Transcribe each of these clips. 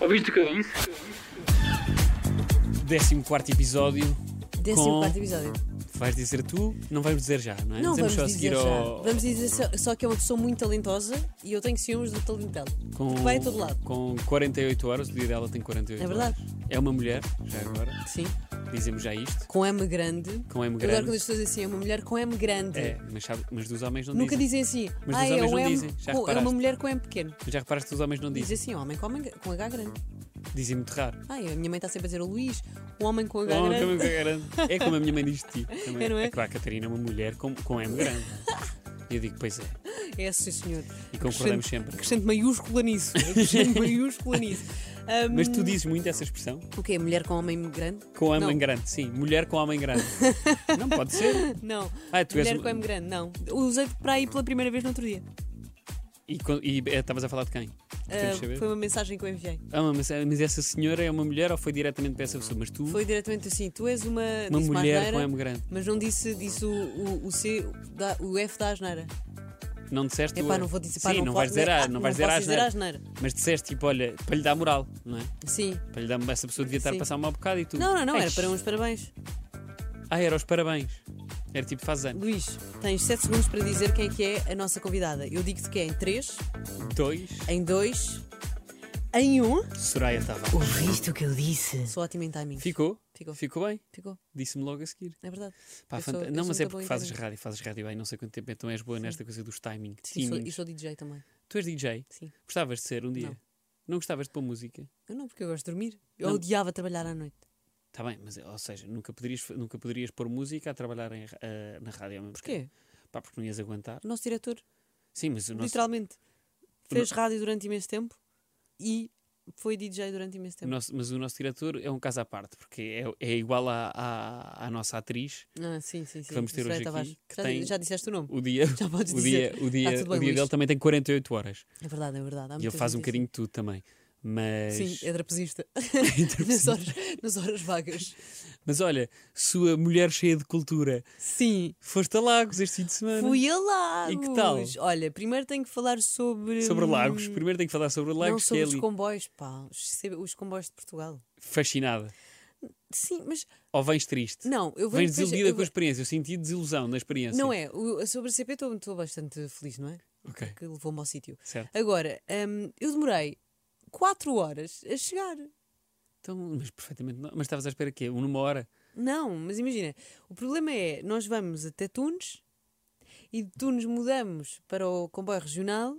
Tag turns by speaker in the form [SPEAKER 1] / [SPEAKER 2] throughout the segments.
[SPEAKER 1] Ouviste o que eu disse?
[SPEAKER 2] 14 episódio.
[SPEAKER 3] Décimo
[SPEAKER 2] Com-
[SPEAKER 3] quarto episódio.
[SPEAKER 2] Vais dizer tu, não vamos dizer já, não é?
[SPEAKER 3] Não
[SPEAKER 2] Dizemos
[SPEAKER 3] vamos
[SPEAKER 2] só a
[SPEAKER 3] dizer
[SPEAKER 2] seguir
[SPEAKER 3] já.
[SPEAKER 2] ao.
[SPEAKER 3] Vamos dizer só, só que é uma pessoa muito talentosa e eu tenho ciúmes do talento dela.
[SPEAKER 2] Com,
[SPEAKER 3] Porque vai a todo lado.
[SPEAKER 2] Com 48 horas, o dia dela tem 48
[SPEAKER 3] É verdade.
[SPEAKER 2] horas. É uma mulher, já agora.
[SPEAKER 3] Sim.
[SPEAKER 2] Dizemos já isto.
[SPEAKER 3] Com M grande.
[SPEAKER 2] Com M
[SPEAKER 3] Eu adoro quando
[SPEAKER 2] grande.
[SPEAKER 3] as pessoas dizem assim, é uma mulher com M grande.
[SPEAKER 2] É, mas, sabe, mas dos homens não
[SPEAKER 3] Nunca
[SPEAKER 2] dizem.
[SPEAKER 3] dizem assim.
[SPEAKER 2] Mas
[SPEAKER 3] ah,
[SPEAKER 2] os
[SPEAKER 3] é,
[SPEAKER 2] homens
[SPEAKER 3] um
[SPEAKER 2] não
[SPEAKER 3] M,
[SPEAKER 2] dizem, já
[SPEAKER 3] com- é uma
[SPEAKER 2] reparaste.
[SPEAKER 3] mulher com M pequeno.
[SPEAKER 2] Mas Já reparaste que os homens não
[SPEAKER 3] Diz
[SPEAKER 2] dizem.
[SPEAKER 3] assim, homem com, M- com H grande.
[SPEAKER 2] Dizem muito raro.
[SPEAKER 3] Ah, a minha mãe está sempre a dizer o Luís, o homem com H
[SPEAKER 2] Oh,
[SPEAKER 3] grande.
[SPEAKER 2] como é que é grande. É como a minha mãe diz de ti. também.
[SPEAKER 3] É, não é?
[SPEAKER 2] que lá a Catarina é uma mulher com, com M grande. E eu digo, pois é.
[SPEAKER 3] É, sim, senhor.
[SPEAKER 2] E concordamos sempre.
[SPEAKER 3] Crescente maiúscula nisso. Crescente maiúscula nisso. Ahm,
[SPEAKER 2] Mas tu dizes muito essa expressão?
[SPEAKER 3] O quê? Mulher com homem grande?
[SPEAKER 2] Com homem
[SPEAKER 3] Não.
[SPEAKER 2] grande, sim. Mulher com homem grande. não pode ser.
[SPEAKER 3] Não.
[SPEAKER 2] Ah, tu és
[SPEAKER 3] mulher
[SPEAKER 2] um-
[SPEAKER 3] com M grande, não. Usei para aí pela primeira vez no outro dia.
[SPEAKER 2] E co- E eh, estavas a falar de quem? Queres
[SPEAKER 3] Ah,
[SPEAKER 2] saber?
[SPEAKER 3] foi uma mensagem que eu enviei.
[SPEAKER 2] Ah, mas, mas essa senhora é uma mulher ou foi diretamente para essa pessoa? Mas tu,
[SPEAKER 3] Foi diretamente assim: tu és uma.
[SPEAKER 2] uma
[SPEAKER 3] disse uma
[SPEAKER 2] mulher
[SPEAKER 3] asneira,
[SPEAKER 2] com M grande.
[SPEAKER 3] Mas não disse, disse o, o, o C, da- o F da asneira.
[SPEAKER 2] Não disseste.
[SPEAKER 3] Epá,
[SPEAKER 2] o-
[SPEAKER 3] não vou dizer. pá,
[SPEAKER 2] é- Sim, não
[SPEAKER 3] posso
[SPEAKER 2] vais dizer, ah,
[SPEAKER 3] ah,
[SPEAKER 2] não vais dizer,
[SPEAKER 3] posso
[SPEAKER 2] ah,
[SPEAKER 3] dizer
[SPEAKER 2] asneira.
[SPEAKER 3] asneira.
[SPEAKER 2] Mas disseste, tipo, olha, para lhe dar moral, não é?
[SPEAKER 3] Sim.
[SPEAKER 2] Para lhe dar, essa pessoa devia estar
[SPEAKER 3] Sim.
[SPEAKER 2] a passar um mau bocado e tu.
[SPEAKER 3] Não, não, não, era
[SPEAKER 2] Eish.
[SPEAKER 3] para uns parabéns.
[SPEAKER 2] Ah, era os parabéns. Era tipo, faz anos.
[SPEAKER 3] Luís, tens 7 segundos para dizer quem é que é a nossa convidada. Eu digo-te que é em 3,
[SPEAKER 2] Dois,
[SPEAKER 3] em 2, em 1. Um.
[SPEAKER 2] Soraya Tavares.
[SPEAKER 4] Ouviste o que eu disse?
[SPEAKER 3] Sou ótima em timing.
[SPEAKER 2] Ficou?
[SPEAKER 3] Ficou.
[SPEAKER 2] bem?
[SPEAKER 3] Ficou,
[SPEAKER 2] Disse-me logo a seguir.
[SPEAKER 3] é verdade.
[SPEAKER 2] Pá,
[SPEAKER 3] Eu sou-
[SPEAKER 2] fanta-
[SPEAKER 3] eu
[SPEAKER 2] não,
[SPEAKER 3] sou
[SPEAKER 2] mas
[SPEAKER 3] muito
[SPEAKER 2] é
[SPEAKER 3] boa
[SPEAKER 2] porque
[SPEAKER 3] em
[SPEAKER 2] fazes
[SPEAKER 3] timing.
[SPEAKER 2] rádio, fazes rádio bem, não sei quanto tempo, então és boa nesta coisa dos timing.
[SPEAKER 3] E sou, e
[SPEAKER 2] timings.
[SPEAKER 3] sou DJ também.
[SPEAKER 2] Tu és DJ.
[SPEAKER 3] Sim.
[SPEAKER 2] Gostavas de ser um dia?
[SPEAKER 3] Não.
[SPEAKER 2] Não gostavas de pôr música?
[SPEAKER 3] Eu não, porque eu gosto de dormir. Eu
[SPEAKER 2] Não.
[SPEAKER 3] odiava trabalhar à noite.
[SPEAKER 2] Está Tá bem, mas ou seja, nunca poderias, fa- nunca poderias pôr música a trabalhar em ra- eh, na rádio. ao mesmo tempo.
[SPEAKER 3] Porquê?
[SPEAKER 2] Pá, porque não ias aguentar.
[SPEAKER 3] O nosso diretor,
[SPEAKER 2] Sim, mas o nosso,
[SPEAKER 3] literalmente, fez rádio durante imenso tempo e foi DJ durante imenso
[SPEAKER 2] o
[SPEAKER 3] tempo.
[SPEAKER 2] nosso- mas o nosso diretor é um caso à parte, porque é, é igual à, à, à nossa atriz.
[SPEAKER 3] Ah, sim, sim, sim.
[SPEAKER 2] vamos ter
[SPEAKER 3] Soraya
[SPEAKER 2] hoje aqui,
[SPEAKER 3] Tavares.
[SPEAKER 2] que
[SPEAKER 3] já,
[SPEAKER 2] tem-
[SPEAKER 3] já disseste o nome.
[SPEAKER 2] O dia,
[SPEAKER 3] Já podes
[SPEAKER 2] o dia,
[SPEAKER 3] dizer. Tá
[SPEAKER 2] o dia,
[SPEAKER 3] tudo bem,
[SPEAKER 2] o dia
[SPEAKER 3] Luís.
[SPEAKER 2] dele também tem 48 horas.
[SPEAKER 3] É verdade, é verdade. Há
[SPEAKER 2] e ele
[SPEAKER 3] muita
[SPEAKER 2] faz um
[SPEAKER 3] gente
[SPEAKER 2] bocadinho de tudo também. Mas,
[SPEAKER 3] assim. Sim, é trapezista. nas,
[SPEAKER 2] Interpreta-
[SPEAKER 3] horas, nas horas vagas.
[SPEAKER 2] mas olha, sua mulher cheia de cultura,
[SPEAKER 3] Sim.
[SPEAKER 2] foste a Lagos este fim de semana.
[SPEAKER 3] Fui a Lagos.
[SPEAKER 2] E que tal?
[SPEAKER 3] Olha, primeiro tenho que falar sobre.
[SPEAKER 2] Sobre Lagos.
[SPEAKER 3] hum,
[SPEAKER 2] Primeiro tenho que falar sobre
[SPEAKER 3] não,
[SPEAKER 2] Lagos, que
[SPEAKER 3] sobre
[SPEAKER 2] é
[SPEAKER 3] os
[SPEAKER 2] ali
[SPEAKER 3] comboios, pá. Os, C- os comboios de Portugal.
[SPEAKER 2] fascinada.
[SPEAKER 3] Sim, mas.
[SPEAKER 2] Ou vens triste?
[SPEAKER 3] Não, eu venho.
[SPEAKER 2] Vens
[SPEAKER 3] depois-
[SPEAKER 2] desiludida
[SPEAKER 3] eu
[SPEAKER 2] com a
[SPEAKER 3] ve-
[SPEAKER 2] experiência. Eu senti desilusão na experiência.
[SPEAKER 3] Não é. o- sobre a CP estou- estou bastante feliz, não é?
[SPEAKER 2] Ok,
[SPEAKER 3] Que levou-me ao sítio.
[SPEAKER 2] certo.
[SPEAKER 3] Agora, hum, eu demorei 4 horas a chegar.
[SPEAKER 2] Então, mas perfeitamente. Não. Mas estavas à espera quê? Um numa hora?
[SPEAKER 3] Não, mas imagina. O problema é, nós vamos até Tunes e de Tunes mudamos para o comboio regional.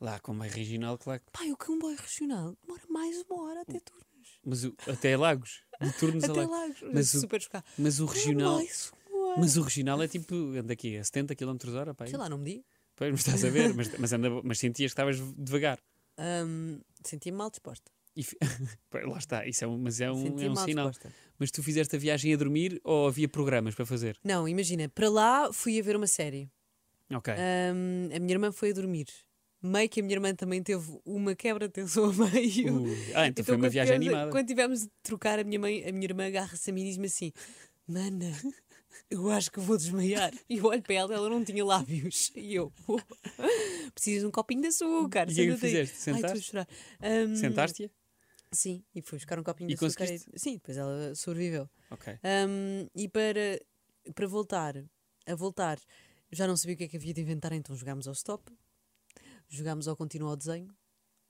[SPEAKER 2] Lá, com mais regional, claro.
[SPEAKER 3] Pai, o comboio regional demora mais uma hora até Tunes.
[SPEAKER 2] Mas o, até Lagos. De turnos a
[SPEAKER 3] Até
[SPEAKER 2] Lagos.
[SPEAKER 3] Lagos.
[SPEAKER 2] Mas o-
[SPEAKER 3] super chocado.
[SPEAKER 2] Mas o regional.
[SPEAKER 3] Mais uma hora.
[SPEAKER 2] Mas o regional é tipo, anda aqui a 70 km hora, pá.
[SPEAKER 3] Sei lá, não me di.
[SPEAKER 2] Pois, mas estás a ver, mas, mas, anda, mas sentias que estavas devagar.
[SPEAKER 3] Hum, Sentia-me mal disposta.
[SPEAKER 2] E fi- Pá, lá está, isso é um, mas é um,
[SPEAKER 3] Sentia-me
[SPEAKER 2] é um
[SPEAKER 3] mal
[SPEAKER 2] sinal.
[SPEAKER 3] disposta.
[SPEAKER 2] Mas tu fizeste a viagem a dormir ou havia programas para fazer?
[SPEAKER 3] Não, imagina, para lá fui a ver uma série.
[SPEAKER 2] Ok.
[SPEAKER 3] Hum, a minha irmã foi a dormir. Meio que a minha irmã também teve uma quebra de tensão a meio.
[SPEAKER 2] Ui. Ah, então, foi uma
[SPEAKER 3] quando
[SPEAKER 2] viagem
[SPEAKER 3] tivemos-
[SPEAKER 2] animada.
[SPEAKER 3] Quando tivemos de trocar, a minha, mãe, a minha irmã agarra-se a mim e diz-me assim: Mana, eu acho que vou desmaiar. E eu olho para ela, ela não tinha lábios. E eu: "Oh, Precisas de um copinho de açúcar.
[SPEAKER 2] E o que é que
[SPEAKER 3] senta-te aí."
[SPEAKER 2] fizeste?
[SPEAKER 3] Ai, estou a
[SPEAKER 2] Sentaste?
[SPEAKER 3] chorar. Hum,
[SPEAKER 2] Sentaste-a?
[SPEAKER 3] Sim, e fui buscar um copinho
[SPEAKER 2] E
[SPEAKER 3] de açúcar. e-
[SPEAKER 2] conseguiste?
[SPEAKER 3] Sim, depois ela sobreviveu.
[SPEAKER 2] Ok.
[SPEAKER 3] Hum, e para, para voltar, a voltar, já não sabia o que é que havia de inventar, então jogámos ao stop, jogámos ao continuo ao desenho,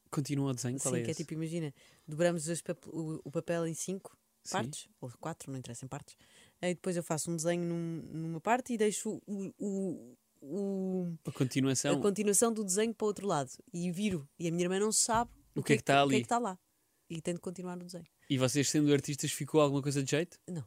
[SPEAKER 2] Continua o desenho, qual
[SPEAKER 3] assim,
[SPEAKER 2] é
[SPEAKER 3] que é
[SPEAKER 2] esse?
[SPEAKER 3] tipo, imagina, dobramos os pap- o, o papel em cinco
[SPEAKER 2] Sim.
[SPEAKER 3] partes, ou quatro, não interessa em partes, aí depois eu faço um desenho num- numa parte e deixo o- o- o-
[SPEAKER 2] A continuação.
[SPEAKER 3] a continuação do desenho para o outro lado e viro, e a minha irmã não sabe
[SPEAKER 2] O que é que está
[SPEAKER 3] o que é
[SPEAKER 2] ali?
[SPEAKER 3] que está lá. E tento continuar o desenho.
[SPEAKER 2] E vocês sendo artistas, ficou alguma coisa de jeito?
[SPEAKER 3] Não.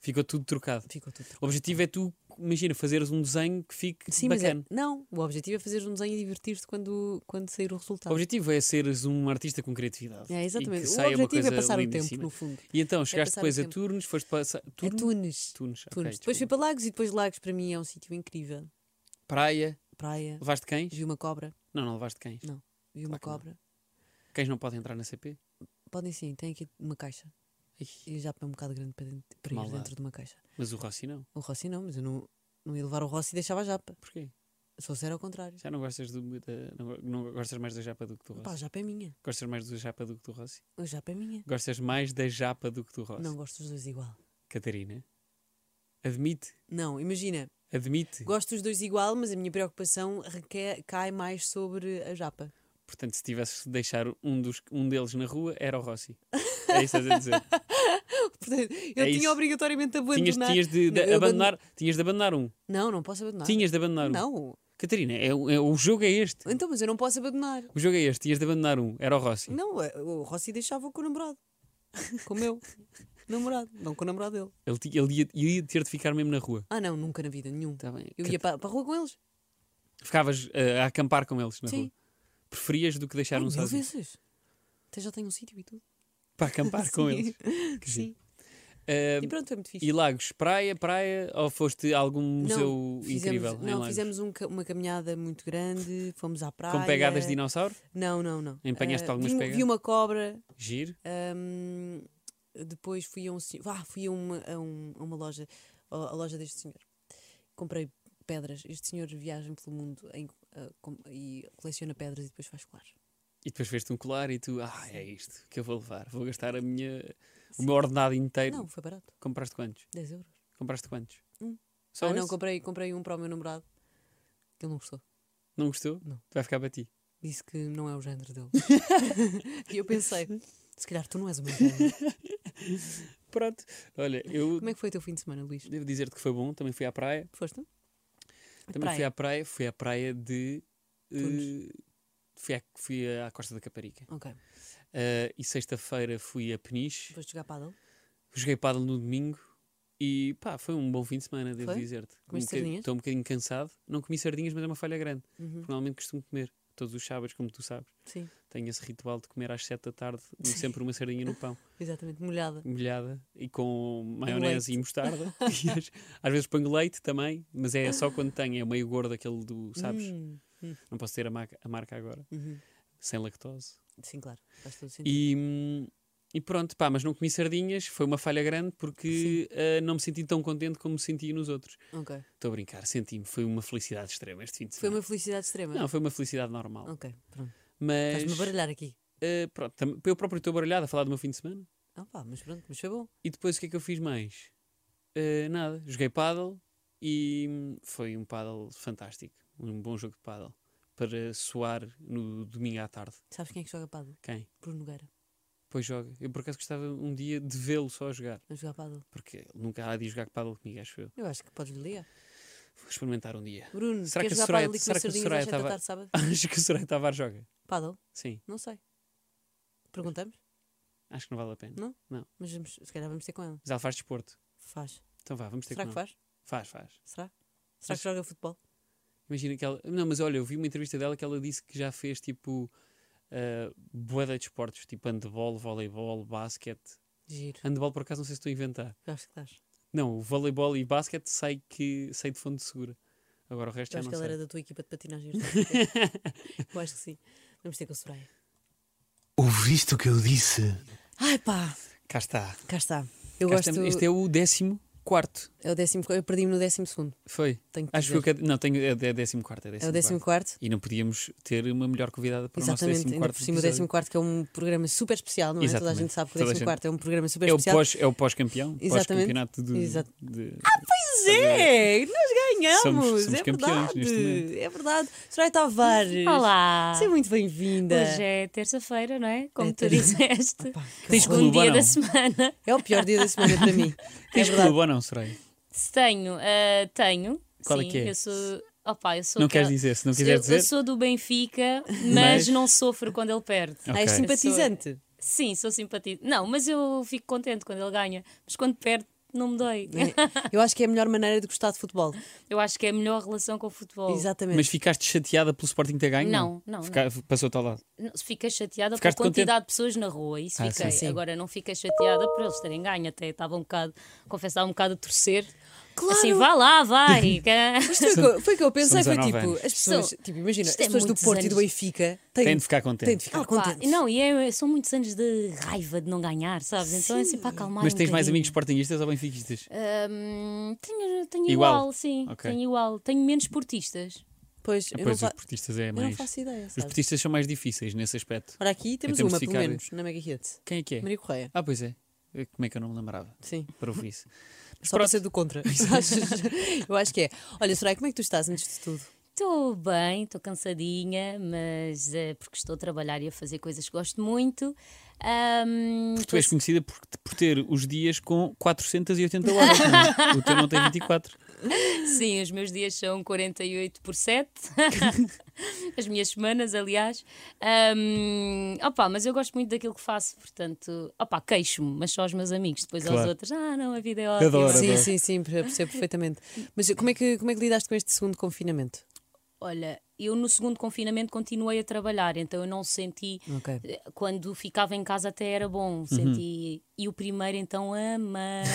[SPEAKER 2] Ficou tudo trocado.
[SPEAKER 3] Ficou tudo.
[SPEAKER 2] O objetivo é tu, imagina, fazeres um desenho que fique
[SPEAKER 3] Sim, mas é-
[SPEAKER 2] bacana.
[SPEAKER 3] não, o objetivo é fazer um desenho e divertir-te quando, quando sair o resultado.
[SPEAKER 2] O objetivo é seres um artista com criatividade.
[SPEAKER 3] tá. É,
[SPEAKER 2] E que
[SPEAKER 3] exatamente. O
[SPEAKER 2] saia uma
[SPEAKER 3] objetivo é
[SPEAKER 2] coisa
[SPEAKER 3] passar o tempo,
[SPEAKER 2] lindíssima.
[SPEAKER 3] no fundo. É
[SPEAKER 2] E então, chegaste
[SPEAKER 3] passar o
[SPEAKER 2] depois a
[SPEAKER 3] tempo.
[SPEAKER 2] turnos, foste passar.
[SPEAKER 3] É
[SPEAKER 2] Turnos?
[SPEAKER 3] Tunes.
[SPEAKER 2] Turnos. ok,
[SPEAKER 3] Tunes. depois fui
[SPEAKER 2] desculpa.
[SPEAKER 3] para Lagos e depois Lagos para mim é um sítio incrível.
[SPEAKER 2] Praia.
[SPEAKER 3] Praia,
[SPEAKER 2] Levaste cães?
[SPEAKER 3] vi uma cobra,
[SPEAKER 2] Não, não levaste cães.
[SPEAKER 3] vi uma
[SPEAKER 2] Claro
[SPEAKER 3] cobra.
[SPEAKER 2] Cães não podem entrar na CP?
[SPEAKER 3] Podem sim, tem aqui uma caixa.
[SPEAKER 2] Ih,
[SPEAKER 3] E já é um bocado grande para, dentro, para ir
[SPEAKER 2] Maldade.
[SPEAKER 3] dentro de uma caixa.
[SPEAKER 2] Mas o Rossi não.
[SPEAKER 3] O Rossi não, mas eu não, não ia levar o Rossi e deixava a japa.
[SPEAKER 2] Porquê?
[SPEAKER 3] Só se era ao contrário.
[SPEAKER 2] Já não gostas do. da- não, go- não gostas mais da japa do que do Rossi?
[SPEAKER 3] Pá, japa é minha.
[SPEAKER 2] Gostas mais do japa do que do Rossi?
[SPEAKER 3] A japa é minha.
[SPEAKER 2] Gostas mais da japa do que do Rossi?
[SPEAKER 3] Não gosto dos dois igual.
[SPEAKER 2] Catarina? Admite,
[SPEAKER 3] Não, imagina,
[SPEAKER 2] admite.
[SPEAKER 3] gosto dos dois igual, mas a minha preocupação requer, cai mais sobre a japa.
[SPEAKER 2] Portanto, se tivesse de deixar um, dos, um deles na rua, era o Rossi. É isso que estás a dizer.
[SPEAKER 3] Portanto, eu
[SPEAKER 2] É
[SPEAKER 3] tinha
[SPEAKER 2] isso.
[SPEAKER 3] obrigatoriamente de abandonar.
[SPEAKER 2] tinhas, tinhas de, de
[SPEAKER 3] Não, eu
[SPEAKER 2] abandonar, tinhas de abandonar um.
[SPEAKER 3] Não, não posso abandonar.
[SPEAKER 2] Tinhas de abandonar um.
[SPEAKER 3] Não,
[SPEAKER 2] Catarina, é, o- é- o jogo é este.
[SPEAKER 3] então, mas eu não posso abandonar.
[SPEAKER 2] O jogo é este. Tinhas de abandonar um. Era o Rossi.
[SPEAKER 3] Não, eh, o Rossi deixava com o namorado. Com o meu namorado. Não com o namorado dele.
[SPEAKER 2] Ele, ti- ele ia, ele ia ter de ficar mesmo na rua.
[SPEAKER 3] Ah, não, nunca na vida nenhum.
[SPEAKER 2] Tá bem.
[SPEAKER 3] Eu
[SPEAKER 2] Cat-
[SPEAKER 3] ia para, para a rua com eles.
[SPEAKER 2] Ficavas eh, a acampar com eles na
[SPEAKER 3] Sim.
[SPEAKER 2] rua. Preferias do que deixar
[SPEAKER 3] Ai,
[SPEAKER 2] um
[SPEAKER 3] mil
[SPEAKER 2] sozinho?
[SPEAKER 3] vezes. Até já tenho um sítio e tudo.
[SPEAKER 2] Para acampar com
[SPEAKER 3] Sim.
[SPEAKER 2] eles. Que giro.
[SPEAKER 3] Sim.
[SPEAKER 2] Eh,
[SPEAKER 3] E pronto, é foi muito fixe.
[SPEAKER 2] e Lagos, praia, praia, ou foste a algum museu
[SPEAKER 3] fizemos,
[SPEAKER 2] incrível em
[SPEAKER 3] Não,
[SPEAKER 2] Lagos?
[SPEAKER 3] fizemos um ca- uma caminhada muito grande, fomos à praia.
[SPEAKER 2] Com pegadas de dinossauro?
[SPEAKER 3] Não, não, não.
[SPEAKER 2] Empanhaste
[SPEAKER 3] Ah,
[SPEAKER 2] algumas
[SPEAKER 3] vi,
[SPEAKER 2] pegas?
[SPEAKER 3] Vi uma cobra.
[SPEAKER 2] Giro.
[SPEAKER 3] ahm, depois fui a um senhor. Ah, fui a uma, a um- a uma loja, a a loja deste senhor. Comprei pedras. Este senhor viaja pelo mundo em- ah, com- e coleciona pedras e depois faz colares.
[SPEAKER 2] E depois veste um colar e tu, ah, é isto que eu vou levar. Vou gastar a minha, o meu ordenado inteiro.
[SPEAKER 3] Não, foi barato.
[SPEAKER 2] Compraste quantos?
[SPEAKER 3] 10 euros.
[SPEAKER 2] Compraste quantos?
[SPEAKER 3] Um.
[SPEAKER 2] Só
[SPEAKER 3] ah,
[SPEAKER 2] esse?
[SPEAKER 3] não,
[SPEAKER 2] não,
[SPEAKER 3] comprei, comprei um para o meu namorado. Que ele não gostou.
[SPEAKER 2] gostou?
[SPEAKER 3] Não.
[SPEAKER 2] Tu vai ficar para ti.
[SPEAKER 3] Disse que não é o género dele. e eu pensei, se calhar tu não és o meu género.
[SPEAKER 2] Pronto. Olha, eu
[SPEAKER 3] Como é que foi o teu fim de semana, Luís?
[SPEAKER 2] devo dizer-te que foi bom. Também fui à praia.
[SPEAKER 3] Foste? À
[SPEAKER 2] Também
[SPEAKER 3] praia.
[SPEAKER 2] fui à praia. Fui à praia de... eh,
[SPEAKER 3] Tunes.
[SPEAKER 2] fui, à, fui à Costa da Caparica.
[SPEAKER 3] Ok.
[SPEAKER 2] Eh, e sexta-feira fui a Peniche.
[SPEAKER 3] Foste jogar paddle?
[SPEAKER 2] Joguei paddle no domingo. E pá, foi um bom fim de semana, devo
[SPEAKER 3] Foi?
[SPEAKER 2] dizer-te.
[SPEAKER 3] Comeste
[SPEAKER 2] Um bocad-
[SPEAKER 3] sardinhas?
[SPEAKER 2] Estou um bocadinho cansado. Não comi sardinhas, mas é uma falha grande.
[SPEAKER 3] Uhum.
[SPEAKER 2] Porque normalmente costumo comer todos os sábados, como tu sabes.
[SPEAKER 3] Sim,
[SPEAKER 2] Tenho esse ritual de comer às 7 da tarde um-
[SPEAKER 3] Sim.
[SPEAKER 2] sempre uma sardinha no pão,
[SPEAKER 3] exatamente. Molhada.
[SPEAKER 2] molhada e com maionese e mostarda. E às, às vezes ponho leite também, mas é só quando tenho, é meio gordo aquele do, sabes?
[SPEAKER 3] Hum,
[SPEAKER 2] Não posso ter a marca, a marca agora,
[SPEAKER 3] uhum.
[SPEAKER 2] sem lactose.
[SPEAKER 3] Sim, claro. Faz todo sentido.
[SPEAKER 2] E, hum, e pronto, pá, mas não comi sardinhas, foi uma falha grande porque ah, não me senti tão contente como me senti nos outros.
[SPEAKER 3] Ok.
[SPEAKER 2] Estou a brincar, senti-me, foi uma felicidade extrema este fim de
[SPEAKER 3] Foi
[SPEAKER 2] semana.
[SPEAKER 3] uma felicidade extrema.
[SPEAKER 2] Não, foi uma felicidade normal.
[SPEAKER 3] Ok, pronto.
[SPEAKER 2] Mas,
[SPEAKER 3] Estás-me a baralhar aqui.
[SPEAKER 2] ah, pronto, tam- eu próprio estou baralhado a falar do meu fim de semana.
[SPEAKER 3] Ah pá, mas pronto, mas foi bom.
[SPEAKER 2] E depois o que é que eu fiz mais? Eh, nada, joguei paddle e hum, foi um paddle fantástico, um bom jogo de paddle para soar no domingo à tarde.
[SPEAKER 3] Sabes quem é que joga paddle?
[SPEAKER 2] Quem?
[SPEAKER 3] Bruno Nogueira.
[SPEAKER 2] Pois joga. Eu por acaso gostava um dia de vê-lo só a jogar,
[SPEAKER 3] Vamos jogar paddle.
[SPEAKER 2] porque ele nunca há de jogar paddle comigo, acho eu.
[SPEAKER 3] Eu acho que podes lhe ligar.
[SPEAKER 2] Vou experimentar um dia.
[SPEAKER 3] Bruno,
[SPEAKER 2] Será
[SPEAKER 3] queres
[SPEAKER 2] que a
[SPEAKER 3] jogar
[SPEAKER 2] Soraya-
[SPEAKER 3] paddle e
[SPEAKER 2] será
[SPEAKER 3] comer
[SPEAKER 2] que a
[SPEAKER 3] sardinhas
[SPEAKER 2] Soraya
[SPEAKER 3] às sete da
[SPEAKER 2] tava-
[SPEAKER 3] tarde sábado?
[SPEAKER 2] Acho que o Soraya Tavares joga.
[SPEAKER 3] Paddle?
[SPEAKER 2] Sim,
[SPEAKER 3] Não sei. Perguntamos,
[SPEAKER 2] acho que não vale a pena.
[SPEAKER 3] Não. mas vamos, se calhar vamos ter com ela.
[SPEAKER 2] Mas ela faz desporto.
[SPEAKER 3] Faz.
[SPEAKER 2] Então vá, vamos ter
[SPEAKER 3] Será
[SPEAKER 2] com
[SPEAKER 3] que
[SPEAKER 2] ela.
[SPEAKER 3] faz?
[SPEAKER 2] Faz, faz.
[SPEAKER 3] Será? Será que joga futebol?
[SPEAKER 2] Imagina que ela. Não, mas olha, eu vi uma entrevista dela que ela disse que já fez tipo. Uh, boeda de esportes, tipo handball, voleibol, basquete.
[SPEAKER 3] Giro.
[SPEAKER 2] Handball, por acaso, não sei se estou a inventar.
[SPEAKER 3] Eu acho que estás.
[SPEAKER 2] Não, o voleibol e basquete sei que sei de fonte segura. Agora o resto
[SPEAKER 3] Eu
[SPEAKER 2] já
[SPEAKER 3] acho
[SPEAKER 2] não
[SPEAKER 3] que ela
[SPEAKER 2] sei.
[SPEAKER 3] era da tua equipa de patinagem. artística. eu acho que sim. Vamos ter com a Soraya.
[SPEAKER 1] Ouviste o que eu disse?
[SPEAKER 3] Ai pá,
[SPEAKER 2] Cá está.
[SPEAKER 3] cá está. Eu
[SPEAKER 2] Cá
[SPEAKER 3] gosto.
[SPEAKER 2] estamos. Este é o décimo quarto.
[SPEAKER 3] é... o décimo. Eu perdi-me no décimo segundo.
[SPEAKER 2] Foi.
[SPEAKER 3] Tenho que
[SPEAKER 2] Acho
[SPEAKER 3] dizer.
[SPEAKER 2] que eu, não, tenho, é, é décimo quarto. É
[SPEAKER 3] É
[SPEAKER 2] décimo,
[SPEAKER 3] o décimo
[SPEAKER 2] quarto.
[SPEAKER 3] quarto.
[SPEAKER 2] E não podíamos ter uma melhor convidada para o nosso
[SPEAKER 3] Exatamente,
[SPEAKER 2] décimo
[SPEAKER 3] ainda
[SPEAKER 2] quarto.
[SPEAKER 3] por cima o décimo quarto, que é um programa super especial, não é? Toda a
[SPEAKER 2] Exatamente.
[SPEAKER 3] gente sabe que o
[SPEAKER 2] Toda a
[SPEAKER 3] décimo
[SPEAKER 2] gente.
[SPEAKER 3] quarto é um programa super
[SPEAKER 2] É o,
[SPEAKER 3] especial.
[SPEAKER 2] pós, é o pós-campeão,
[SPEAKER 3] Exatamente.
[SPEAKER 2] pós-campeonato do.
[SPEAKER 3] Exato. Ah,
[SPEAKER 2] de-
[SPEAKER 3] Pois é, nós ganhamos,
[SPEAKER 2] Somos- somos
[SPEAKER 3] é
[SPEAKER 2] campeões
[SPEAKER 3] verdade,
[SPEAKER 2] neste momento.
[SPEAKER 3] é verdade. Soraya Tavares,
[SPEAKER 4] Olá!
[SPEAKER 3] seja muito bem-vinda.
[SPEAKER 4] Hoje é terça-feira, não é? Como
[SPEAKER 3] É
[SPEAKER 4] tu disseste.
[SPEAKER 3] Pá, que
[SPEAKER 2] Tens
[SPEAKER 3] horror.
[SPEAKER 4] Segundo
[SPEAKER 2] Clube ou
[SPEAKER 4] dia da
[SPEAKER 2] não?
[SPEAKER 4] semana.
[SPEAKER 3] É o pior dia da semana para mim. É
[SPEAKER 2] Tens
[SPEAKER 3] verdade.
[SPEAKER 2] clube ou não, Soraya?
[SPEAKER 4] Se tenho, ah, tenho.
[SPEAKER 2] Qual é
[SPEAKER 4] Sim,
[SPEAKER 2] que é?
[SPEAKER 4] Eu sou. Opa, eu sou
[SPEAKER 2] Não
[SPEAKER 4] aquela-
[SPEAKER 2] queres dizer, se não
[SPEAKER 4] eu,
[SPEAKER 2] quiseres
[SPEAKER 4] eu
[SPEAKER 2] dizer.
[SPEAKER 4] sou do Benfica, mas,
[SPEAKER 2] Mas-
[SPEAKER 4] não sofro quando ele perde.
[SPEAKER 3] Ah, és
[SPEAKER 2] Ok.
[SPEAKER 3] simpatizante.
[SPEAKER 4] Sim, sou simpatizante. Não, mas eu fico contente quando ele ganha. Mas quando perde, não me dói.
[SPEAKER 3] Eu acho que é a melhor maneira de gostar de futebol.
[SPEAKER 4] Eu acho que é a melhor relação com o futebol.
[SPEAKER 3] Exatamente.
[SPEAKER 2] Mas ficaste chateada pelo Sporting ter ganho?
[SPEAKER 4] Não, não,
[SPEAKER 2] Fica- Passou-te ao lado.
[SPEAKER 4] Não, Fiquei chateada
[SPEAKER 2] Ficaste
[SPEAKER 4] pela quantidade de pessoas na rua, isso
[SPEAKER 2] Ah,
[SPEAKER 4] fiquei.
[SPEAKER 2] sim, sim.
[SPEAKER 4] Agora não fiquei chateada por eles terem ganho, até estava um bocado, confesso, estava um bocado a torcer.
[SPEAKER 3] Claro.
[SPEAKER 4] Assim, vá lá, vai. que- é
[SPEAKER 3] Foi o que eu- foi o que eu pensei,
[SPEAKER 2] são
[SPEAKER 3] foi
[SPEAKER 2] 19
[SPEAKER 3] tipo,
[SPEAKER 2] anos.
[SPEAKER 3] as pessoas,
[SPEAKER 4] São-
[SPEAKER 3] tipo, imagina, as
[SPEAKER 4] isto é
[SPEAKER 3] pessoas do
[SPEAKER 4] muitos
[SPEAKER 3] Porto e do
[SPEAKER 4] anos.
[SPEAKER 3] Benfica têm,
[SPEAKER 2] Tem de ficar contente.
[SPEAKER 3] têm de ficar
[SPEAKER 4] Ah, pá,
[SPEAKER 3] contentes.
[SPEAKER 4] não, e é- são muitos anos de raiva de não ganhar, sabes? Então é assim para
[SPEAKER 3] Ah,
[SPEAKER 4] acalmar.
[SPEAKER 2] Mas
[SPEAKER 4] um
[SPEAKER 2] tens mais
[SPEAKER 4] bocadinho.
[SPEAKER 2] amigos sportinguistas ou benfiquistas?
[SPEAKER 4] Ahm, tenho tenho
[SPEAKER 2] Igual.
[SPEAKER 4] igual. sim.
[SPEAKER 2] Ok.
[SPEAKER 4] Tenho igual. Tenho menos portistas.
[SPEAKER 3] Pois, eu, não,
[SPEAKER 2] Pois,
[SPEAKER 3] fa-
[SPEAKER 2] os portistas é
[SPEAKER 3] eu não
[SPEAKER 2] mais.
[SPEAKER 3] faço ideia,
[SPEAKER 2] Os
[SPEAKER 3] sabes?
[SPEAKER 2] portistas são mais difíceis nesse aspecto.
[SPEAKER 3] Ora, aqui temos
[SPEAKER 2] temos
[SPEAKER 3] uma,
[SPEAKER 2] de
[SPEAKER 3] pelo
[SPEAKER 2] ficar-
[SPEAKER 3] menos, na Mega Hit.
[SPEAKER 2] Quem é que é?
[SPEAKER 3] Maria Correia.
[SPEAKER 2] Ah, pois é. Eh, Como é que eu não me lembrava
[SPEAKER 3] Sim.
[SPEAKER 2] para ouvir isso?
[SPEAKER 3] Só para ser do contra. eu acho que é. Olha, Soraya, como é que tu estás antes de tudo?
[SPEAKER 4] Estou bem, estou cansadinha, mas eh, porque estou a trabalhar e a fazer coisas que gosto muito. Ahm,
[SPEAKER 2] Porque tu és conhecida por, por ter os dias com 480 horas. não é? o teu não tem 24.
[SPEAKER 4] Sim, os meus dias são 48 por 7. As minhas semanas, aliás. Ahm, opa, mas eu gosto muito daquilo que faço, portanto, opa, queixo-me, mas só aos meus amigos, depois aos
[SPEAKER 2] Claro.
[SPEAKER 4] outros. Ah, não, a vida é ótima.
[SPEAKER 2] Adoro,
[SPEAKER 3] sim,
[SPEAKER 2] adoro.
[SPEAKER 3] sim, sim, per- percebo perfeitamente. Mas como é, que, como é que lidaste com este segundo confinamento?
[SPEAKER 4] Olha, eu no segundo confinamento continuei a trabalhar, então eu não senti. eh,
[SPEAKER 3] Ok.
[SPEAKER 4] Quando ficava em casa até era
[SPEAKER 2] Uhum.
[SPEAKER 4] bom, senti. E o primeiro então amei.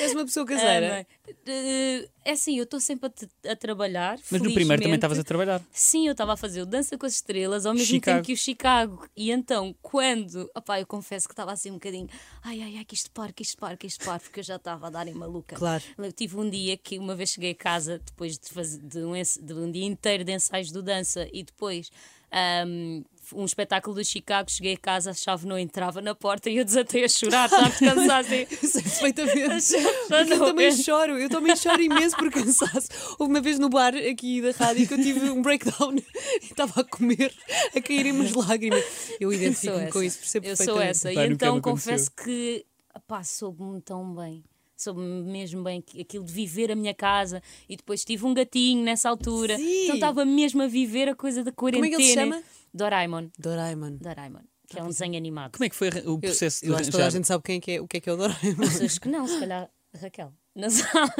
[SPEAKER 3] És uma pessoa
[SPEAKER 4] amei. Eh, É assim, eu estou sempre a, te- a trabalhar.
[SPEAKER 2] Mas no primeiro também estavas
[SPEAKER 4] felizmente.
[SPEAKER 2] a trabalhar.
[SPEAKER 4] Sim, eu estava a fazer o Dança com as Estrelas ao mesmo
[SPEAKER 2] Chicago.
[SPEAKER 4] tempo que o Chicago. E então, quando. Opá, eu confesso que estava assim um bocadinho. Ai, ai, ai, que isto pare, que isto pare, que isto pare, porque eu já estava a dar em maluca.
[SPEAKER 3] Claro.
[SPEAKER 4] Eu tive um dia que uma vez cheguei a casa depois de, fazer, de, um, ens- de um dia inteiro de ensaios do Dança e depois. ahm, um espetáculo do Chicago, cheguei a casa, a chave não entrava na porta e eu desatei a chorar, estava cansada assim.
[SPEAKER 3] Sei perfeitamente.
[SPEAKER 4] Já
[SPEAKER 3] Porque eu
[SPEAKER 4] não
[SPEAKER 3] também
[SPEAKER 4] aguento.
[SPEAKER 3] choro, eu também choro imenso por cansaço. Houve uma vez no bar aqui da rádio que eu tive um breakdown e estava a comer, a cair em umas lágrimas. Eu identifico-me
[SPEAKER 4] essa.
[SPEAKER 3] com isso, percebo
[SPEAKER 4] Eu sou
[SPEAKER 3] perfeitamente.
[SPEAKER 2] Pá,
[SPEAKER 4] essa. e
[SPEAKER 2] nunca me
[SPEAKER 4] então
[SPEAKER 2] aconteceu.
[SPEAKER 4] confesso que pá, soube-me tão bem. Soube-me mesmo bem que- aquilo de viver a minha casa e depois tive um gatinho nessa altura.
[SPEAKER 3] Sim.
[SPEAKER 4] Então estava mesmo a viver a coisa da
[SPEAKER 3] é
[SPEAKER 4] quarentena.
[SPEAKER 3] que ele se chama?
[SPEAKER 4] Doraemon.
[SPEAKER 3] Doraemon.
[SPEAKER 4] Doraemon, que é um desenho animado.
[SPEAKER 2] Como é que foi o
[SPEAKER 3] Eu,
[SPEAKER 2] processo
[SPEAKER 3] eu
[SPEAKER 2] de
[SPEAKER 3] acho que toda a
[SPEAKER 2] arranjar?
[SPEAKER 3] gente sabe quem é que é, o que é que é o Doraemon.
[SPEAKER 4] Pessoas que não, se calhar Raquel. Não sabe.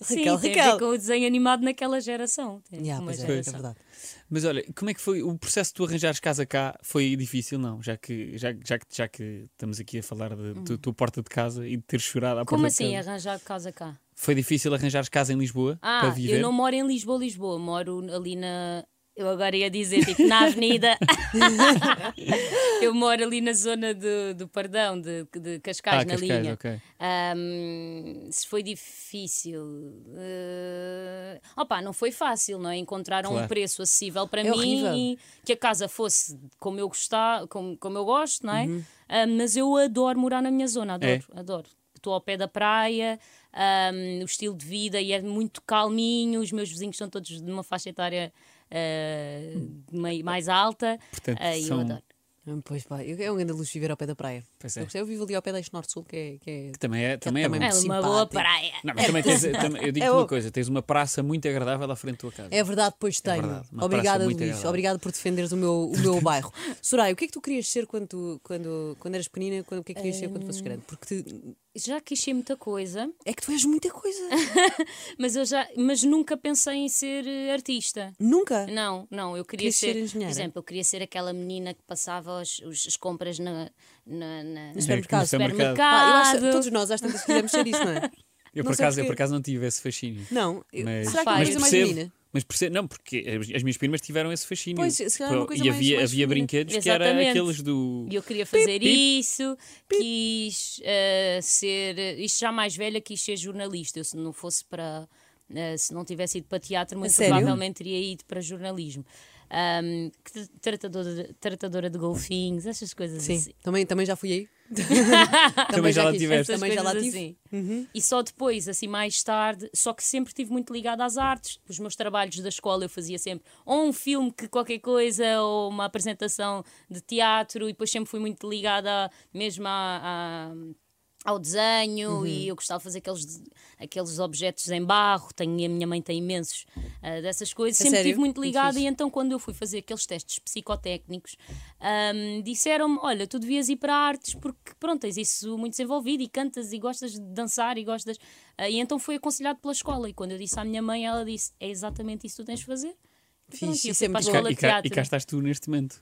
[SPEAKER 4] Sim,
[SPEAKER 3] Raquel,
[SPEAKER 4] tem a
[SPEAKER 3] Raquel.
[SPEAKER 4] ver com o desenho animado naquela geração. Tem
[SPEAKER 3] Yeah,
[SPEAKER 4] uma
[SPEAKER 3] pois é, é
[SPEAKER 4] geração.
[SPEAKER 3] verdade.
[SPEAKER 2] Mas olha, como é que foi o processo de tu arranjares casa cá? Foi difícil, não? Já que, já, já que, já que estamos aqui a falar de-
[SPEAKER 3] Hum.
[SPEAKER 2] da tua porta de casa e de ter chorado à
[SPEAKER 4] Como
[SPEAKER 2] porta
[SPEAKER 3] é,
[SPEAKER 4] assim
[SPEAKER 2] de casa.
[SPEAKER 4] arranjar casa cá?
[SPEAKER 2] Foi difícil arranjares casa em Lisboa para
[SPEAKER 4] Ah,
[SPEAKER 2] viver?
[SPEAKER 4] eu não moro em Lisboa, Lisboa, moro ali na. Eu agora ia dizer, tipo, na Avenida. eu moro ali na zona do, do Pardão, de, de Cascais,
[SPEAKER 2] ah,
[SPEAKER 4] na
[SPEAKER 2] Cascais,
[SPEAKER 4] linha.
[SPEAKER 2] ok.
[SPEAKER 4] Ahm, se foi difícil. eh, Opa, não foi fácil, não é? Encontrar um
[SPEAKER 2] Claro.
[SPEAKER 4] preço acessível para
[SPEAKER 3] É
[SPEAKER 4] mim
[SPEAKER 3] horrível.
[SPEAKER 4] e que a casa fosse como eu gostar, como, como eu gosto, não é? Ah, mas eu adoro morar na minha zona, adoro,
[SPEAKER 2] Uhum. É.
[SPEAKER 4] adoro. Estou ao pé da praia, ahm, o estilo de vida e é muito calminho, os meus vizinhos são todos de uma faixa etária ah, mei- mais alta.
[SPEAKER 2] Portanto,
[SPEAKER 4] ah, e
[SPEAKER 2] são-
[SPEAKER 4] eu adoro.
[SPEAKER 3] Hum, Pois pá, eu- é um grande luxo viver ao pé da praia.
[SPEAKER 2] Pois é.
[SPEAKER 3] Eu, gostei, eu vivo ali ao pé da Este Norte Sul, que é. Que é...
[SPEAKER 2] Que também é, também é,
[SPEAKER 3] também
[SPEAKER 2] bom.
[SPEAKER 4] É
[SPEAKER 3] muito
[SPEAKER 4] uma boa
[SPEAKER 3] simpático.
[SPEAKER 4] praia.
[SPEAKER 2] Não, mas também tens, também- eu digo-te
[SPEAKER 3] É
[SPEAKER 2] uma
[SPEAKER 3] o-
[SPEAKER 2] coisa, tens uma praça muito agradável à frente da tua casa.
[SPEAKER 3] É verdade, pois tenho.
[SPEAKER 2] verdade, uma praça
[SPEAKER 3] Obrigada,
[SPEAKER 2] muito
[SPEAKER 3] Luís.
[SPEAKER 2] agradável.
[SPEAKER 3] Obrigada por defenderes o meu, o meu bairro. Soraya, o que é que tu querias ser quando, tu- quando, quando eras pequenina? Quando, o que é que querias ser quando fosses grande? Porque te-
[SPEAKER 4] Já quis ser muita coisa.
[SPEAKER 3] é que tu és muita coisa.
[SPEAKER 4] Mas eu já, mas nunca pensei em ser eh, artista.
[SPEAKER 3] Nunca.
[SPEAKER 4] Não, não, eu queria
[SPEAKER 3] Querias ser
[SPEAKER 4] ser,
[SPEAKER 3] engenheira?
[SPEAKER 4] Por exemplo, eu queria ser aquela menina que passava os, os- as compras na, na, na-
[SPEAKER 3] No supermercado.
[SPEAKER 2] No supermercado.
[SPEAKER 3] Pá, eu acho-
[SPEAKER 4] supermercado.
[SPEAKER 3] todos nós às tantas queremos ser isso, não é?
[SPEAKER 2] Eu,
[SPEAKER 3] Não
[SPEAKER 2] por
[SPEAKER 3] sei
[SPEAKER 2] acaso, eu
[SPEAKER 3] porquê.
[SPEAKER 2] por acaso não tive esse fascínio.
[SPEAKER 3] Não. eu-
[SPEAKER 2] Mas-
[SPEAKER 3] Será que é uma
[SPEAKER 4] Mas
[SPEAKER 3] coisa mais
[SPEAKER 2] percebo,
[SPEAKER 3] menina?
[SPEAKER 2] Mas percebo, não, porque as, as minhas primas tiveram esse fascínio.
[SPEAKER 3] Pois, se calhar é uma coisa
[SPEAKER 2] e
[SPEAKER 3] mais-
[SPEAKER 2] havia,
[SPEAKER 3] mais
[SPEAKER 2] havia
[SPEAKER 3] feminina.
[SPEAKER 2] brinquedos que eram
[SPEAKER 4] Exatamente.
[SPEAKER 2] aqueles do.
[SPEAKER 4] E eu queria fazer isso, quis eh, ser. Isto já mais velha, quis ser jornalista. Eu, se não fosse para. eh, se não tivesse ido para teatro, muito
[SPEAKER 3] sério?
[SPEAKER 4] provavelmente teria ido para jornalismo. Ahm, que tra- tratadora, de- tratadora de golfinhos, essas coisas assim.
[SPEAKER 3] Sim, também, também já fui aí.
[SPEAKER 2] Também já lá
[SPEAKER 3] quis.
[SPEAKER 2] tiveste.
[SPEAKER 3] Também já lá tive.
[SPEAKER 4] assim.
[SPEAKER 3] Uhum.
[SPEAKER 4] E só depois, assim mais tarde, só que sempre estive muito ligada às artes. Os meus trabalhos da escola eu fazia sempre ou um filme que qualquer coisa, ou uma apresentação de teatro, e depois sempre fui muito ligada mesmo à- à- ao desenho
[SPEAKER 3] Uhum.
[SPEAKER 4] e eu gostava de fazer aqueles, aqueles objetos em barro, tenho, a minha mãe tem imensos ah, dessas coisas,
[SPEAKER 3] A
[SPEAKER 4] sempre
[SPEAKER 3] sério?
[SPEAKER 4] estive muito
[SPEAKER 3] Muito
[SPEAKER 4] ligada
[SPEAKER 3] fixe.
[SPEAKER 4] e então quando eu fui fazer aqueles testes psicotécnicos ahm, disseram-me, olha, tu devias ir para artes porque pronto, tens isso muito desenvolvido e cantas e gostas de dançar e gostas Ah, e então fui aconselhado pela escola e quando eu disse à minha mãe, ela disse, é exatamente isso que tu tens de fazer E
[SPEAKER 3] Fixe,
[SPEAKER 4] pronto, eu
[SPEAKER 3] isso
[SPEAKER 4] fui
[SPEAKER 3] é
[SPEAKER 4] para a
[SPEAKER 2] E
[SPEAKER 3] muito
[SPEAKER 2] cá-
[SPEAKER 4] escola
[SPEAKER 2] e,
[SPEAKER 4] de
[SPEAKER 2] cá,
[SPEAKER 4] teatro.
[SPEAKER 2] e cá estás tu neste momento.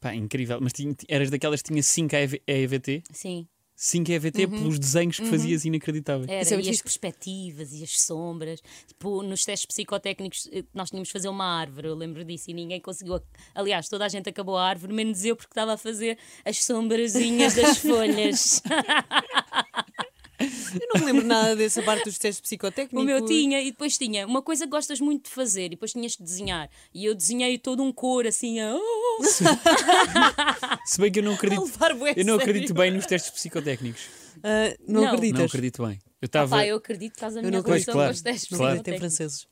[SPEAKER 2] Pá, incrível. Mas tinha- eras daquelas que tinha 5 EVT?
[SPEAKER 4] Sim,
[SPEAKER 2] 5
[SPEAKER 4] Uhum.
[SPEAKER 2] EVT pelos desenhos que fazias inacreditáveis.
[SPEAKER 4] era.
[SPEAKER 3] Isso é
[SPEAKER 4] e
[SPEAKER 3] muito
[SPEAKER 4] as
[SPEAKER 3] fixe.
[SPEAKER 4] perspectivas e as sombras. Tipo, nos testes psicotécnicos eh, nós tínhamos de fazer uma árvore, eu lembro disso, e ninguém conseguiu. ac- Aliás, toda a gente acabou a árvore, menos eu, porque estava a fazer as sombrazinhas das folhas.
[SPEAKER 3] Eu não me
[SPEAKER 2] assim.
[SPEAKER 3] lembro nada dessa parte dos testes psicotécnicos.
[SPEAKER 4] O meu tinha, e depois tinha uma coisa que gostas muito de fazer, e depois tinhas que desenhar. E eu desenhei todo um cor assim, a-
[SPEAKER 2] Se bem que eu não acredito.
[SPEAKER 3] levar bué a
[SPEAKER 2] Eu não
[SPEAKER 3] sério.
[SPEAKER 2] acredito bem nos testes psicotécnicos.
[SPEAKER 3] Ah, não,
[SPEAKER 4] Não.
[SPEAKER 3] acreditas?
[SPEAKER 2] Não acredito bem. Eu estava.
[SPEAKER 4] Pá, eu acredito, estás a minha
[SPEAKER 3] não
[SPEAKER 4] relação
[SPEAKER 2] acredito,
[SPEAKER 4] com os testes.
[SPEAKER 3] Não
[SPEAKER 2] Claro.
[SPEAKER 3] acredito em franceses.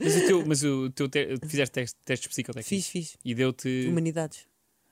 [SPEAKER 2] Mas o teu, mas o teu te- fizeste teste- testes psicotécnicos.
[SPEAKER 3] Fiz, fiz.
[SPEAKER 2] E deu-te.
[SPEAKER 3] Humanidades.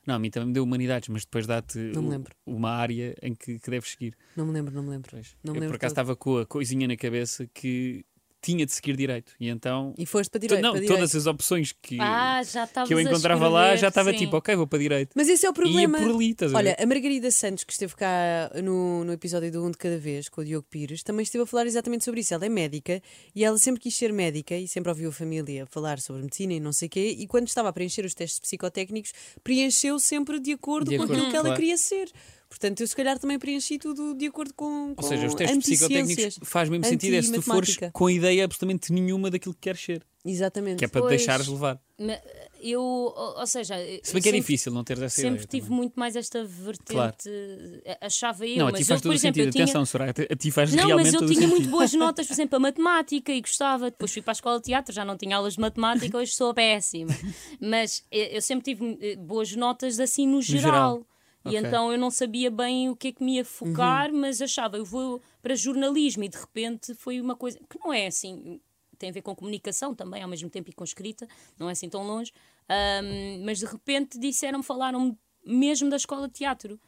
[SPEAKER 2] Não, a mim também me deu humanidades, mas depois dá-te
[SPEAKER 3] Não me
[SPEAKER 2] u-
[SPEAKER 3] lembro.
[SPEAKER 2] uma área em que, que deves seguir.
[SPEAKER 3] Não me lembro, não me lembro. Não me
[SPEAKER 2] eu
[SPEAKER 3] lembro
[SPEAKER 2] por acaso
[SPEAKER 3] todo.
[SPEAKER 2] estava com a coisinha na cabeça que tinha de seguir direito. E então.
[SPEAKER 3] E foste para
[SPEAKER 2] to-
[SPEAKER 3] direita.
[SPEAKER 2] não,
[SPEAKER 3] para
[SPEAKER 2] todas
[SPEAKER 3] direita.
[SPEAKER 2] as opções que,
[SPEAKER 4] Ah, já estavas
[SPEAKER 2] que eu
[SPEAKER 4] a
[SPEAKER 2] encontrava lá
[SPEAKER 4] escrever,
[SPEAKER 2] já estava
[SPEAKER 4] sim.
[SPEAKER 2] tipo, ok, vou para a direita.
[SPEAKER 3] Mas esse é
[SPEAKER 2] E
[SPEAKER 3] o
[SPEAKER 2] ia
[SPEAKER 3] problema.
[SPEAKER 2] por ali, estás a
[SPEAKER 3] Olha,
[SPEAKER 2] ver?
[SPEAKER 3] a Margarida Santos, que esteve cá no, no episódio do Um de Cada Vez, com o Diogo Pires, também esteve a falar exatamente sobre isso. Ela é médica e ela sempre quis ser médica e sempre ouviu a família falar sobre medicina e não sei o quê. E quando estava a preencher os testes psicotécnicos, preencheu sempre de acordo
[SPEAKER 2] De
[SPEAKER 3] com
[SPEAKER 2] acordo,
[SPEAKER 3] aquilo que ela
[SPEAKER 2] claro.
[SPEAKER 3] queria ser. Portanto, eu se calhar também preenchi tudo de acordo com.
[SPEAKER 2] Ou
[SPEAKER 3] com
[SPEAKER 4] oh,
[SPEAKER 2] seja, os testes
[SPEAKER 3] anticiências.
[SPEAKER 2] psicotécnicos faz mesmo sentido é se tu fores
[SPEAKER 3] anti-matemática.
[SPEAKER 2] com ideia absolutamente nenhuma daquilo que queres ser,
[SPEAKER 3] Exatamente.
[SPEAKER 2] que é para te
[SPEAKER 4] Pois.
[SPEAKER 2] deixares levar.
[SPEAKER 4] Ma- Eu, ou ou seja,
[SPEAKER 2] Se bem que é
[SPEAKER 4] sempre-
[SPEAKER 2] difícil não teres essa
[SPEAKER 4] Sempre
[SPEAKER 2] ideia.
[SPEAKER 4] tive
[SPEAKER 2] também.
[SPEAKER 4] muito mais esta vertente,
[SPEAKER 2] Claro.
[SPEAKER 4] eh, achava eu,
[SPEAKER 2] não, a ti
[SPEAKER 4] mas
[SPEAKER 2] faz todo
[SPEAKER 4] eu, por
[SPEAKER 2] o
[SPEAKER 4] exemplo,
[SPEAKER 2] sentido.
[SPEAKER 4] eu tinha,
[SPEAKER 2] Atenção, Soraya, a ti faz
[SPEAKER 4] Não,
[SPEAKER 2] realmente
[SPEAKER 4] mas eu
[SPEAKER 2] todo o
[SPEAKER 4] tinha muito
[SPEAKER 2] sentido.
[SPEAKER 4] boas notas, por exemplo, a matemática e gostava. Depois fui para a escola de teatro, já não tinha aulas de matemática, hoje sou péssima. Mas eh, eu sempre tive eh, boas notas assim no geral.
[SPEAKER 2] geral.
[SPEAKER 4] E
[SPEAKER 2] Ok.
[SPEAKER 4] então eu não sabia bem o que é que me ia focar,
[SPEAKER 3] Uhum.
[SPEAKER 4] mas achava eu vou para jornalismo e de repente foi uma coisa que não é assim, tem a ver com comunicação também, ao mesmo tempo e com escrita, não é assim tão longe. Ahm, mas de repente disseram-me, falaram-me mesmo da escola de teatro.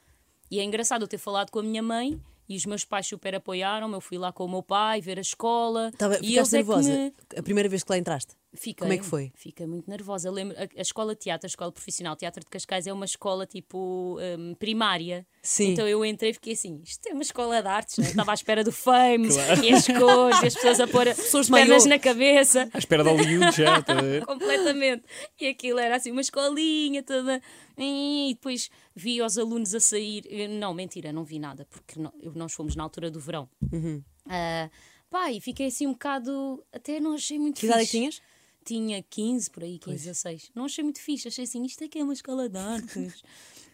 [SPEAKER 4] E é engraçado eu ter falado com a minha mãe e os meus pais super apoiaram-me. Eu fui lá com o meu pai ver a escola.
[SPEAKER 3] Tava,
[SPEAKER 4] e eles
[SPEAKER 3] Tá ficaste
[SPEAKER 4] é que
[SPEAKER 3] nervosa
[SPEAKER 4] me-
[SPEAKER 3] a primeira vez que lá entraste.
[SPEAKER 4] Fiquei,
[SPEAKER 3] Como é que foi?
[SPEAKER 4] Fiquei muito nervosa. Eu lembro, a, a escola de teatro, a escola profissional de teatro de Cascais é uma escola tipo hum, primária.
[SPEAKER 3] Sim.
[SPEAKER 4] Então eu entrei e fiquei assim: isto é uma escola de artes, não é? Eu Estava à espera do fame e as cores, e as pessoas a pôr
[SPEAKER 3] Pessoas de
[SPEAKER 4] pernas
[SPEAKER 3] maiô.
[SPEAKER 4] na cabeça.
[SPEAKER 2] À espera de Hollywood já, tá? estás a ver?
[SPEAKER 4] Completamente. E aquilo era assim, uma escolinha toda. E depois vi os alunos a sair. Eu- Não, mentira, não vi nada, porque nó- eu- nós fomos na altura do verão.
[SPEAKER 3] Uhum.
[SPEAKER 4] Ah, pá, e fiquei assim um bocado. Até não achei muito
[SPEAKER 3] Que idade é que
[SPEAKER 4] fixe.
[SPEAKER 3] tinhas?
[SPEAKER 4] Tinha 15, por aí, 15 a 6. Não achei muito fixe, achei assim, isto é que é uma escola de artes.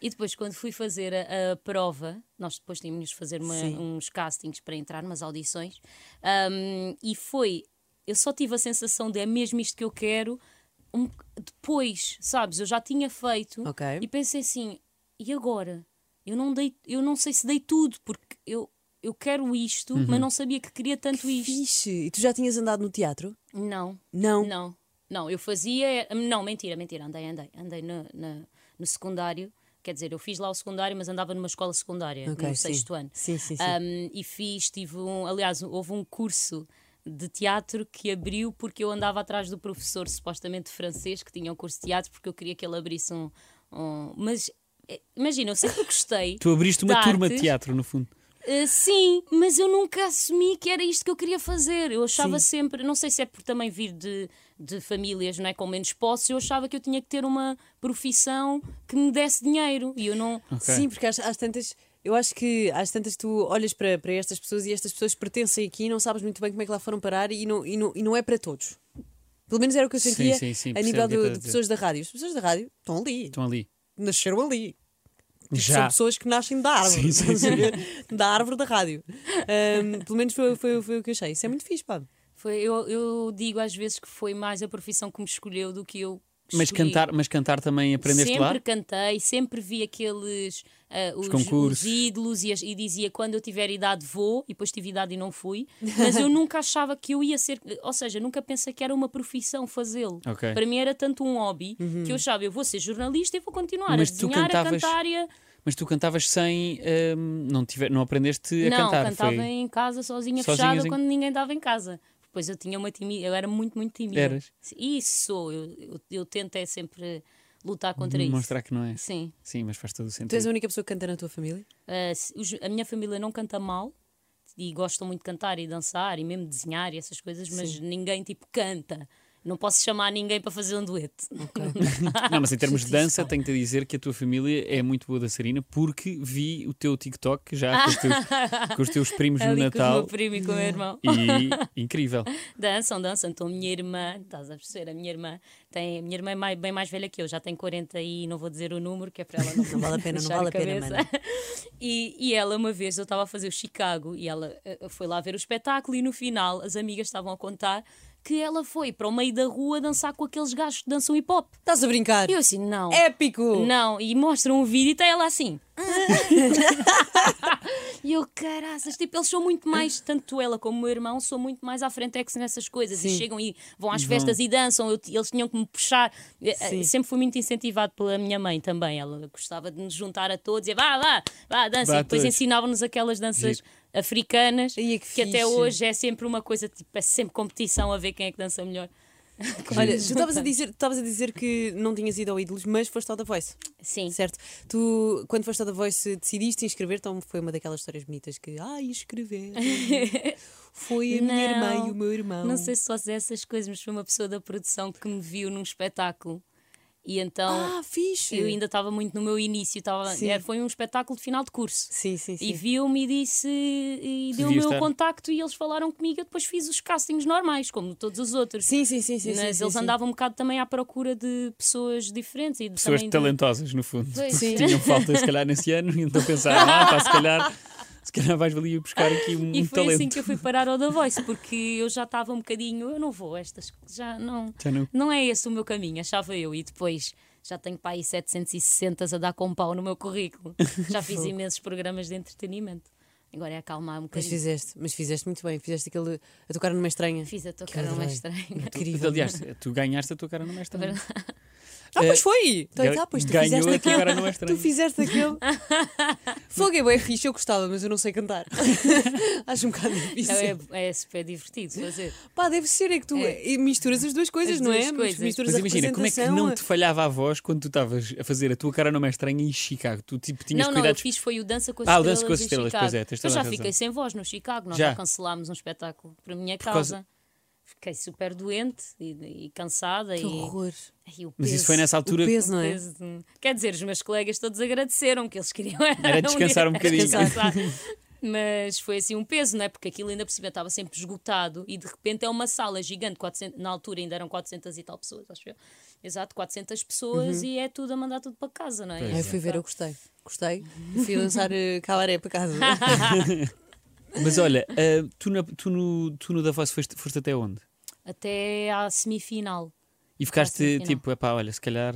[SPEAKER 4] e depois, quando fui fazer a, a prova, nós depois tínhamos de fazer uma-
[SPEAKER 3] Sim.
[SPEAKER 4] uns castings para entrar, umas audições, ahm, e foi. Eu só tive a sensação de é mesmo isto que eu quero um- depois, sabes? Eu já tinha feito
[SPEAKER 3] Ok.
[SPEAKER 4] e pensei assim, e agora? Eu não, dei, eu não sei se dei tudo, porque eu, eu quero isto,
[SPEAKER 3] Uhum.
[SPEAKER 4] mas não sabia que queria tanto isto.
[SPEAKER 3] Fixe. E tu já tinhas andado no teatro?
[SPEAKER 4] Não.
[SPEAKER 3] Não.
[SPEAKER 4] Não, não, eu fazia. Não, mentira, mentira, andei, andei. Andei no, na- no secundário, quer dizer, eu fiz lá o secundário, mas andava numa escola secundária,
[SPEAKER 3] Ok,
[SPEAKER 4] no
[SPEAKER 3] sim.
[SPEAKER 4] sexto ano.
[SPEAKER 3] Sim, sim, sim.
[SPEAKER 4] Um, e fiz, tive um. Aliás, houve um curso de teatro que abriu porque eu andava atrás do professor supostamente francês que tinha um curso de teatro porque eu queria que ele abrisse um. um- mas. eh, Imagina, eu sempre gostei.
[SPEAKER 2] Tu abriste uma
[SPEAKER 4] de
[SPEAKER 2] turma de
[SPEAKER 4] artes.
[SPEAKER 2] teatro, no fundo.
[SPEAKER 4] Uh, sim, mas eu nunca assumi que era isto que eu queria fazer. Eu achava sempre, não sei se é por também vir de, de famílias não é, com menos posse, eu achava que eu tinha que ter uma profissão que me desse dinheiro. E eu não.
[SPEAKER 2] Ok.
[SPEAKER 3] Sim, porque às, às tantas. Eu acho que às tantas tu olhas para, para estas pessoas e estas pessoas pertencem aqui e não sabes muito bem como é que lá foram parar e não, e não, e não é para todos. Pelo menos era o que eu
[SPEAKER 2] Sim,
[SPEAKER 3] sentia
[SPEAKER 2] sim, sim,
[SPEAKER 3] a
[SPEAKER 2] percebo
[SPEAKER 3] nível
[SPEAKER 2] o que é que estás
[SPEAKER 3] do-
[SPEAKER 2] a
[SPEAKER 3] de
[SPEAKER 2] dizer.
[SPEAKER 3] pessoas da rádio. As pessoas da rádio estão ali,
[SPEAKER 2] Estão Então, ali.
[SPEAKER 3] nasceram ali. Tipo,
[SPEAKER 2] Já.
[SPEAKER 3] São pessoas que nascem da árvore,
[SPEAKER 2] Sim, sim, sim.
[SPEAKER 3] da árvore da rádio. Ahm, pelo menos foi, foi, foi o que eu achei. Isso é muito fixe, pá.
[SPEAKER 4] Foi, eu, eu digo às vezes que foi mais a profissão que me escolheu do que eu.
[SPEAKER 2] Mas
[SPEAKER 4] escolhi.
[SPEAKER 2] cantar, mas cantar também aprendeste
[SPEAKER 4] sempre
[SPEAKER 2] lá?
[SPEAKER 4] cantei, sempre vi aqueles ah, os,
[SPEAKER 2] concursos.
[SPEAKER 4] os ídolos e, as- e dizia quando eu tiver idade vou, e depois tive idade e não fui, mas eu nunca achava que eu ia ser, ou seja, nunca pensei que era uma profissão fazê-lo.
[SPEAKER 2] Ok.
[SPEAKER 4] Para mim era tanto um hobby que eu achava eu vou ser jornalista e vou continuar
[SPEAKER 2] Mas
[SPEAKER 4] a
[SPEAKER 2] tu
[SPEAKER 4] desenhar, a
[SPEAKER 2] cantavas-
[SPEAKER 4] cantar e a...
[SPEAKER 2] Mas tu cantavas sem. hum, não, tiver, não aprendeste a
[SPEAKER 4] não,
[SPEAKER 2] cantar.
[SPEAKER 4] cantava
[SPEAKER 2] foi...
[SPEAKER 4] em casa sozinha,
[SPEAKER 2] Sozinha,
[SPEAKER 4] fechada
[SPEAKER 2] sozinha.
[SPEAKER 4] quando ninguém estava em casa. Depois eu tinha uma timidez, eu era muito, muito tímida.
[SPEAKER 2] Eras?
[SPEAKER 4] Isso sou, eu, eu, eu tento é sempre lutar contra
[SPEAKER 2] Mostrar que não é.
[SPEAKER 4] isso. Sim.
[SPEAKER 2] Sim, mas faz todo o sentido.
[SPEAKER 3] Tu és a única pessoa que canta na tua família?
[SPEAKER 4] Uh, se- os- a minha família não canta mal e gostam muito de cantar e dançar e mesmo desenhar e essas coisas, mas ninguém tipo canta. Não posso chamar ninguém para fazer um dueto.
[SPEAKER 2] Não, mas em termos de dança, tenho-te a dizer que a tua família é muito boa dançarina porque vi o teu TikTok já com os teus, com os teus primos no
[SPEAKER 4] Ali com o meu
[SPEAKER 2] Natal.
[SPEAKER 4] primo e com o meu irmão.
[SPEAKER 2] E incrível.
[SPEAKER 4] Dançam, dançam. Então, a minha irmã, estás a perceber? A minha irmã tem. A minha irmã é mai- bem mais velha que eu, já tem 40 e não vou dizer o número, que é para ela não,
[SPEAKER 3] Não vale a pena, não
[SPEAKER 4] deixar
[SPEAKER 3] vale a pena,
[SPEAKER 4] cabeça.
[SPEAKER 3] mana.
[SPEAKER 4] E, e ela, uma vez, eu estava a fazer o Chicago e ela eh, foi lá ver o espetáculo e no final as amigas estavam a contar que ela foi para o meio da rua dançar com aqueles gajos que dançam hip hop.
[SPEAKER 3] Estás a brincar?
[SPEAKER 4] E eu assim, não.
[SPEAKER 3] Épico!
[SPEAKER 4] Não, e mostram um vídeo e está ela assim. e eu, caraças, tipo, eles são muito mais, tanto ela como o meu irmão, são muito mais à frente é que se nessas coisas. E chegam e vão às festas e dançam, eu- eles tinham que me puxar. Eh, eh,
[SPEAKER 3] Sim.
[SPEAKER 4] Sempre fui muito incentivado pela minha mãe também. Ela gostava de nos juntar a todos e vá, vá, vá, dança.
[SPEAKER 2] Vá
[SPEAKER 4] e depois
[SPEAKER 2] todos.
[SPEAKER 4] ensinava-nos aquelas danças
[SPEAKER 2] Giro.
[SPEAKER 4] africanas
[SPEAKER 3] Ia, que
[SPEAKER 4] até
[SPEAKER 3] fixe.
[SPEAKER 4] hoje é sempre uma coisa, tipo, é sempre competição a ver quem é que dança melhor.
[SPEAKER 3] Olha, tu estavas a, dizer, tu estavas a dizer que não tinhas ido ao Ídolos, mas foste ao The Voice,
[SPEAKER 4] Sim.
[SPEAKER 3] certo? Tu, quando foste ao The Voice, decidiste inscrever-te ou foi uma daquelas histórias bonitas que, ai, inscrever Foi a minha irmã
[SPEAKER 4] Não.
[SPEAKER 3] e o meu irmão.
[SPEAKER 4] Não sei se só sei essas coisas, mas foi uma pessoa da produção que me viu num espetáculo. E então
[SPEAKER 3] Ah, fixe!
[SPEAKER 4] eu ainda estava muito no meu início. Estava,
[SPEAKER 3] Sim.
[SPEAKER 4] era- foi um espetáculo de final de curso.
[SPEAKER 3] Sim, sim,
[SPEAKER 4] E
[SPEAKER 3] sim.
[SPEAKER 4] viu-me e disse e deu o
[SPEAKER 2] devias
[SPEAKER 4] meu
[SPEAKER 2] estar.
[SPEAKER 4] contacto e eles falaram comigo. Eu depois fiz os castings normais, como todos os outros.
[SPEAKER 3] Sim, sim, sim, sim.
[SPEAKER 4] mas
[SPEAKER 3] sim,
[SPEAKER 4] eles
[SPEAKER 3] sim.
[SPEAKER 4] andavam um bocado também à procura de pessoas diferentes e de,
[SPEAKER 2] Pessoas
[SPEAKER 4] também de-
[SPEAKER 2] talentosas, no fundo.
[SPEAKER 4] Pois.
[SPEAKER 2] porque
[SPEAKER 4] Sim.
[SPEAKER 2] tinham falta, se calhar, nesse ano. E então pensaram, ah, pá, se calhar, se calhar vais valia buscar aqui um,
[SPEAKER 4] E
[SPEAKER 2] um
[SPEAKER 4] foi
[SPEAKER 2] talento.
[SPEAKER 4] assim que eu fui parar ao The Voice, porque eu já estava um bocadinho, eu não vou, estas já não,
[SPEAKER 2] Já não.
[SPEAKER 4] é esse o meu caminho, achava eu. E depois já tenho para aí 760 a dar com pau no meu currículo. Já fiz imensos programas de entretenimento. Agora é acalmar
[SPEAKER 3] Mas
[SPEAKER 4] um bocadinho.
[SPEAKER 3] fizeste, mas fizeste muito bem. Fizeste aquele. a tocar numa estranha.
[SPEAKER 4] Fiz a tua
[SPEAKER 3] Que
[SPEAKER 4] cara mais
[SPEAKER 3] adorei.
[SPEAKER 4] estranha.
[SPEAKER 3] Incrível.
[SPEAKER 2] Aliás, tu ganhaste a tua cara no mestre.
[SPEAKER 4] Verdade.
[SPEAKER 3] Ah,
[SPEAKER 2] Eh,
[SPEAKER 3] pois foi! Então,
[SPEAKER 2] ga-
[SPEAKER 3] ah, pois tu
[SPEAKER 2] ganhou
[SPEAKER 3] fizeste
[SPEAKER 2] aqui, agora não é
[SPEAKER 3] aquele. Tu
[SPEAKER 2] estranho.
[SPEAKER 3] fizeste aquele. Fogo é bem fixe, eu gostava, mas eu não sei cantar. Acho um bocado
[SPEAKER 4] Então
[SPEAKER 3] difícil.
[SPEAKER 4] é, é super divertido fazer.
[SPEAKER 3] Pá, deve ser, é que tu
[SPEAKER 4] É.
[SPEAKER 3] eh, misturas as duas coisas,
[SPEAKER 4] As
[SPEAKER 3] não
[SPEAKER 4] duas
[SPEAKER 3] é?
[SPEAKER 4] coisas.
[SPEAKER 3] Misturas
[SPEAKER 2] Mas
[SPEAKER 3] a
[SPEAKER 2] imagina, como é que
[SPEAKER 3] representação.
[SPEAKER 2] não te falhava a voz quando tu estavas a fazer a tua cara numa estranha em Chicago? Tu tipo tinhas
[SPEAKER 4] não, não, eu
[SPEAKER 2] cuidados.
[SPEAKER 4] fiz foi o Dança com as
[SPEAKER 2] Ah, o
[SPEAKER 4] Estrelas.
[SPEAKER 2] Dança com as
[SPEAKER 4] em
[SPEAKER 2] Estrelas,
[SPEAKER 4] Chicago.
[SPEAKER 2] pois é, tens
[SPEAKER 4] Eu
[SPEAKER 2] toda
[SPEAKER 4] já
[SPEAKER 2] a razão.
[SPEAKER 4] fiquei sem voz no Chicago, nós já,
[SPEAKER 2] Já.
[SPEAKER 4] cancelámos um espetáculo por minha
[SPEAKER 2] causa-
[SPEAKER 4] causa. Fiquei super doente e, e cansada.
[SPEAKER 3] Que
[SPEAKER 4] e,
[SPEAKER 3] horror.
[SPEAKER 4] e o
[SPEAKER 2] Mas
[SPEAKER 4] peso.
[SPEAKER 2] isso foi nessa
[SPEAKER 3] O
[SPEAKER 2] altura. que-
[SPEAKER 3] peso, não é?
[SPEAKER 4] Peso de- Quer dizer, os meus colegas todos agradeceram que eles queriam
[SPEAKER 2] Era descansar um bocadinho.
[SPEAKER 4] descansar. Mas foi assim um peso, não é? Porque aquilo ainda por cima estava sempre esgotado e de repente é uma sala gigante, 400, na altura ainda eram 400 e tal pessoas, acho eu. Exato, 400 pessoas e é tudo a mandar tudo para casa, não é?
[SPEAKER 2] Uhum. Pois
[SPEAKER 3] Ah, eu fui ver, eu gostei. Gostei. Fui lançar eh, cabaré para casa.
[SPEAKER 2] Mas olha, ah, tu, na- tu no, tu no da voz foste, foste até onde?
[SPEAKER 4] Até à semifinal.
[SPEAKER 2] E ficaste
[SPEAKER 4] Próximo final.
[SPEAKER 2] tipo, epá, olha, se calhar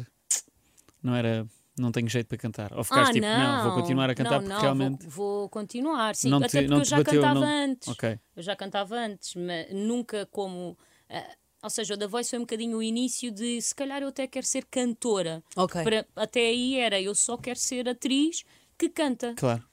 [SPEAKER 2] não era. Não tenho jeito para cantar. Ou ficaste tipo, não, vou continuar a cantar
[SPEAKER 4] Ah, não,
[SPEAKER 2] porque
[SPEAKER 4] não,
[SPEAKER 2] realmente.
[SPEAKER 4] Vou, vou continuar, sim.
[SPEAKER 2] Não te-
[SPEAKER 4] Até porque
[SPEAKER 2] não
[SPEAKER 4] eu
[SPEAKER 2] te
[SPEAKER 4] já
[SPEAKER 2] bateu,
[SPEAKER 4] cantava
[SPEAKER 2] não-
[SPEAKER 4] antes.
[SPEAKER 2] Ok.
[SPEAKER 4] Eu já cantava antes, mas nunca como. ah, ou seja, o The Voice foi um bocadinho o início de se calhar eu até quero ser cantora.
[SPEAKER 3] Ok.
[SPEAKER 4] Para- até aí era eu só quero ser atriz que canta.
[SPEAKER 2] Claro.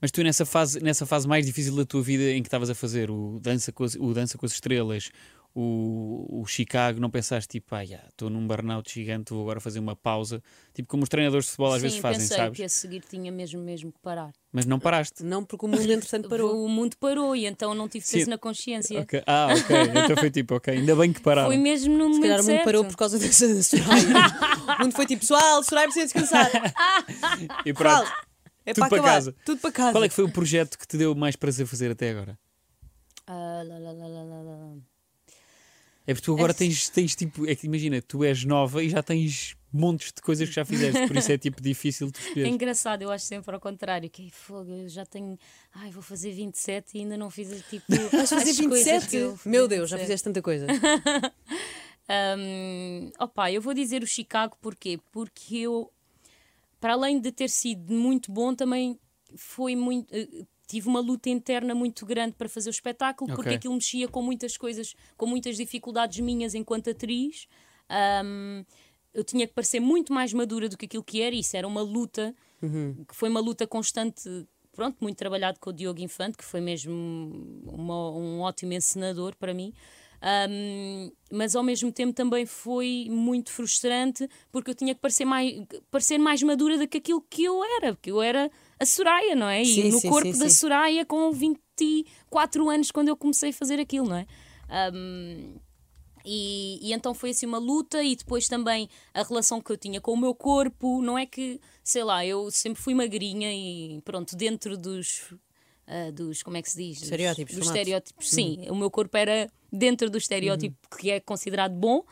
[SPEAKER 2] Mas tu nessa fase, nessa fase mais difícil da tua vida em que estavas a fazer o Dança com as, o Dança com as Estrelas, o, o Chicago, não pensaste tipo, ah, já, estou num burnout gigante, vou agora fazer uma pausa. Tipo como os treinadores de futebol às
[SPEAKER 4] Sim,
[SPEAKER 2] vezes fazem,
[SPEAKER 4] pensei
[SPEAKER 2] sabes?
[SPEAKER 4] que a seguir tinha mesmo, mesmo que parar.
[SPEAKER 2] Mas não paraste.
[SPEAKER 3] Não, porque o mundo, entretanto, parou.
[SPEAKER 4] O mundo parou e então não tive
[SPEAKER 2] Sim.
[SPEAKER 4] peso na consciência.
[SPEAKER 2] Ok. Ah, ok. Então foi tipo, ok, ainda bem que pararam.
[SPEAKER 4] Foi mesmo no
[SPEAKER 3] Se
[SPEAKER 4] momento
[SPEAKER 3] calhar o mundo
[SPEAKER 4] certo.
[SPEAKER 3] parou por causa da da Soraya. o mundo foi tipo, pessoal, Soraya precisa descansar.
[SPEAKER 2] E pronto.
[SPEAKER 3] Pessoal, é
[SPEAKER 2] Tudo
[SPEAKER 3] para
[SPEAKER 2] para
[SPEAKER 3] acabar.
[SPEAKER 2] casa.
[SPEAKER 3] Tudo para casa.
[SPEAKER 2] Qual é que foi o projeto que te deu mais prazer fazer até agora?
[SPEAKER 4] Ah, lá, lá, lá, lá, lá, lá.
[SPEAKER 2] É porque tu agora
[SPEAKER 4] Essa-
[SPEAKER 2] tens, tens tipo, é que imagina, tu és nova e já tens montes de coisas que já fizeste, por isso é tipo difícil tu
[SPEAKER 4] É
[SPEAKER 2] escolheres.
[SPEAKER 4] engraçado, eu acho sempre ao contrário, que "Ei, fogo, eu já tenho, ai, vou fazer 27 e ainda não fiz tipo
[SPEAKER 3] Vais fazer
[SPEAKER 4] as coisas
[SPEAKER 3] 27?
[SPEAKER 4] que eu-
[SPEAKER 3] Meu Deus, já
[SPEAKER 4] 27.
[SPEAKER 3] fizeste tanta coisa.
[SPEAKER 4] Hum, opa, eu vou dizer o Chicago porquê? Porque eu, para além de ter sido muito bom, também foi muito. eh, tive uma luta interna muito grande para fazer o espetáculo, porque
[SPEAKER 2] Ok.
[SPEAKER 4] aquilo mexia com muitas coisas, com muitas dificuldades minhas enquanto atriz. Hum, eu tinha que parecer muito mais madura do que aquilo que era, e isso era uma luta,
[SPEAKER 3] Uhum.
[SPEAKER 4] que foi uma luta constante. Pronto, muito trabalhado com o Diogo Infante, que foi mesmo uma- um ótimo encenador para mim. Um, mas ao mesmo tempo também foi muito frustrante porque eu tinha que parecer mais, parecer mais madura do que aquilo que eu era, porque eu era a Soraya, não é? E
[SPEAKER 3] Sim,
[SPEAKER 4] no
[SPEAKER 3] sim,
[SPEAKER 4] corpo
[SPEAKER 3] sim,
[SPEAKER 4] da
[SPEAKER 3] sim.
[SPEAKER 4] Soraya com 24 anos quando eu comecei a fazer aquilo, não é? Um, e, e então foi assim uma luta, e depois também a relação que eu tinha com o meu corpo. Não é que, sei lá, eu sempre fui magrinha e pronto, dentro dos. ah, dos como é que se diz? Dos-
[SPEAKER 3] Estereótipos, Uhum.
[SPEAKER 4] Dos
[SPEAKER 3] formatos.
[SPEAKER 4] estereótipos, sim. O meu corpo era dentro do estereótipo
[SPEAKER 3] Uhum.
[SPEAKER 4] que é considerado bom,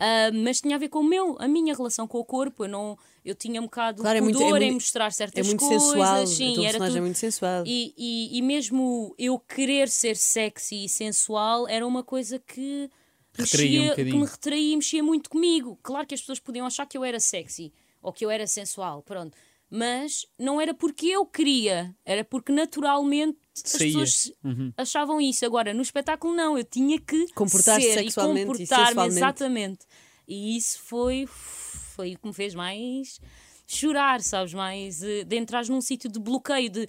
[SPEAKER 4] ah, mas tinha a ver com o meu, a minha relação com o corpo. Eu, não, eu tinha um bocado
[SPEAKER 3] Claro, é
[SPEAKER 4] de
[SPEAKER 3] muito- é
[SPEAKER 4] pudor em
[SPEAKER 3] muito-
[SPEAKER 4] mostrar certas
[SPEAKER 3] É muito
[SPEAKER 4] coisas.
[SPEAKER 3] sensual.
[SPEAKER 4] sim,
[SPEAKER 3] a tua
[SPEAKER 4] era
[SPEAKER 3] personagem
[SPEAKER 4] tudo-
[SPEAKER 3] é muito sensual.
[SPEAKER 4] e, e, e mesmo eu querer ser sexy e sensual era uma coisa que,
[SPEAKER 2] Retraía um
[SPEAKER 4] mexia- que
[SPEAKER 2] bocadinho.
[SPEAKER 4] me retraía e mexia muito comigo. Claro que as pessoas podiam achar que eu era sexy ou que eu era sensual, pronto. Mas não era porque eu queria, era porque naturalmente
[SPEAKER 2] Saía.
[SPEAKER 4] as pessoas achavam isso. Agora, no espetáculo, não, eu tinha que
[SPEAKER 3] Comportar-se
[SPEAKER 4] ser
[SPEAKER 3] sexualmente e
[SPEAKER 4] e comportar-me
[SPEAKER 3] sensualmente.
[SPEAKER 4] exatamente. E isso foi, foi o que me fez mais chorar, sabes? Mais eh, de entrar num sítio de bloqueio, de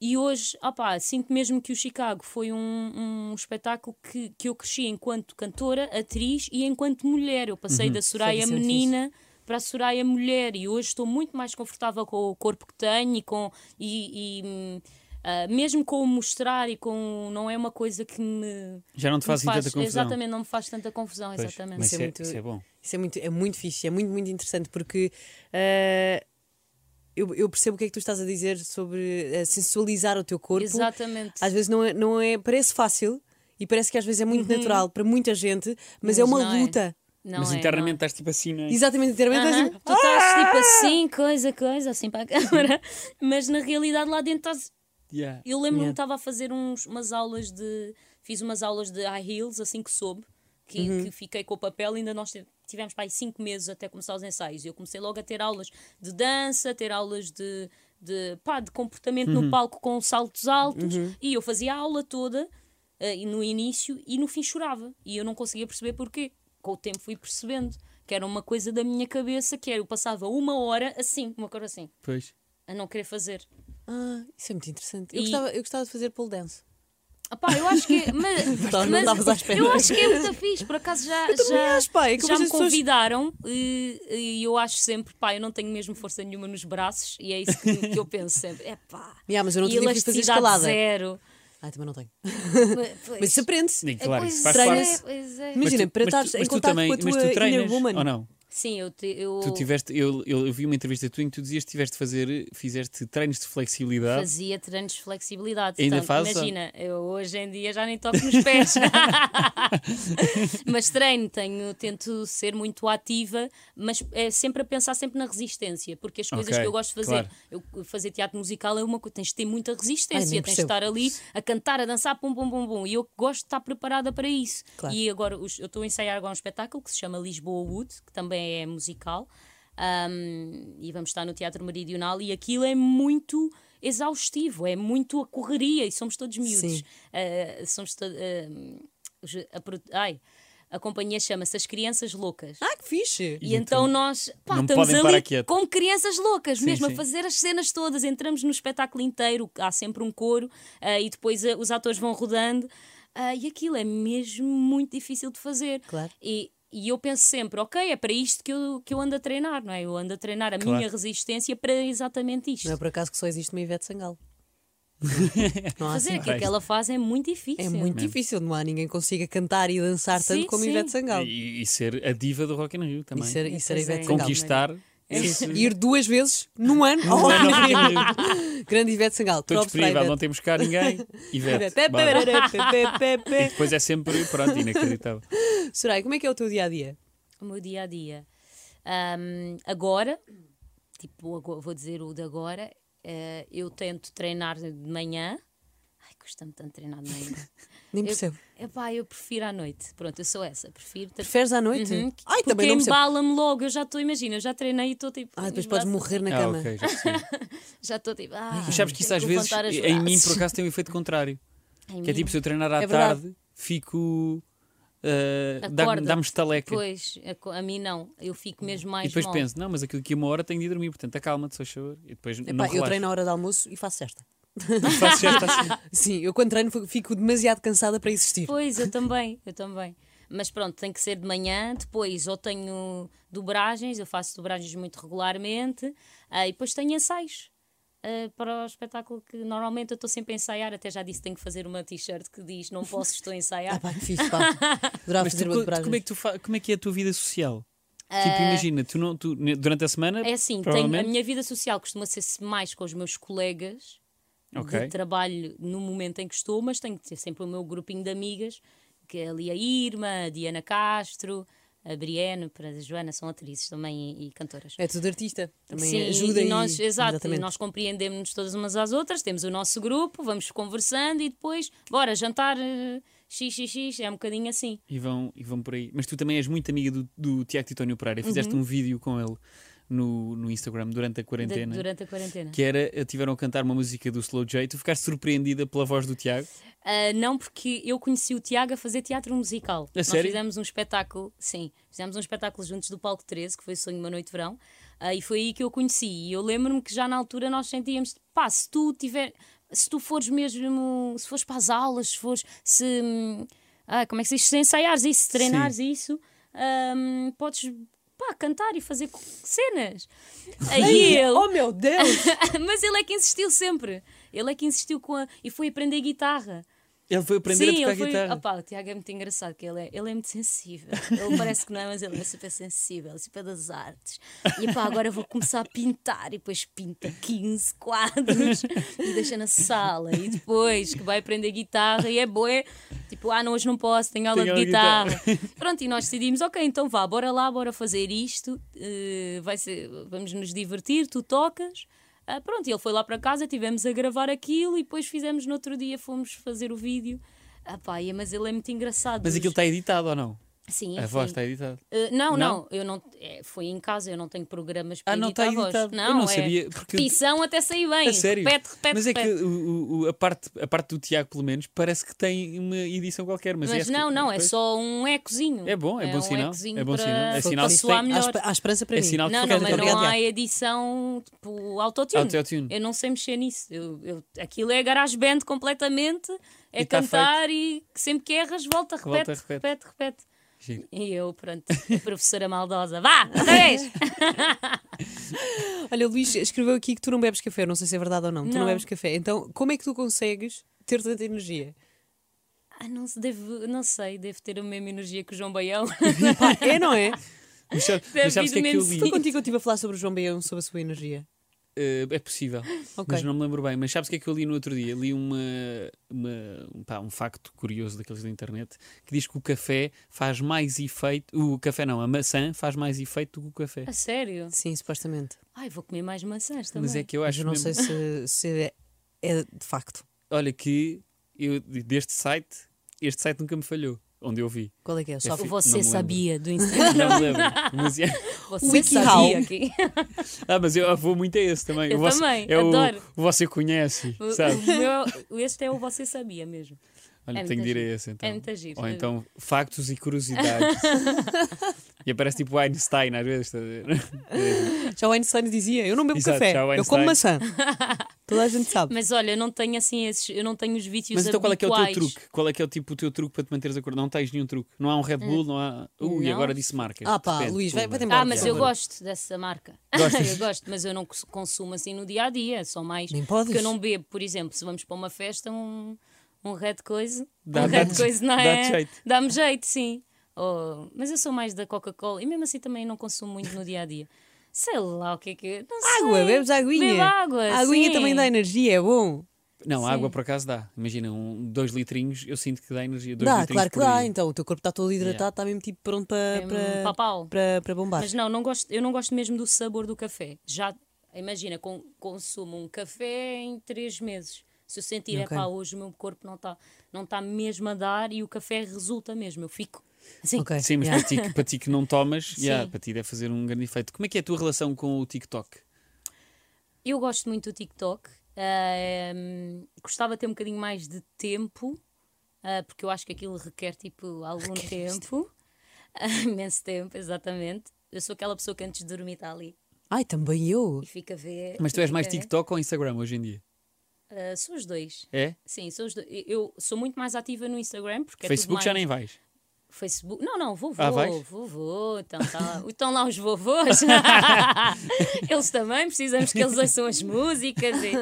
[SPEAKER 4] e hoje, opá, sinto mesmo que o Chicago foi um, um espetáculo que, que eu cresci enquanto cantora, atriz e enquanto mulher. Eu passei
[SPEAKER 2] Uhum.
[SPEAKER 4] da Soraya
[SPEAKER 3] Isso é
[SPEAKER 4] menina para a Soraya mulher e hoje estou muito mais confortável com o corpo que tenho e com. E, e, hum, ah, mesmo com o mostrar e com. Não é uma coisa que me.
[SPEAKER 2] Já não te
[SPEAKER 4] me
[SPEAKER 2] faz assim tanta confusão.
[SPEAKER 4] Exatamente, não me faz tanta confusão,
[SPEAKER 2] Pois,
[SPEAKER 4] exatamente.
[SPEAKER 2] Mas
[SPEAKER 3] Isso é
[SPEAKER 2] isso é,
[SPEAKER 3] muito-
[SPEAKER 2] isso é bom.
[SPEAKER 3] Isso é muito, é muito fixe, é muito, muito interessante porque eh, eu, eu percebo o que é que tu estás a dizer sobre eh, sensualizar o teu corpo.
[SPEAKER 4] Exatamente.
[SPEAKER 3] Às vezes não é, não é, parece fácil e parece que às vezes é muito natural para muita gente, mas,
[SPEAKER 4] Uhum. Mas
[SPEAKER 3] é uma
[SPEAKER 4] não é.
[SPEAKER 3] luta.
[SPEAKER 4] Não
[SPEAKER 2] mas
[SPEAKER 4] é, não
[SPEAKER 2] internamente estás tipo assim, não é?
[SPEAKER 3] Exatamente, inteiramente
[SPEAKER 4] Aham.
[SPEAKER 3] assim,
[SPEAKER 4] Tu estás tipo
[SPEAKER 2] Ah!
[SPEAKER 4] assim, coisa, coisa, assim para a câmara, mas na realidade lá dentro estás.
[SPEAKER 2] Yeah.
[SPEAKER 4] Eu lembro-me
[SPEAKER 3] Yeah.
[SPEAKER 4] que estava a fazer uns, umas aulas de. Fiz umas aulas de high heels assim que soube, que, que fiquei com o papel, ainda nós tive- tivemos para aí cinco meses até começar os ensaios. Eu comecei logo a ter aulas de dança, ter aulas de, de, pá, de comportamento no palco com saltos altos, e eu fazia a aula toda eh, e no início e no fim chorava. E eu não conseguia perceber porquê. Com o tempo fui percebendo que era uma coisa da minha cabeça, que era eu passava uma hora assim, uma coisa assim,
[SPEAKER 2] Pois.
[SPEAKER 4] a não querer fazer.
[SPEAKER 3] Ah, isso é muito interessante. Eu,
[SPEAKER 4] E-
[SPEAKER 3] gostava, eu gostava de fazer pole dance.
[SPEAKER 4] Opá, eu acho que. é, Mas,
[SPEAKER 3] Não
[SPEAKER 4] mas
[SPEAKER 3] estavas à espera.
[SPEAKER 4] Eu acho que é muito fixe, por acaso já, já,
[SPEAKER 3] acho, pá, é que eu
[SPEAKER 4] já
[SPEAKER 3] vejo
[SPEAKER 4] me
[SPEAKER 3] as pessoas-
[SPEAKER 4] convidaram e, e eu acho sempre, pá, eu não tenho mesmo força nenhuma nos braços e é isso que, que eu penso sempre. É pá.
[SPEAKER 3] Yeah, mas eu não
[SPEAKER 4] e
[SPEAKER 3] te digo que fazer
[SPEAKER 4] elasticidade
[SPEAKER 3] escalada.
[SPEAKER 4] zero.
[SPEAKER 3] Ah, também não tenho. Mas
[SPEAKER 4] Pois.
[SPEAKER 3] isso aprende-se.
[SPEAKER 2] E claro, isso
[SPEAKER 4] Pois
[SPEAKER 2] faz
[SPEAKER 4] é,
[SPEAKER 2] parte.
[SPEAKER 4] pois é.
[SPEAKER 3] Imagina, para
[SPEAKER 2] mas tu-
[SPEAKER 3] estares em
[SPEAKER 2] mas tu
[SPEAKER 3] contacto
[SPEAKER 2] também-
[SPEAKER 3] com a
[SPEAKER 2] mas tu
[SPEAKER 3] tua inner
[SPEAKER 2] treinas,
[SPEAKER 3] woman.
[SPEAKER 2] Ou não?
[SPEAKER 4] Sim, eu. te- eu
[SPEAKER 2] Tu tiveste, eu, eu, eu vi uma entrevista tua em que tu dizias que tiveste de fazer, fizeste treinos de flexibilidade.
[SPEAKER 4] Fazia treinos de flexibilidade.
[SPEAKER 2] Ainda
[SPEAKER 4] Portanto,
[SPEAKER 2] fazes?
[SPEAKER 4] Imagina, eu hoje em dia já nem toco nos pés. mas treino, tenho, tento ser muito ativa, mas é sempre a pensar sempre na resistência, porque as coisas
[SPEAKER 2] Ok,
[SPEAKER 4] que eu gosto de fazer,
[SPEAKER 2] claro.
[SPEAKER 4] eu fazer teatro musical é uma coisa, tens de ter muita
[SPEAKER 3] Ai,
[SPEAKER 4] resistência,
[SPEAKER 3] nem
[SPEAKER 4] tens de
[SPEAKER 3] percebo.
[SPEAKER 4] estar ali a cantar, a dançar, pum, pum, pum, pum. E eu gosto de estar preparada para isso.
[SPEAKER 3] Claro.
[SPEAKER 4] E agora os- eu estou a ensaiar agora um espetáculo que se chama Lisboa Wood, que também é musical. Ahm, e vamos estar no Teatro Meridional e aquilo é muito exaustivo, é muito a correria e somos todos miúdos.
[SPEAKER 3] Sim.
[SPEAKER 4] Ah, somos to- ah, os- a, produ- ai, a companhia chama-se As Crianças Loucas.
[SPEAKER 3] Ah, que fixe!
[SPEAKER 4] E então, nós pá,
[SPEAKER 2] não
[SPEAKER 4] estamos
[SPEAKER 2] podem parar
[SPEAKER 4] ali
[SPEAKER 2] quieto.
[SPEAKER 4] como crianças loucas, mesmo
[SPEAKER 2] sim.
[SPEAKER 4] a fazer as cenas todas. Entramos no espetáculo inteiro, há sempre um coro ah, e depois ah, os atores vão rodando. Ah, e aquilo é mesmo muito difícil de fazer.
[SPEAKER 3] Claro.
[SPEAKER 4] E, e eu penso sempre, ok, é para isto que eu, que eu ando a treinar, não é? Eu ando a treinar a
[SPEAKER 2] Claro.
[SPEAKER 4] minha resistência para exatamente isto.
[SPEAKER 3] Não é por acaso que só existe uma Ivete Sangalo. Não há
[SPEAKER 4] fazer
[SPEAKER 3] assim.
[SPEAKER 4] aquilo que ela faz é muito difícil.
[SPEAKER 3] É muito difícil, não há ninguém que consiga cantar e dançar
[SPEAKER 4] Sim,
[SPEAKER 3] tanto como
[SPEAKER 4] sim.
[SPEAKER 3] Ivete Sangalo.
[SPEAKER 2] E, e ser a diva do Rock in Rio
[SPEAKER 3] E
[SPEAKER 2] também.
[SPEAKER 3] ser, e ser a
[SPEAKER 4] Pois é.
[SPEAKER 3] Ivete Sangalo.
[SPEAKER 2] Conquistar.
[SPEAKER 3] é?
[SPEAKER 2] esse-
[SPEAKER 3] Sim. Ir duas vezes num ano ao
[SPEAKER 2] Não é
[SPEAKER 3] Rock in
[SPEAKER 2] Rock in
[SPEAKER 3] Rio.
[SPEAKER 2] Rio.
[SPEAKER 3] Grande Ivete Sangalo.
[SPEAKER 2] Estou
[SPEAKER 3] Props para a
[SPEAKER 2] disponível, não
[SPEAKER 3] Ivete.
[SPEAKER 2] temos cá ninguém. Ivete.
[SPEAKER 3] Ivete.
[SPEAKER 2] bora.
[SPEAKER 3] Pé,
[SPEAKER 2] E depois é sempre, pronto, inacreditável.
[SPEAKER 3] Soraya, como é que é o teu dia a dia?
[SPEAKER 4] o meu dia a dia. Ahm, agora, tipo, ago- vou dizer o de agora, eh, eu tento treinar de manhã. Ai, custa-me tanto treinar de manhã.
[SPEAKER 3] Nem
[SPEAKER 4] eu,
[SPEAKER 3] percebo.
[SPEAKER 4] epá, eu prefiro à noite. Pronto, eu sou essa. Prefiro. tra-
[SPEAKER 3] Preferes à noite?
[SPEAKER 4] Uhum,
[SPEAKER 3] Ai,
[SPEAKER 4] porque
[SPEAKER 3] também não percebo.
[SPEAKER 4] embala-me logo. Eu já estou, imagina, eu já treinei e estou tipo.
[SPEAKER 3] Ai, depois
[SPEAKER 4] em
[SPEAKER 3] podes
[SPEAKER 4] braço-
[SPEAKER 3] morrer na
[SPEAKER 2] Ah,
[SPEAKER 3] cama.
[SPEAKER 2] ok, já percebi.
[SPEAKER 4] Já estou tipo. Ah,
[SPEAKER 2] Mas sabes que isso
[SPEAKER 4] tenho
[SPEAKER 2] às vezes
[SPEAKER 4] levantar as
[SPEAKER 2] em mim por
[SPEAKER 4] braças.
[SPEAKER 2] acaso tem um efeito contrário.
[SPEAKER 4] Em
[SPEAKER 2] Que é
[SPEAKER 4] mim,
[SPEAKER 2] tipo, se eu treinar à
[SPEAKER 3] É verdade.
[SPEAKER 2] tarde, fico. ah, dá-
[SPEAKER 4] Acorda.
[SPEAKER 2] Dá-me estaleca.
[SPEAKER 4] Pois, a, co- a mim não. Eu fico mesmo mais.
[SPEAKER 2] E depois
[SPEAKER 4] mal.
[SPEAKER 2] penso, não, mas aquilo que uma hora tenho de ir dormir, portanto acalma-te, só favor. E depois não
[SPEAKER 3] Epá, eu
[SPEAKER 2] relaxo.
[SPEAKER 3] treino à hora de almoço e faço cesta.
[SPEAKER 2] Faço já está assim.
[SPEAKER 3] Sim, eu quando treino fico demasiado cansada para existir.
[SPEAKER 4] Pois, eu também, eu também. Mas pronto, tem que ser de manhã, depois ou tenho dobragens, eu faço dobragens muito regularmente, ah, e depois tenho ensaios. ah, para o espetáculo que normalmente eu estou sempre a ensaiar, até já disse tenho que fazer uma t-shirt que diz não posso, estou a
[SPEAKER 3] Ah,
[SPEAKER 4] ensaiar.
[SPEAKER 3] pá, que fixe, pá. Adorava
[SPEAKER 2] Mas tu,
[SPEAKER 3] fazer uma
[SPEAKER 2] co-
[SPEAKER 3] dobragem.
[SPEAKER 2] como, é que tu fa- como é que é a tua vida social? Tipo, imagina, tu não, tu, ne- durante a semana.
[SPEAKER 4] Ah, É assim, tenho- a
[SPEAKER 2] provavelmente,
[SPEAKER 4] minha vida social costuma ser mais com os meus colegas
[SPEAKER 2] Ok.
[SPEAKER 4] de trabalho no momento em que estou, mas tenho que ter sempre o meu grupinho de amigas que é ali a Irma, a Diana Castro, a Brienne, para a Joana, são atrizes também e, e cantoras.
[SPEAKER 3] É tudo artista. Também
[SPEAKER 4] Sim,
[SPEAKER 3] ajuda
[SPEAKER 4] e nós, exato,
[SPEAKER 3] exatamente.
[SPEAKER 4] e nós compreendemos-nos todas umas às outras, temos o nosso grupo, vamos conversando e depois, bora, jantar eh, x, x, x, é um bocadinho assim.
[SPEAKER 2] E vão, e vão por aí. Mas tu também és muito amiga do, do Tiago Titónio Pereira.
[SPEAKER 4] Uhum.
[SPEAKER 2] Fizeste um vídeo com ele no, no Instagram durante a
[SPEAKER 4] de-
[SPEAKER 2] quarentena.
[SPEAKER 4] durante a quarentena.
[SPEAKER 2] Que era, eh, tiveram a cantar uma música do Slow J. Tu ficaste surpreendida pela voz do Tiago.
[SPEAKER 4] Ah, não, porque eu conheci o Tiago a fazer teatro musical.
[SPEAKER 2] A
[SPEAKER 4] Nós
[SPEAKER 2] sério?
[SPEAKER 4] fizemos um espetáculo, sim, fizemos um espetáculo juntos do Palco 13, que foi o Sonho de uma Noite de Verão, ah, e foi aí que eu o conheci. E eu lembro-me que já na altura nós sentíamos, pá, se tu tiver, se tu fores mesmo, se fores para as aulas, se fores, se, hum, ah, como é que se diz, se ensaiares isso, se treinares isso, hum, podes, pá, cantar e fazer co- cenas. Aí ele,
[SPEAKER 3] Oh meu Deus!
[SPEAKER 4] mas ele é que insistiu sempre. Ele é que insistiu com a. E foi aprender guitarra.
[SPEAKER 2] Ele foi aprender a
[SPEAKER 4] Sim,
[SPEAKER 2] tocar
[SPEAKER 4] ele foi...
[SPEAKER 2] guitarra.
[SPEAKER 4] Opá, o Tiago é muito engraçado, que ele é, ele é muito sensível. Ele parece que não é, mas ele é super sensível, super das artes. E pá, agora eu vou começar a pintar e depois pinta 15 quadros e deixa na sala. E depois que vai aprender guitarra e é boé. Tipo, ah, não, hoje não posso, tenho aula
[SPEAKER 2] Tenho
[SPEAKER 4] de
[SPEAKER 2] aula de
[SPEAKER 4] guitarra. Pronto, e nós decidimos, ok, então vá, bora lá, bora fazer isto. eh, vai ser, vamos nos divertir, tu tocas. Ah, pronto, e ele foi lá para casa, tivemos a gravar aquilo e depois fizemos no outro dia, fomos fazer o vídeo. Ah, pá, e- mas ele é muito engraçado.
[SPEAKER 2] Mas aquilo está editado ou não?
[SPEAKER 4] Sim,
[SPEAKER 2] A
[SPEAKER 4] enfim.
[SPEAKER 2] voz está editada.
[SPEAKER 4] Ah,
[SPEAKER 2] Não?
[SPEAKER 4] não, não, eu não. é, foi em casa, eu não tenho programas para
[SPEAKER 2] Ah, não
[SPEAKER 4] editar
[SPEAKER 2] está
[SPEAKER 4] a voz.
[SPEAKER 2] editado.
[SPEAKER 4] Não,
[SPEAKER 2] Eu não
[SPEAKER 4] é
[SPEAKER 2] sabia. Porque...
[SPEAKER 4] repetição até sair bem.
[SPEAKER 2] A sério?
[SPEAKER 4] Repete, repete,
[SPEAKER 2] mas é
[SPEAKER 4] repete.
[SPEAKER 2] que o- o- o- a, parte, a parte do Tiago, pelo menos, parece que tem uma edição qualquer. Mas,
[SPEAKER 4] Mas,
[SPEAKER 2] esta-
[SPEAKER 4] não, não, é
[SPEAKER 2] depois-
[SPEAKER 4] só um ecozinho.
[SPEAKER 2] É bom, é bom
[SPEAKER 4] um
[SPEAKER 2] sinal,
[SPEAKER 4] ecozinho
[SPEAKER 2] é bom
[SPEAKER 4] para,
[SPEAKER 2] sinal, é
[SPEAKER 4] para
[SPEAKER 2] sinal que se
[SPEAKER 4] soar
[SPEAKER 2] tem-
[SPEAKER 3] Há,
[SPEAKER 4] melhor.
[SPEAKER 3] espa- há esperança para
[SPEAKER 2] É
[SPEAKER 3] mim.
[SPEAKER 2] sinal que
[SPEAKER 4] Não,
[SPEAKER 2] tu
[SPEAKER 4] não,
[SPEAKER 2] queres
[SPEAKER 4] mas
[SPEAKER 2] cantar.
[SPEAKER 4] não
[SPEAKER 3] Obrigado,
[SPEAKER 4] há edição tipo autotune.
[SPEAKER 2] Autotune.
[SPEAKER 4] Eu não sei mexer nisso. Eu, eu- aquilo é GarageBand completamente, é
[SPEAKER 2] E tá
[SPEAKER 4] cantar e sempre que erras, volta, repete,
[SPEAKER 2] Volta,
[SPEAKER 4] repete,
[SPEAKER 2] repete.
[SPEAKER 4] repete,
[SPEAKER 2] Giro.
[SPEAKER 4] E eu, pronto, a professora maldosa, vá, outra vez!
[SPEAKER 3] Olha, o Luís escreveu aqui que tu não bebes café. Eu Não sei se é verdade ou não. Tu não
[SPEAKER 4] Não.
[SPEAKER 3] bebes café. Então, como é que tu consegues ter tanta energia?
[SPEAKER 4] ah, não, se deve, não sei, devo ter a mesma energia que o João Baião.
[SPEAKER 3] Pá, é, não é?
[SPEAKER 2] Mas sabe-
[SPEAKER 4] Deve
[SPEAKER 2] mas sabes o que
[SPEAKER 4] vir
[SPEAKER 2] é que
[SPEAKER 4] do
[SPEAKER 2] eu
[SPEAKER 4] mesmo
[SPEAKER 2] li?
[SPEAKER 3] Foi contigo que eu estive a falar sobre o João Baião, sobre a sua energia.
[SPEAKER 2] Eh, é possível, mas não me lembro bem. Mas sabes o que é que eu li no outro dia? Li uma, uma- um, pá, um facto curioso daqueles da internet que diz que o café faz mais efeito. O café não, a maçã faz mais efeito do que o café.
[SPEAKER 4] a sério?
[SPEAKER 3] Sim, supostamente.
[SPEAKER 4] Ai, vou comer mais maçãs também.
[SPEAKER 2] Mas é que eu
[SPEAKER 3] Mas
[SPEAKER 2] acho
[SPEAKER 3] eu não
[SPEAKER 2] mesmo-
[SPEAKER 3] sei se, se é, é de facto.
[SPEAKER 2] Olha, que eu, deste site, este site nunca me falhou, onde eu vi.
[SPEAKER 3] Qual é que é? Só
[SPEAKER 2] fi- não
[SPEAKER 4] O
[SPEAKER 2] me
[SPEAKER 4] Você
[SPEAKER 2] lembro.
[SPEAKER 4] sabia do Instagram?
[SPEAKER 2] Não me lembro. Mas é-
[SPEAKER 4] Você
[SPEAKER 3] WikiHow.
[SPEAKER 4] sabia que...
[SPEAKER 2] Ah, mas eu vou muito a esse também.
[SPEAKER 4] Eu
[SPEAKER 2] o vosso-
[SPEAKER 4] também,
[SPEAKER 2] é o-
[SPEAKER 4] adoro.
[SPEAKER 2] O, você conhece,
[SPEAKER 4] O-
[SPEAKER 2] sabe?
[SPEAKER 4] o meu- este é o Você Sabia mesmo.
[SPEAKER 2] Olha,
[SPEAKER 4] É
[SPEAKER 2] tenho
[SPEAKER 4] muito
[SPEAKER 2] de ir a
[SPEAKER 4] giro.
[SPEAKER 2] esse então.
[SPEAKER 4] É muito giro.
[SPEAKER 2] Ou então factos e curiosidades. e aparece tipo Einstein às vezes. estás a ver?
[SPEAKER 3] Já o Einstein dizia: Eu não bebo
[SPEAKER 2] Exato,
[SPEAKER 3] café,
[SPEAKER 2] já o
[SPEAKER 3] eu como maçã.
[SPEAKER 2] Einstein.
[SPEAKER 3] Toda a gente sabe.
[SPEAKER 4] Mas olha, eu não tenho assim esses, eu não tenho os vídeos
[SPEAKER 2] Mas então qual é que é o teu
[SPEAKER 4] habituais.
[SPEAKER 2] truque? Qual é que é o tipo o teu truque para te manteres acordado? Não tens nenhum truque. Não há um Red Bull, não há. Ui,
[SPEAKER 4] Hum. Não.
[SPEAKER 2] agora disse marcas.
[SPEAKER 3] Ah, pá,
[SPEAKER 2] De repente,
[SPEAKER 3] Luís, vai-
[SPEAKER 2] pumba.
[SPEAKER 3] vai-te embora.
[SPEAKER 4] Ah, mas eu
[SPEAKER 2] Agora-
[SPEAKER 4] gosto dessa marca. eu gosto, mas eu não cons- consumo assim no dia a dia, só mais.
[SPEAKER 3] Nem podes.
[SPEAKER 4] Porque eu não bebo, por exemplo, se vamos para uma festa, um, um red coisa.
[SPEAKER 2] Dá-
[SPEAKER 4] um red
[SPEAKER 2] dá-te-
[SPEAKER 4] coisa não
[SPEAKER 2] dá-te
[SPEAKER 4] é?
[SPEAKER 2] jeito.
[SPEAKER 4] Dá-me jeito, sim. Ou- mas eu sou mais da Coca-Cola e mesmo assim também não consumo muito no dia a dia. Sei lá o que é que. é. Não
[SPEAKER 3] Água,
[SPEAKER 4] sei.
[SPEAKER 3] bebes aguinha.
[SPEAKER 4] Bebo água.
[SPEAKER 3] A aguinha
[SPEAKER 4] sim.
[SPEAKER 3] também dá energia, é bom.
[SPEAKER 2] Não, a
[SPEAKER 4] Sim.
[SPEAKER 2] água por acaso dá. Imagina, um, dois litrinhos, eu sinto que dá energia. Dois
[SPEAKER 3] Dá,
[SPEAKER 2] litrinhos
[SPEAKER 3] claro que
[SPEAKER 2] por
[SPEAKER 3] dá.
[SPEAKER 2] dia.
[SPEAKER 3] Então, o teu corpo está todo hidratado, está mesmo tipo pronto para,
[SPEAKER 4] É um
[SPEAKER 3] para,
[SPEAKER 4] papau.
[SPEAKER 3] para, para bombar.
[SPEAKER 4] Mas não, não gosto, eu não gosto mesmo do sabor do café. Já, imagina, con- consumo um café em três meses. Se eu sentir, é
[SPEAKER 3] Ok.
[SPEAKER 4] pá, hoje o meu corpo não está não tá mesmo a dar e o café resulta mesmo, eu fico assim.
[SPEAKER 3] Ok,
[SPEAKER 2] Sim, mas
[SPEAKER 3] yeah.
[SPEAKER 2] para, ti, que- para ti que não tomas, yeah,
[SPEAKER 4] Sim.
[SPEAKER 2] para ti deve fazer um grande efeito. Como é que é a tua relação com o TikTok?
[SPEAKER 4] Eu gosto muito do TikTok. ahm, gostava de ter um bocadinho mais de tempo, ah, porque eu acho que aquilo requer tipo algum tempo. imenso tempo, exatamente. Eu sou aquela pessoa que antes de dormir está ali
[SPEAKER 3] Ai, também eu.
[SPEAKER 4] e fica a ver.
[SPEAKER 2] Mas tu
[SPEAKER 4] e
[SPEAKER 2] és
[SPEAKER 4] fica
[SPEAKER 2] mais
[SPEAKER 4] a ver.
[SPEAKER 2] TikTok ou Instagram hoje em dia?
[SPEAKER 4] Ah, sou os dois.
[SPEAKER 2] É?
[SPEAKER 4] Sim, sou os do- eu sou muito mais ativa no Instagram porque é
[SPEAKER 2] Facebook
[SPEAKER 4] tudo
[SPEAKER 2] já
[SPEAKER 4] mais-
[SPEAKER 2] nem vais.
[SPEAKER 4] Facebook. Não, não, vovô,
[SPEAKER 2] Ah, vais?
[SPEAKER 4] vovô, então tá lá- estão lá os vovôs. eles também precisamos que eles ouçam as músicas. E...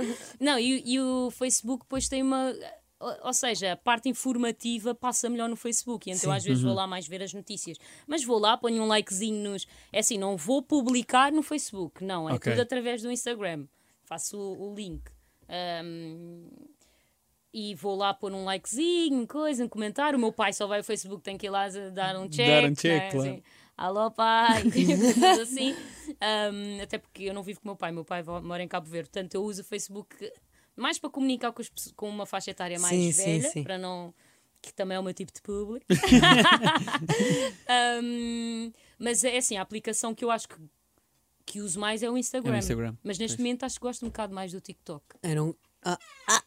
[SPEAKER 4] Não, e, e o Facebook depois tem uma. ou- Ou seja, a parte informativa passa melhor no Facebook, e então às vezes vou
[SPEAKER 2] Uhum.
[SPEAKER 4] lá mais ver as notícias. Mas vou lá, ponho um likezinho nos. É assim, não vou publicar no Facebook, não, é
[SPEAKER 2] Ok.
[SPEAKER 4] tudo através do Instagram. Faço o, o link. Ahm, e vou lá pôr um likezinho, coisa, um comentário. O meu pai só vai ao Facebook, tem que ir lá dar um check.
[SPEAKER 2] Dar um check,
[SPEAKER 4] né?
[SPEAKER 2] claro.
[SPEAKER 4] Assim, Alô, pai! Coisas assim. Ahm, até porque eu não vivo com o meu pai, meu pai vo- mora em Cabo Verde, portanto eu uso o Facebook mais para comunicar com, as pesso- com uma faixa etária mais
[SPEAKER 3] Sim, sim,
[SPEAKER 4] velha,
[SPEAKER 3] sim.
[SPEAKER 4] para não. que também é o meu tipo de público. Ahm, mas é assim, a aplicação que eu acho que, que uso mais é o Instagram.
[SPEAKER 2] É o Instagram,
[SPEAKER 4] Mas neste momento acho que gosto um bocado mais do TikTok.
[SPEAKER 3] Eu não. Ah, ah, ah.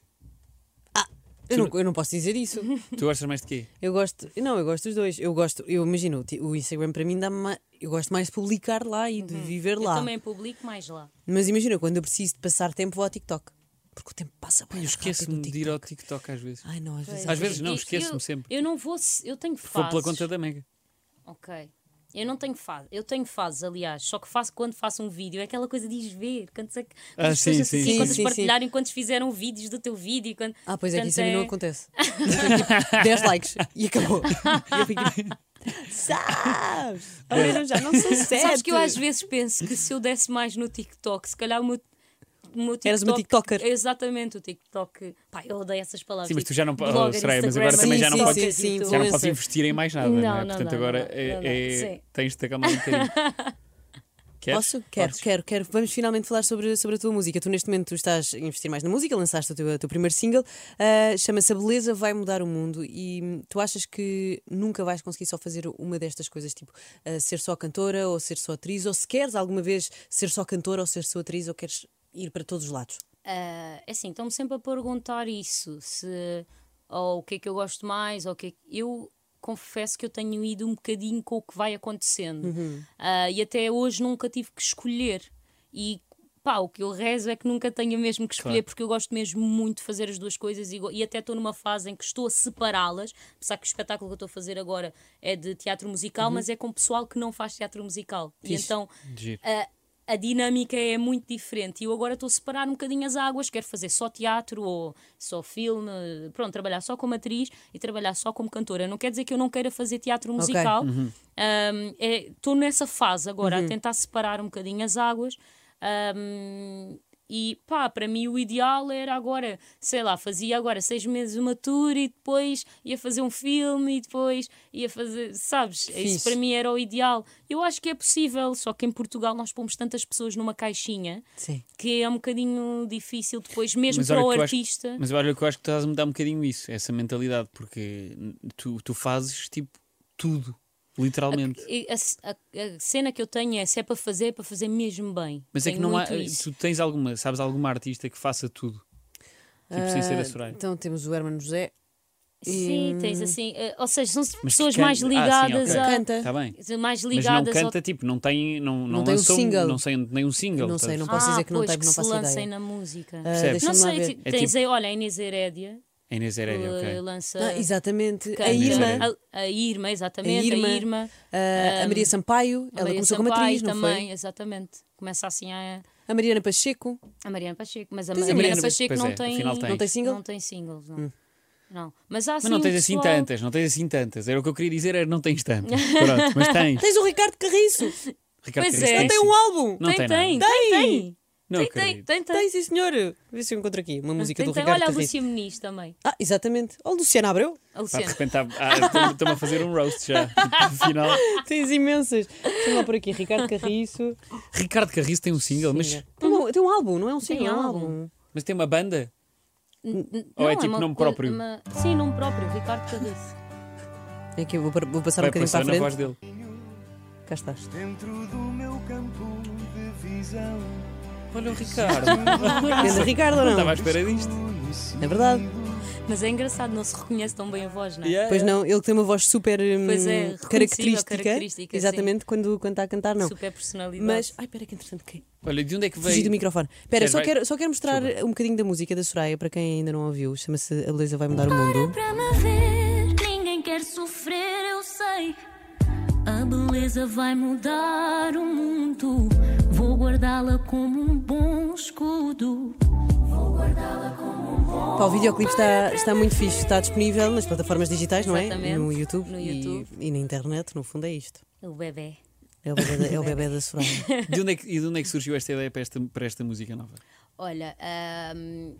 [SPEAKER 3] Eu não, eu não posso dizer isso.
[SPEAKER 2] Tu gostas mais de quê?
[SPEAKER 3] Eu gosto. Não, eu gosto dos dois. Eu gosto. Eu imagino, o ti- o Instagram para mim dá mais. Eu gosto mais de publicar lá e de
[SPEAKER 2] Uhum.
[SPEAKER 3] viver
[SPEAKER 4] Eu
[SPEAKER 3] lá.
[SPEAKER 4] também publico mais lá.
[SPEAKER 3] Mas imagina, quando eu preciso de passar tempo, vou ao TikTok. Porque o tempo passa bem.
[SPEAKER 2] Eu esqueço-me de ir ao TikTok às vezes.
[SPEAKER 3] Ai não, às vezes. é
[SPEAKER 2] Às
[SPEAKER 3] acho-
[SPEAKER 2] vezes não,
[SPEAKER 4] Eu-
[SPEAKER 2] esqueço-me
[SPEAKER 4] eu-
[SPEAKER 2] sempre.
[SPEAKER 4] Eu não vou. se- Eu tenho
[SPEAKER 2] Foi
[SPEAKER 4] fases.
[SPEAKER 2] pela conta da Mega.
[SPEAKER 4] Ok. Eu não tenho fases. Eu tenho fases, aliás. Só que faço quando faço um vídeo. É aquela coisa de ires ver. Quantos, é que- quantas
[SPEAKER 2] Ah, sim,
[SPEAKER 4] pessoas
[SPEAKER 2] sim,
[SPEAKER 4] assistiram,
[SPEAKER 3] sim. Sim,
[SPEAKER 4] quantas
[SPEAKER 3] sim, sim.
[SPEAKER 4] partilharam, quantos fizeram vídeos do teu vídeo. Quando...
[SPEAKER 3] Ah, pois é que
[SPEAKER 4] Portanto,
[SPEAKER 3] isso a mim não acontece. Eu tenho, tipo, 10 likes e acabou. E eu fico tipo, Sabes? Olha, já não são sete.
[SPEAKER 4] Sabes que eu às vezes penso que se eu desse mais no TikTok, se calhar o meu. o meu TikTok, É
[SPEAKER 3] Eras uma TikToker.
[SPEAKER 4] Exatamente, o TikTok. Pá, eu odeio essas palavras.
[SPEAKER 2] Sim, mas
[SPEAKER 4] tipo,
[SPEAKER 2] tu já não po- oh,
[SPEAKER 4] blogger,
[SPEAKER 2] Soraya, mas
[SPEAKER 4] Instagram,
[SPEAKER 2] agora também já não
[SPEAKER 3] Sim,
[SPEAKER 2] podes-
[SPEAKER 3] sim, sim,
[SPEAKER 2] Já não podes
[SPEAKER 3] influencer.
[SPEAKER 2] investir em mais nada, não,
[SPEAKER 4] Não,
[SPEAKER 2] é?
[SPEAKER 4] não,
[SPEAKER 2] Portanto,
[SPEAKER 4] não,
[SPEAKER 2] agora
[SPEAKER 4] não, não,
[SPEAKER 2] é-
[SPEAKER 4] não,
[SPEAKER 2] é-
[SPEAKER 4] sim.
[SPEAKER 2] tens de te acalmar um bocadinho. Queres?
[SPEAKER 3] Posso? Quero,
[SPEAKER 2] Podes.
[SPEAKER 3] quero, quero. Vamos finalmente falar sobre, sobre a tua música. Tu, neste momento, tu estás a investir mais na música, lançaste o teu, o teu primeiro single, ah, chama-se A Beleza Vai Mudar o Mundo. E hum, tu achas que nunca vais conseguir só fazer uma destas coisas, tipo ah, ser só cantora ou ser só atriz, ou se queres alguma vez ser só cantora ou ser só atriz, ou queres ir para todos os lados?
[SPEAKER 4] Ah, é assim, estão-me sempre a perguntar isso, se ou o que é que eu gosto mais, ou o que é que... eu confesso que eu tenho ido um bocadinho com o que vai acontecendo. Ah, e até hoje nunca tive que escolher. E pá, o que eu rezo é que nunca tenha mesmo que escolher,
[SPEAKER 2] Claro.
[SPEAKER 4] porque eu gosto mesmo muito de fazer as duas coisas e, go- e até estou numa fase em que estou a separá-las, apesar que o espetáculo que eu estou a fazer agora é de teatro musical, mas é com pessoal que não faz teatro musical. E
[SPEAKER 3] Fixe.
[SPEAKER 4] então
[SPEAKER 2] Giro.
[SPEAKER 4] a, a dinâmica é muito diferente. E eu agora estou a separar um bocadinho as águas, quero fazer só teatro ou só filme, pronto, trabalhar só como atriz e trabalhar só como cantora. Não quer dizer que eu não queira fazer teatro musical. Um, é- Estou nessa fase agora, a tentar separar um bocadinho as águas. Um, e pá, para mim o ideal era agora, sei lá, fazia agora seis meses uma tour e depois ia fazer um filme e depois ia fazer, sabes? Isso
[SPEAKER 3] Fixe.
[SPEAKER 4] para mim era o ideal. Eu acho que é possível, só que em Portugal nós pomos tantas pessoas numa caixinha
[SPEAKER 3] Sim.
[SPEAKER 4] que é um bocadinho difícil depois, mesmo
[SPEAKER 2] olha
[SPEAKER 4] para o
[SPEAKER 2] que eu acho-
[SPEAKER 4] artista.
[SPEAKER 2] mas olha que eu acho que estás a mudar um bocadinho isso, essa mentalidade, porque tu, tu fazes tipo tudo, literalmente.
[SPEAKER 4] E A, a- a cena que eu tenho é se é para fazer, é para fazer mesmo bem.
[SPEAKER 2] Mas é
[SPEAKER 4] Tenho
[SPEAKER 2] que não há.
[SPEAKER 4] muito isso.
[SPEAKER 2] Tu tens alguma, sabes alguma artista que faça tudo? Tipo, sem
[SPEAKER 4] Ah,
[SPEAKER 2] ser a Soraya.
[SPEAKER 3] Então temos o Hermano José.
[SPEAKER 4] Sim, tens assim. eh, Ou seja, são
[SPEAKER 2] Mas
[SPEAKER 4] pessoas
[SPEAKER 2] que can-
[SPEAKER 4] mais
[SPEAKER 2] Ah, sim,
[SPEAKER 4] ligadas
[SPEAKER 2] ok.
[SPEAKER 4] a.
[SPEAKER 3] Canta.
[SPEAKER 2] Está bem.
[SPEAKER 4] Mais
[SPEAKER 2] Mas não
[SPEAKER 4] ligadas
[SPEAKER 2] canta, tipo, não tem. Não, não,
[SPEAKER 3] Não tem um
[SPEAKER 2] lançou
[SPEAKER 3] single.
[SPEAKER 2] Não sei, nem um single.
[SPEAKER 3] Não sei,
[SPEAKER 2] estás a perceber?
[SPEAKER 3] não posso dizer que não
[SPEAKER 4] pois,
[SPEAKER 3] tenho, não
[SPEAKER 4] se
[SPEAKER 3] faço
[SPEAKER 4] lancem
[SPEAKER 3] ideia.
[SPEAKER 4] na música.
[SPEAKER 3] Ah,
[SPEAKER 2] Percebes?
[SPEAKER 4] não
[SPEAKER 3] Deixa-me lá
[SPEAKER 4] sei,
[SPEAKER 3] ver.
[SPEAKER 4] ti-
[SPEAKER 2] É
[SPEAKER 4] tens
[SPEAKER 2] tipo-
[SPEAKER 4] aí, olha, a Inês Herédia
[SPEAKER 2] A Inês Herédia,
[SPEAKER 4] eh,
[SPEAKER 2] ok.
[SPEAKER 4] lança.
[SPEAKER 3] Ah, exatamente.
[SPEAKER 4] canta.
[SPEAKER 3] A Irma.
[SPEAKER 2] Exatamente.
[SPEAKER 4] A, a Irma, exatamente. A
[SPEAKER 3] A
[SPEAKER 4] Irma.
[SPEAKER 3] Irma. ah, a Maria Sampaio.
[SPEAKER 4] Um, a
[SPEAKER 3] ela
[SPEAKER 4] Maria
[SPEAKER 3] começou como
[SPEAKER 4] Sampaio
[SPEAKER 3] atriz, não
[SPEAKER 4] também,
[SPEAKER 3] foi?
[SPEAKER 4] exatamente. Começa assim a,
[SPEAKER 3] A Mariana Pacheco.
[SPEAKER 4] a Mariana Pacheco. Mas a,
[SPEAKER 3] Tens a
[SPEAKER 4] Mariana,
[SPEAKER 3] Mariana-
[SPEAKER 4] Pacheco
[SPEAKER 2] pois
[SPEAKER 4] não,
[SPEAKER 2] é,
[SPEAKER 4] tem,
[SPEAKER 2] afinal tem. Não
[SPEAKER 3] tem single?
[SPEAKER 4] Não tem singles, não. Não. Mas há assim
[SPEAKER 2] Mas não
[SPEAKER 4] um
[SPEAKER 2] tens assim
[SPEAKER 4] pessoal-
[SPEAKER 2] tantas, não tens assim tantas. Era o que eu queria dizer, era não tens tantas. Pronto, mas tens.
[SPEAKER 3] Tens o Ricardo Carriço.
[SPEAKER 2] Ricardo
[SPEAKER 4] Pois
[SPEAKER 2] Carice,
[SPEAKER 4] é.
[SPEAKER 3] Ele tem um
[SPEAKER 2] sim.
[SPEAKER 3] álbum.
[SPEAKER 2] Não tem
[SPEAKER 4] tem,
[SPEAKER 2] nada.
[SPEAKER 4] tem, tem,
[SPEAKER 3] Tem!
[SPEAKER 4] tem.
[SPEAKER 2] Não
[SPEAKER 4] Tem,
[SPEAKER 2] acredito.
[SPEAKER 4] tem, tem, tem.
[SPEAKER 3] Tem, sim, senhor. Vê se eu encontro aqui uma música
[SPEAKER 4] Ah, Tem,
[SPEAKER 3] do
[SPEAKER 4] tem.
[SPEAKER 3] Ricardo
[SPEAKER 4] Olha a
[SPEAKER 3] Carriço.
[SPEAKER 4] Lúcia Muniz também.
[SPEAKER 3] Ah, exatamente. Olha o Luciano Abreu.
[SPEAKER 4] A
[SPEAKER 2] Pá, de
[SPEAKER 4] Luciana.
[SPEAKER 2] repente tá- estão-me a fazer um roast já. Afinal,
[SPEAKER 3] Tens imensas. Tem lá por aqui, Ricardo Carriço.
[SPEAKER 2] Ricardo Carriço tem um single, mas,
[SPEAKER 3] Tem um, tem um álbum, não é um single, é um
[SPEAKER 4] álbum.
[SPEAKER 3] álbum.
[SPEAKER 2] mas tem uma banda. Ou
[SPEAKER 4] Não,
[SPEAKER 2] é tipo
[SPEAKER 4] uma
[SPEAKER 2] nome
[SPEAKER 4] coi-
[SPEAKER 2] próprio?
[SPEAKER 4] uma- Sim, nome próprio, Ricardo Carriço.
[SPEAKER 3] É que eu vou, par- vou passar
[SPEAKER 2] Vai
[SPEAKER 3] um bocadinho para
[SPEAKER 2] passar
[SPEAKER 3] a
[SPEAKER 2] na
[SPEAKER 3] frente.
[SPEAKER 2] voz dele.
[SPEAKER 3] Cá estás.
[SPEAKER 1] Dentro do meu campo de visão,
[SPEAKER 2] Olha o Ricardo.
[SPEAKER 3] Grande Ricardo ou
[SPEAKER 2] Não tá estava à
[SPEAKER 3] não?
[SPEAKER 2] espera disto.
[SPEAKER 3] É verdade.
[SPEAKER 4] Mas é engraçado, não se reconhece tão bem a voz, não é?
[SPEAKER 2] Yeah,
[SPEAKER 3] Pois
[SPEAKER 2] yeah.
[SPEAKER 3] não, ele tem uma voz super hum,
[SPEAKER 4] Pois é, reconhecível,
[SPEAKER 3] característica.
[SPEAKER 4] característica,
[SPEAKER 3] Exatamente, quando, quando está a cantar, não.
[SPEAKER 4] Super personalidade.
[SPEAKER 3] Mas, ai, pera que entretanto que
[SPEAKER 2] Olha, de onde é que
[SPEAKER 3] Fugi do
[SPEAKER 2] veio?
[SPEAKER 3] microfone. Espera,
[SPEAKER 2] Queres,
[SPEAKER 3] só
[SPEAKER 2] vai?
[SPEAKER 3] quero, só quero mostrar um bocadinho da música da Soraya para quem ainda não ouviu. Chama-se A Beleza Vai Mudar o
[SPEAKER 4] é
[SPEAKER 3] Mundo.
[SPEAKER 5] para É me ver. Ninguém quer sofrer, eu sei. A beleza vai mudar o mundo. Vou guardá-la como um bom escudo.
[SPEAKER 3] Pá, o videoclipe está, está muito fixe. Está disponível nas plataformas digitais, não é?
[SPEAKER 4] Exatamente,
[SPEAKER 3] No YouTube,
[SPEAKER 4] no
[SPEAKER 3] e-
[SPEAKER 4] YouTube.
[SPEAKER 3] E, na internet, no fundo, é isto.
[SPEAKER 4] O bebê.
[SPEAKER 3] É o bebê da, é o bebé da Soraya.
[SPEAKER 2] De onde é que, e de onde é que surgiu esta ideia para esta, para esta música nova?
[SPEAKER 4] Olha, ahm, hum,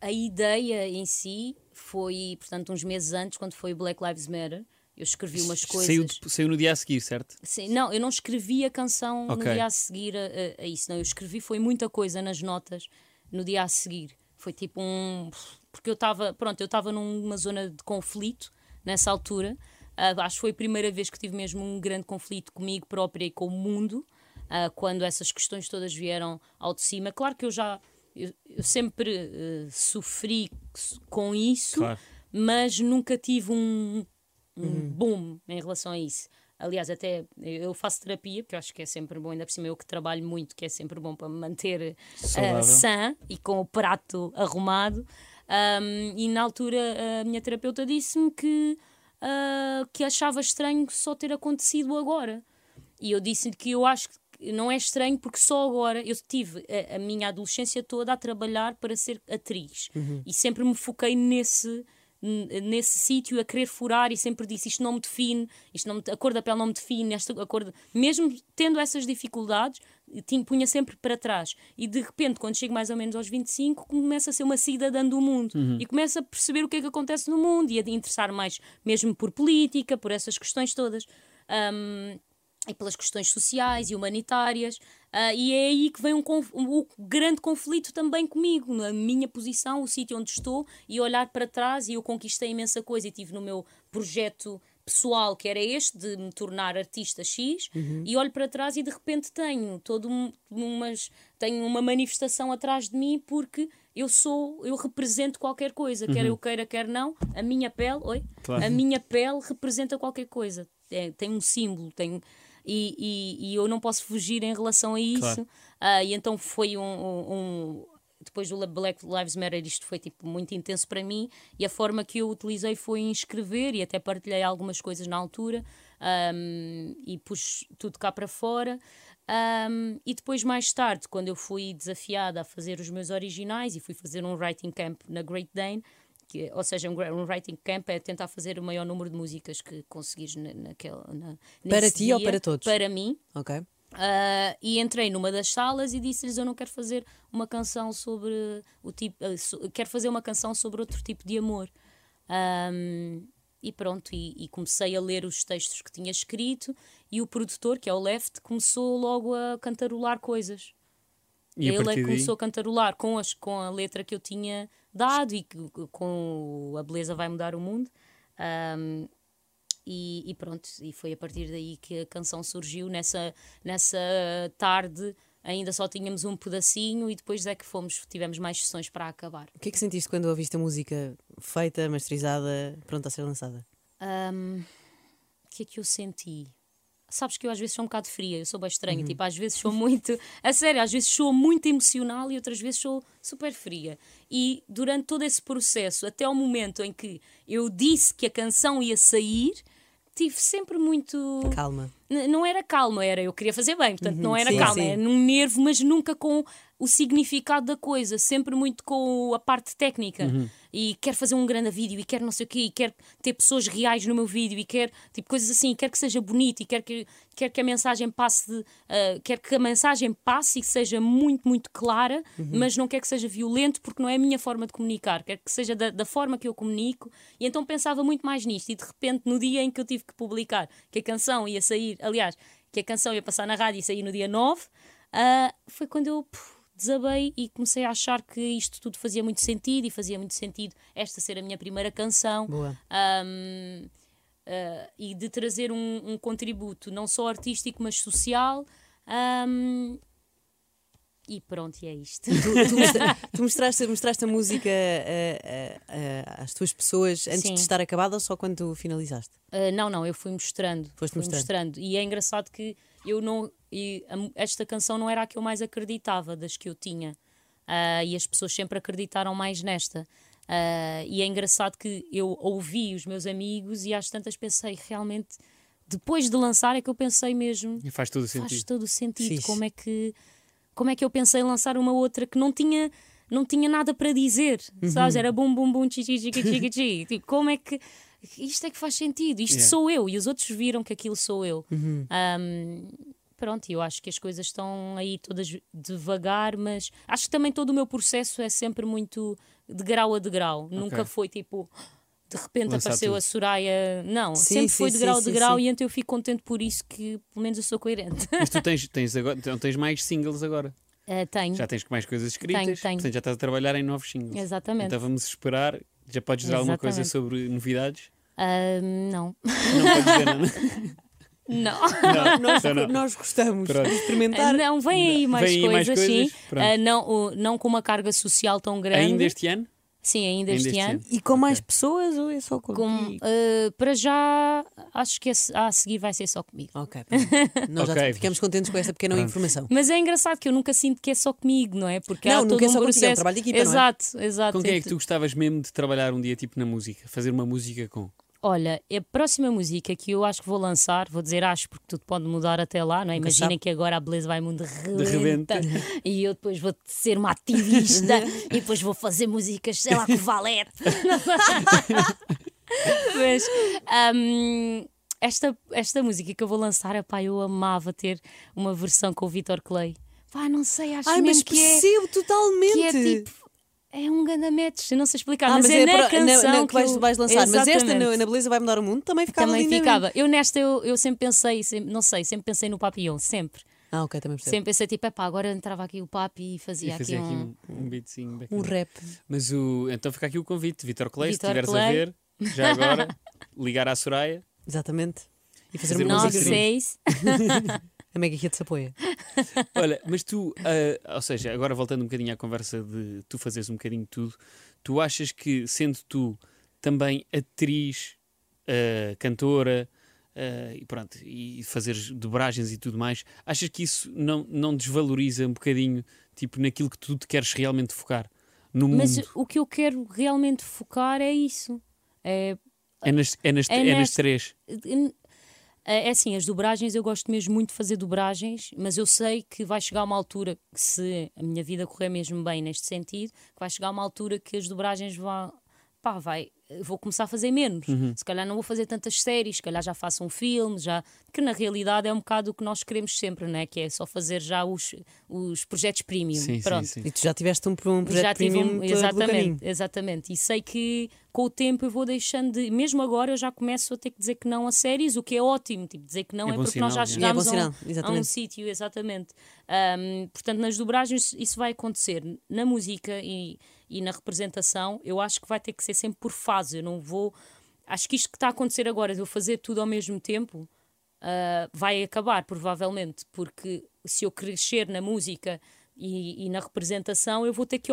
[SPEAKER 4] a ideia em si foi, portanto, uns meses antes, quando foi o Black Lives Matter. Eu escrevi umas coisas.
[SPEAKER 2] Saiu, de- saiu no dia a seguir, certo?
[SPEAKER 4] Sim, não, eu não escrevi a canção
[SPEAKER 2] Ok.
[SPEAKER 4] no dia a seguir a, a- a isso, não. Eu escrevi, foi muita coisa nas notas no dia a seguir. Foi tipo um. Porque eu estava, pronto, eu estava numa zona de conflito nessa altura. Ah, acho que foi a primeira vez que tive mesmo um grande conflito comigo própria e com o mundo, ah, quando essas questões todas vieram ao de cima. Claro que eu já. Eu, eu sempre eh, sofri com isso,
[SPEAKER 2] Claro.
[SPEAKER 4] mas nunca tive um, um boom em relação a isso. Aliás, até eu faço terapia, porque eu acho que é sempre bom, ainda por cima eu que trabalho muito, que é sempre bom para me manter
[SPEAKER 2] Saudável.
[SPEAKER 4] eh, sã e com o prato arrumado. Ahm, e na altura a minha terapeuta disse-me que, ah, que achava estranho só ter acontecido agora. E eu disse-lhe que eu acho que não é estranho porque só agora eu tive a, a minha adolescência toda a trabalhar para ser atriz e sempre me foquei nesse n- nesse sítio a querer furar e sempre disse isto não me define isto não me- a cor da pele não me define esta a cor de-" mesmo tendo essas dificuldades tin- punha sempre para trás e de repente quando chego mais ou menos aos 25 começa a ser uma cidadã do mundo e começa a perceber o que é que acontece no mundo e a de interessar mais mesmo por política por essas questões todas Ahm, e pelas questões sociais e humanitárias. ah, e é aí que vem um, conf- um- o grande conflito também comigo, na minha posição, o sítio onde estou, e olhar para trás. E eu conquistei imensa coisa e tive no meu projeto pessoal, que era este, de me tornar artista X, e olho para trás e de repente tenho todo um, umas, tenho uma manifestação atrás de mim porque eu sou, eu represento qualquer coisa, quer eu queira, quer não, a minha pele, oi,
[SPEAKER 2] Claro.
[SPEAKER 4] a minha pele representa qualquer coisa. É, tem um símbolo, tem. E, e- e eu não posso fugir em relação a isso.
[SPEAKER 2] Claro.
[SPEAKER 4] Ah, e então foi um, um- um- Depois do Black Lives Matter, isto foi tipo, muito intenso para mim. E a forma que eu utilizei foi em escrever e até partilhei algumas coisas na altura. ahm, e pus tudo cá para fora. Ahm, e depois, mais tarde, quando eu fui desafiada a fazer os meus originais e fui fazer um writing camp na Great Dane, que, ou seja, um, gra- um writing camp é tentar fazer o maior número de músicas que conseguires na, naquela. na-
[SPEAKER 3] Para
[SPEAKER 4] nesse
[SPEAKER 3] ti ou
[SPEAKER 4] dia.
[SPEAKER 3] para todos?
[SPEAKER 4] Para mim.
[SPEAKER 3] Ok.
[SPEAKER 4] Ah, e entrei numa das salas e disse-lhes: Eu não quero fazer uma canção sobre o tipo. ah, so- quero fazer uma canção sobre outro tipo de amor. Ahm, e pronto, e, e comecei a ler os textos que tinha escrito, e o produtor, que é o Left, começou logo a cantarolar coisas
[SPEAKER 2] E a
[SPEAKER 4] ele é
[SPEAKER 2] partir
[SPEAKER 4] que
[SPEAKER 2] daí-
[SPEAKER 4] começou a cantarolar com, as, com a letra que eu tinha dado e que- com o A Beleza Vai Mudar o Mundo. Ahm, e, e pronto, e foi a partir daí que a canção surgiu. Nessa, nessa tarde ainda só tínhamos um pedacinho e depois é que fomos, tivemos mais sessões para acabar.
[SPEAKER 3] O que é que sentiste quando ouviste a música feita, masterizada, pronta a ser lançada?
[SPEAKER 4] Ahm, o que é que eu senti? Sabes que eu às vezes sou um bocado fria, eu sou bem
[SPEAKER 3] Uhum.
[SPEAKER 4] estranha. Tipo, às vezes sou muito. A sério, às vezes sou muito emocional e outras vezes sou super fria. E durante todo esse processo, até o momento em que eu disse que a canção ia sair, tive sempre muito.
[SPEAKER 3] Calma.
[SPEAKER 4] N- Não era calma, era eu queria fazer bem, portanto não era
[SPEAKER 3] Uhum. sim,
[SPEAKER 4] calma,
[SPEAKER 3] sim.
[SPEAKER 4] era num nervo, mas nunca com o significado da coisa, sempre muito com a parte técnica. E quero fazer um grande vídeo, e quero não sei o quê, e quero ter pessoas reais no meu vídeo, e quero tipo coisas assim, e quero que seja bonito, e quero que, quero que a mensagem passe, de, ah, quero que a mensagem passe e que seja muito, muito clara, mas não quero que seja violento porque não é a minha forma de comunicar, quero que seja da, da forma que eu comunico. E então pensava muito mais nisto, e de repente, no dia em que eu tive que publicar que a canção ia sair, aliás, que a canção ia passar na rádio e sair no dia 9, ah, foi quando eu puf, desabei e comecei a achar que isto tudo fazia muito sentido e fazia muito sentido esta ser a minha primeira canção.
[SPEAKER 3] Boa.
[SPEAKER 4] Ahm, ah, e de trazer um, um contributo não só artístico, mas social. Ahm, e pronto, e é isto.
[SPEAKER 3] Tu, tu mostra- tu mostraste, mostraste a música eh, eh, eh, às tuas pessoas antes
[SPEAKER 4] Sim.
[SPEAKER 3] de estar acabada ou só quando tu finalizaste?
[SPEAKER 4] Ah, não, não, eu fui mostrando.
[SPEAKER 3] Foste
[SPEAKER 4] fui
[SPEAKER 3] mostrando.
[SPEAKER 4] E é engraçado que eu não. e a mu- esta canção não era a que eu mais acreditava das que eu tinha. Ah, e as pessoas sempre acreditaram mais nesta. Ah, e é engraçado que eu ouvi os meus amigos e às tantas pensei realmente. Depois de lançar é que eu pensei mesmo.
[SPEAKER 2] E faz todo o
[SPEAKER 4] Faz
[SPEAKER 2] sentido.
[SPEAKER 4] todo o sentido.
[SPEAKER 3] Fixe.
[SPEAKER 4] Como é que como é que eu pensei em lançar uma outra que não tinha não tinha nada para dizer,
[SPEAKER 2] Uhum.
[SPEAKER 4] sabes? Era bum bum bum chi chi chi chi, chi chi. Tipo, como é que isto é que faz sentido? Isto
[SPEAKER 2] Yeah. Uhum.
[SPEAKER 4] sou eu e os outros viram que aquilo sou eu. Ahm, Pronto, eu acho que as coisas estão aí todas devagar, mas acho que também todo o meu processo é sempre muito de grau a degrau. Nunca foi tipo, de repente
[SPEAKER 2] Lançar
[SPEAKER 4] apareceu
[SPEAKER 2] tudo.
[SPEAKER 4] a Soraya. Não,
[SPEAKER 3] Sim,
[SPEAKER 4] sempre
[SPEAKER 3] sim,
[SPEAKER 4] foi de
[SPEAKER 3] sim,
[SPEAKER 4] grau a
[SPEAKER 3] sim,
[SPEAKER 4] degrau
[SPEAKER 3] sim.
[SPEAKER 4] e então eu fico contente por isso que pelo menos eu sou coerente.
[SPEAKER 2] Mas tu tens, tens, agora, então tens mais singles agora.
[SPEAKER 4] Eh, tenho.
[SPEAKER 2] Já tens mais coisas escritas.
[SPEAKER 4] Tenho, tenho.
[SPEAKER 2] Portanto, já estás a trabalhar em novos singles.
[SPEAKER 4] Exatamente.
[SPEAKER 2] Então vamos esperar. Já podes dizer alguma coisa
[SPEAKER 4] Exatamente.
[SPEAKER 2] sobre novidades?
[SPEAKER 4] Ah, não.
[SPEAKER 2] Não podes dizer nada.
[SPEAKER 4] Não.
[SPEAKER 2] Não,
[SPEAKER 3] Nós,
[SPEAKER 2] então não.
[SPEAKER 3] nós gostamos
[SPEAKER 2] Pronto.
[SPEAKER 3] de
[SPEAKER 4] Ah,
[SPEAKER 3] experimentar.
[SPEAKER 4] Não, vem aí mais
[SPEAKER 2] Vem aí mais
[SPEAKER 4] coisas, sim.
[SPEAKER 2] coisas, pronto.
[SPEAKER 4] Ah, não, o- não com uma carga social tão grande.
[SPEAKER 2] Ainda este ano?
[SPEAKER 4] Sim, ainda, este, ano.
[SPEAKER 3] E com mais pessoas ou é só com.
[SPEAKER 4] Com, ah, para já, acho que esse- a seguir vai ser só comigo.
[SPEAKER 3] Ok, pronto. Nós
[SPEAKER 2] Ok,
[SPEAKER 3] já ficamos contentes com esta pequena informação.
[SPEAKER 4] Mas é engraçado que eu nunca sinto que é só comigo, não é? Porque
[SPEAKER 3] Não,
[SPEAKER 4] há
[SPEAKER 3] nunca
[SPEAKER 4] todo
[SPEAKER 3] é
[SPEAKER 4] um
[SPEAKER 3] só
[SPEAKER 4] processo.
[SPEAKER 3] contigo, é um trabalho de equipa, não é?
[SPEAKER 4] exato, exato.
[SPEAKER 2] Com quem é que tu gostavas mesmo de trabalhar um dia, tipo na música? Fazer uma música com?
[SPEAKER 4] Olha, a próxima música que eu acho que vou lançar, vou dizer acho porque tudo pode mudar até lá, não é? Imagina
[SPEAKER 3] sabe.
[SPEAKER 4] que agora a beleza vai mundo
[SPEAKER 2] rebenta.
[SPEAKER 4] rebenta e eu depois vou ser uma ativista e depois vou fazer músicas, sei lá, com valete. Mas hum, esta, esta música que eu vou lançar, epá, eu amava ter uma versão com o Vitor Clay. Pá, não sei, acho
[SPEAKER 3] Ai, mas
[SPEAKER 4] mesmo que é,
[SPEAKER 3] percebo
[SPEAKER 4] que é
[SPEAKER 3] totalmente.
[SPEAKER 4] tipo. É um ganda match, eu não sei explicar,
[SPEAKER 3] Ah,
[SPEAKER 4] mas, é, na
[SPEAKER 3] pro-
[SPEAKER 4] canção
[SPEAKER 3] na que vais,
[SPEAKER 4] eu-
[SPEAKER 3] vais lançar. Mas esta
[SPEAKER 4] Exatamente
[SPEAKER 3] na, na Beleza Vai Mudar o Mundo também ficava
[SPEAKER 4] também
[SPEAKER 3] lindamente.
[SPEAKER 4] ficava. Eu nesta, eu, eu sempre pensei, sempre- não sei, sempre pensei no Papillon, sempre.
[SPEAKER 3] Ah, ok, também percebo.
[SPEAKER 4] Sempre pensei tipo, epá, agora entrava aqui o Papi e
[SPEAKER 2] E
[SPEAKER 4] fazia,
[SPEAKER 2] fazer
[SPEAKER 4] aqui,
[SPEAKER 2] aqui
[SPEAKER 4] um.
[SPEAKER 2] um, um beatzinho.
[SPEAKER 3] Um
[SPEAKER 2] bacana.
[SPEAKER 3] rap.
[SPEAKER 2] Mas o, então fica aqui o convite, Vitor Clay, se
[SPEAKER 4] Vítor
[SPEAKER 2] estiveres a
[SPEAKER 4] Clay.
[SPEAKER 2] ver, já agora, ligar à Soraya.
[SPEAKER 3] Exatamente. E fazer
[SPEAKER 2] Fazer
[SPEAKER 3] uma
[SPEAKER 2] um
[SPEAKER 4] Não
[SPEAKER 3] música.
[SPEAKER 2] musiquinha.
[SPEAKER 4] sei.
[SPEAKER 3] A Mega Hits apoia.
[SPEAKER 2] Olha, mas tu, ah, ou seja, agora voltando um bocadinho à conversa de tu fazeres um bocadinho de tudo, tu achas que, sendo tu também atriz, ah, cantora, ah, e pronto, e fazeres dobragens e tudo mais, achas que isso não, não desvaloriza um bocadinho, tipo, naquilo que tu te queres realmente focar? No mundo?
[SPEAKER 4] Mas o que eu quero realmente focar é isso. É,
[SPEAKER 2] É nas, é nas,
[SPEAKER 4] É
[SPEAKER 2] é nas
[SPEAKER 4] neste-
[SPEAKER 2] três.
[SPEAKER 4] é assim, as dobragens, eu gosto mesmo muito de fazer dobragens, mas eu sei que vai chegar uma altura que, se a minha vida correr mesmo bem neste sentido, que vai chegar uma altura que as dobragens vão. Pá, vai. eh, Vou começar a fazer menos.
[SPEAKER 2] Uhum.
[SPEAKER 4] Se calhar não vou fazer tantas séries, se calhar já faço um filme, já. Que na realidade é um bocado o que nós queremos sempre, né? Que é só fazer já os, os projetos premium.
[SPEAKER 2] Sim,
[SPEAKER 4] Pronto.
[SPEAKER 2] sim, sim.
[SPEAKER 3] E tu já tiveste um, um projeto
[SPEAKER 4] Já tive
[SPEAKER 3] premium pelo-
[SPEAKER 4] um,
[SPEAKER 3] pelo caminho.
[SPEAKER 4] exatamente, exatamente. E sei que com o tempo eu vou deixando de. Mesmo agora eu já começo a ter que dizer que não a séries, o que é ótimo. Tipo, dizer que não
[SPEAKER 2] É
[SPEAKER 4] é,
[SPEAKER 2] bom
[SPEAKER 4] porque nós já
[SPEAKER 2] sinal,
[SPEAKER 3] é. É bom
[SPEAKER 4] chegámos a,
[SPEAKER 3] sinal,
[SPEAKER 4] um- a um
[SPEAKER 3] exatamente.
[SPEAKER 4] sítio, exatamente. Ahm, portanto, nas dobragens isso vai acontecer. Na música e, e na representação, eu acho que vai ter que ser sempre por fase. Eu não vou. Acho que isto que está a acontecer agora, de eu fazer tudo ao mesmo tempo, ah, vai acabar, provavelmente, porque se eu crescer na música e, e na representação, eu vou ter que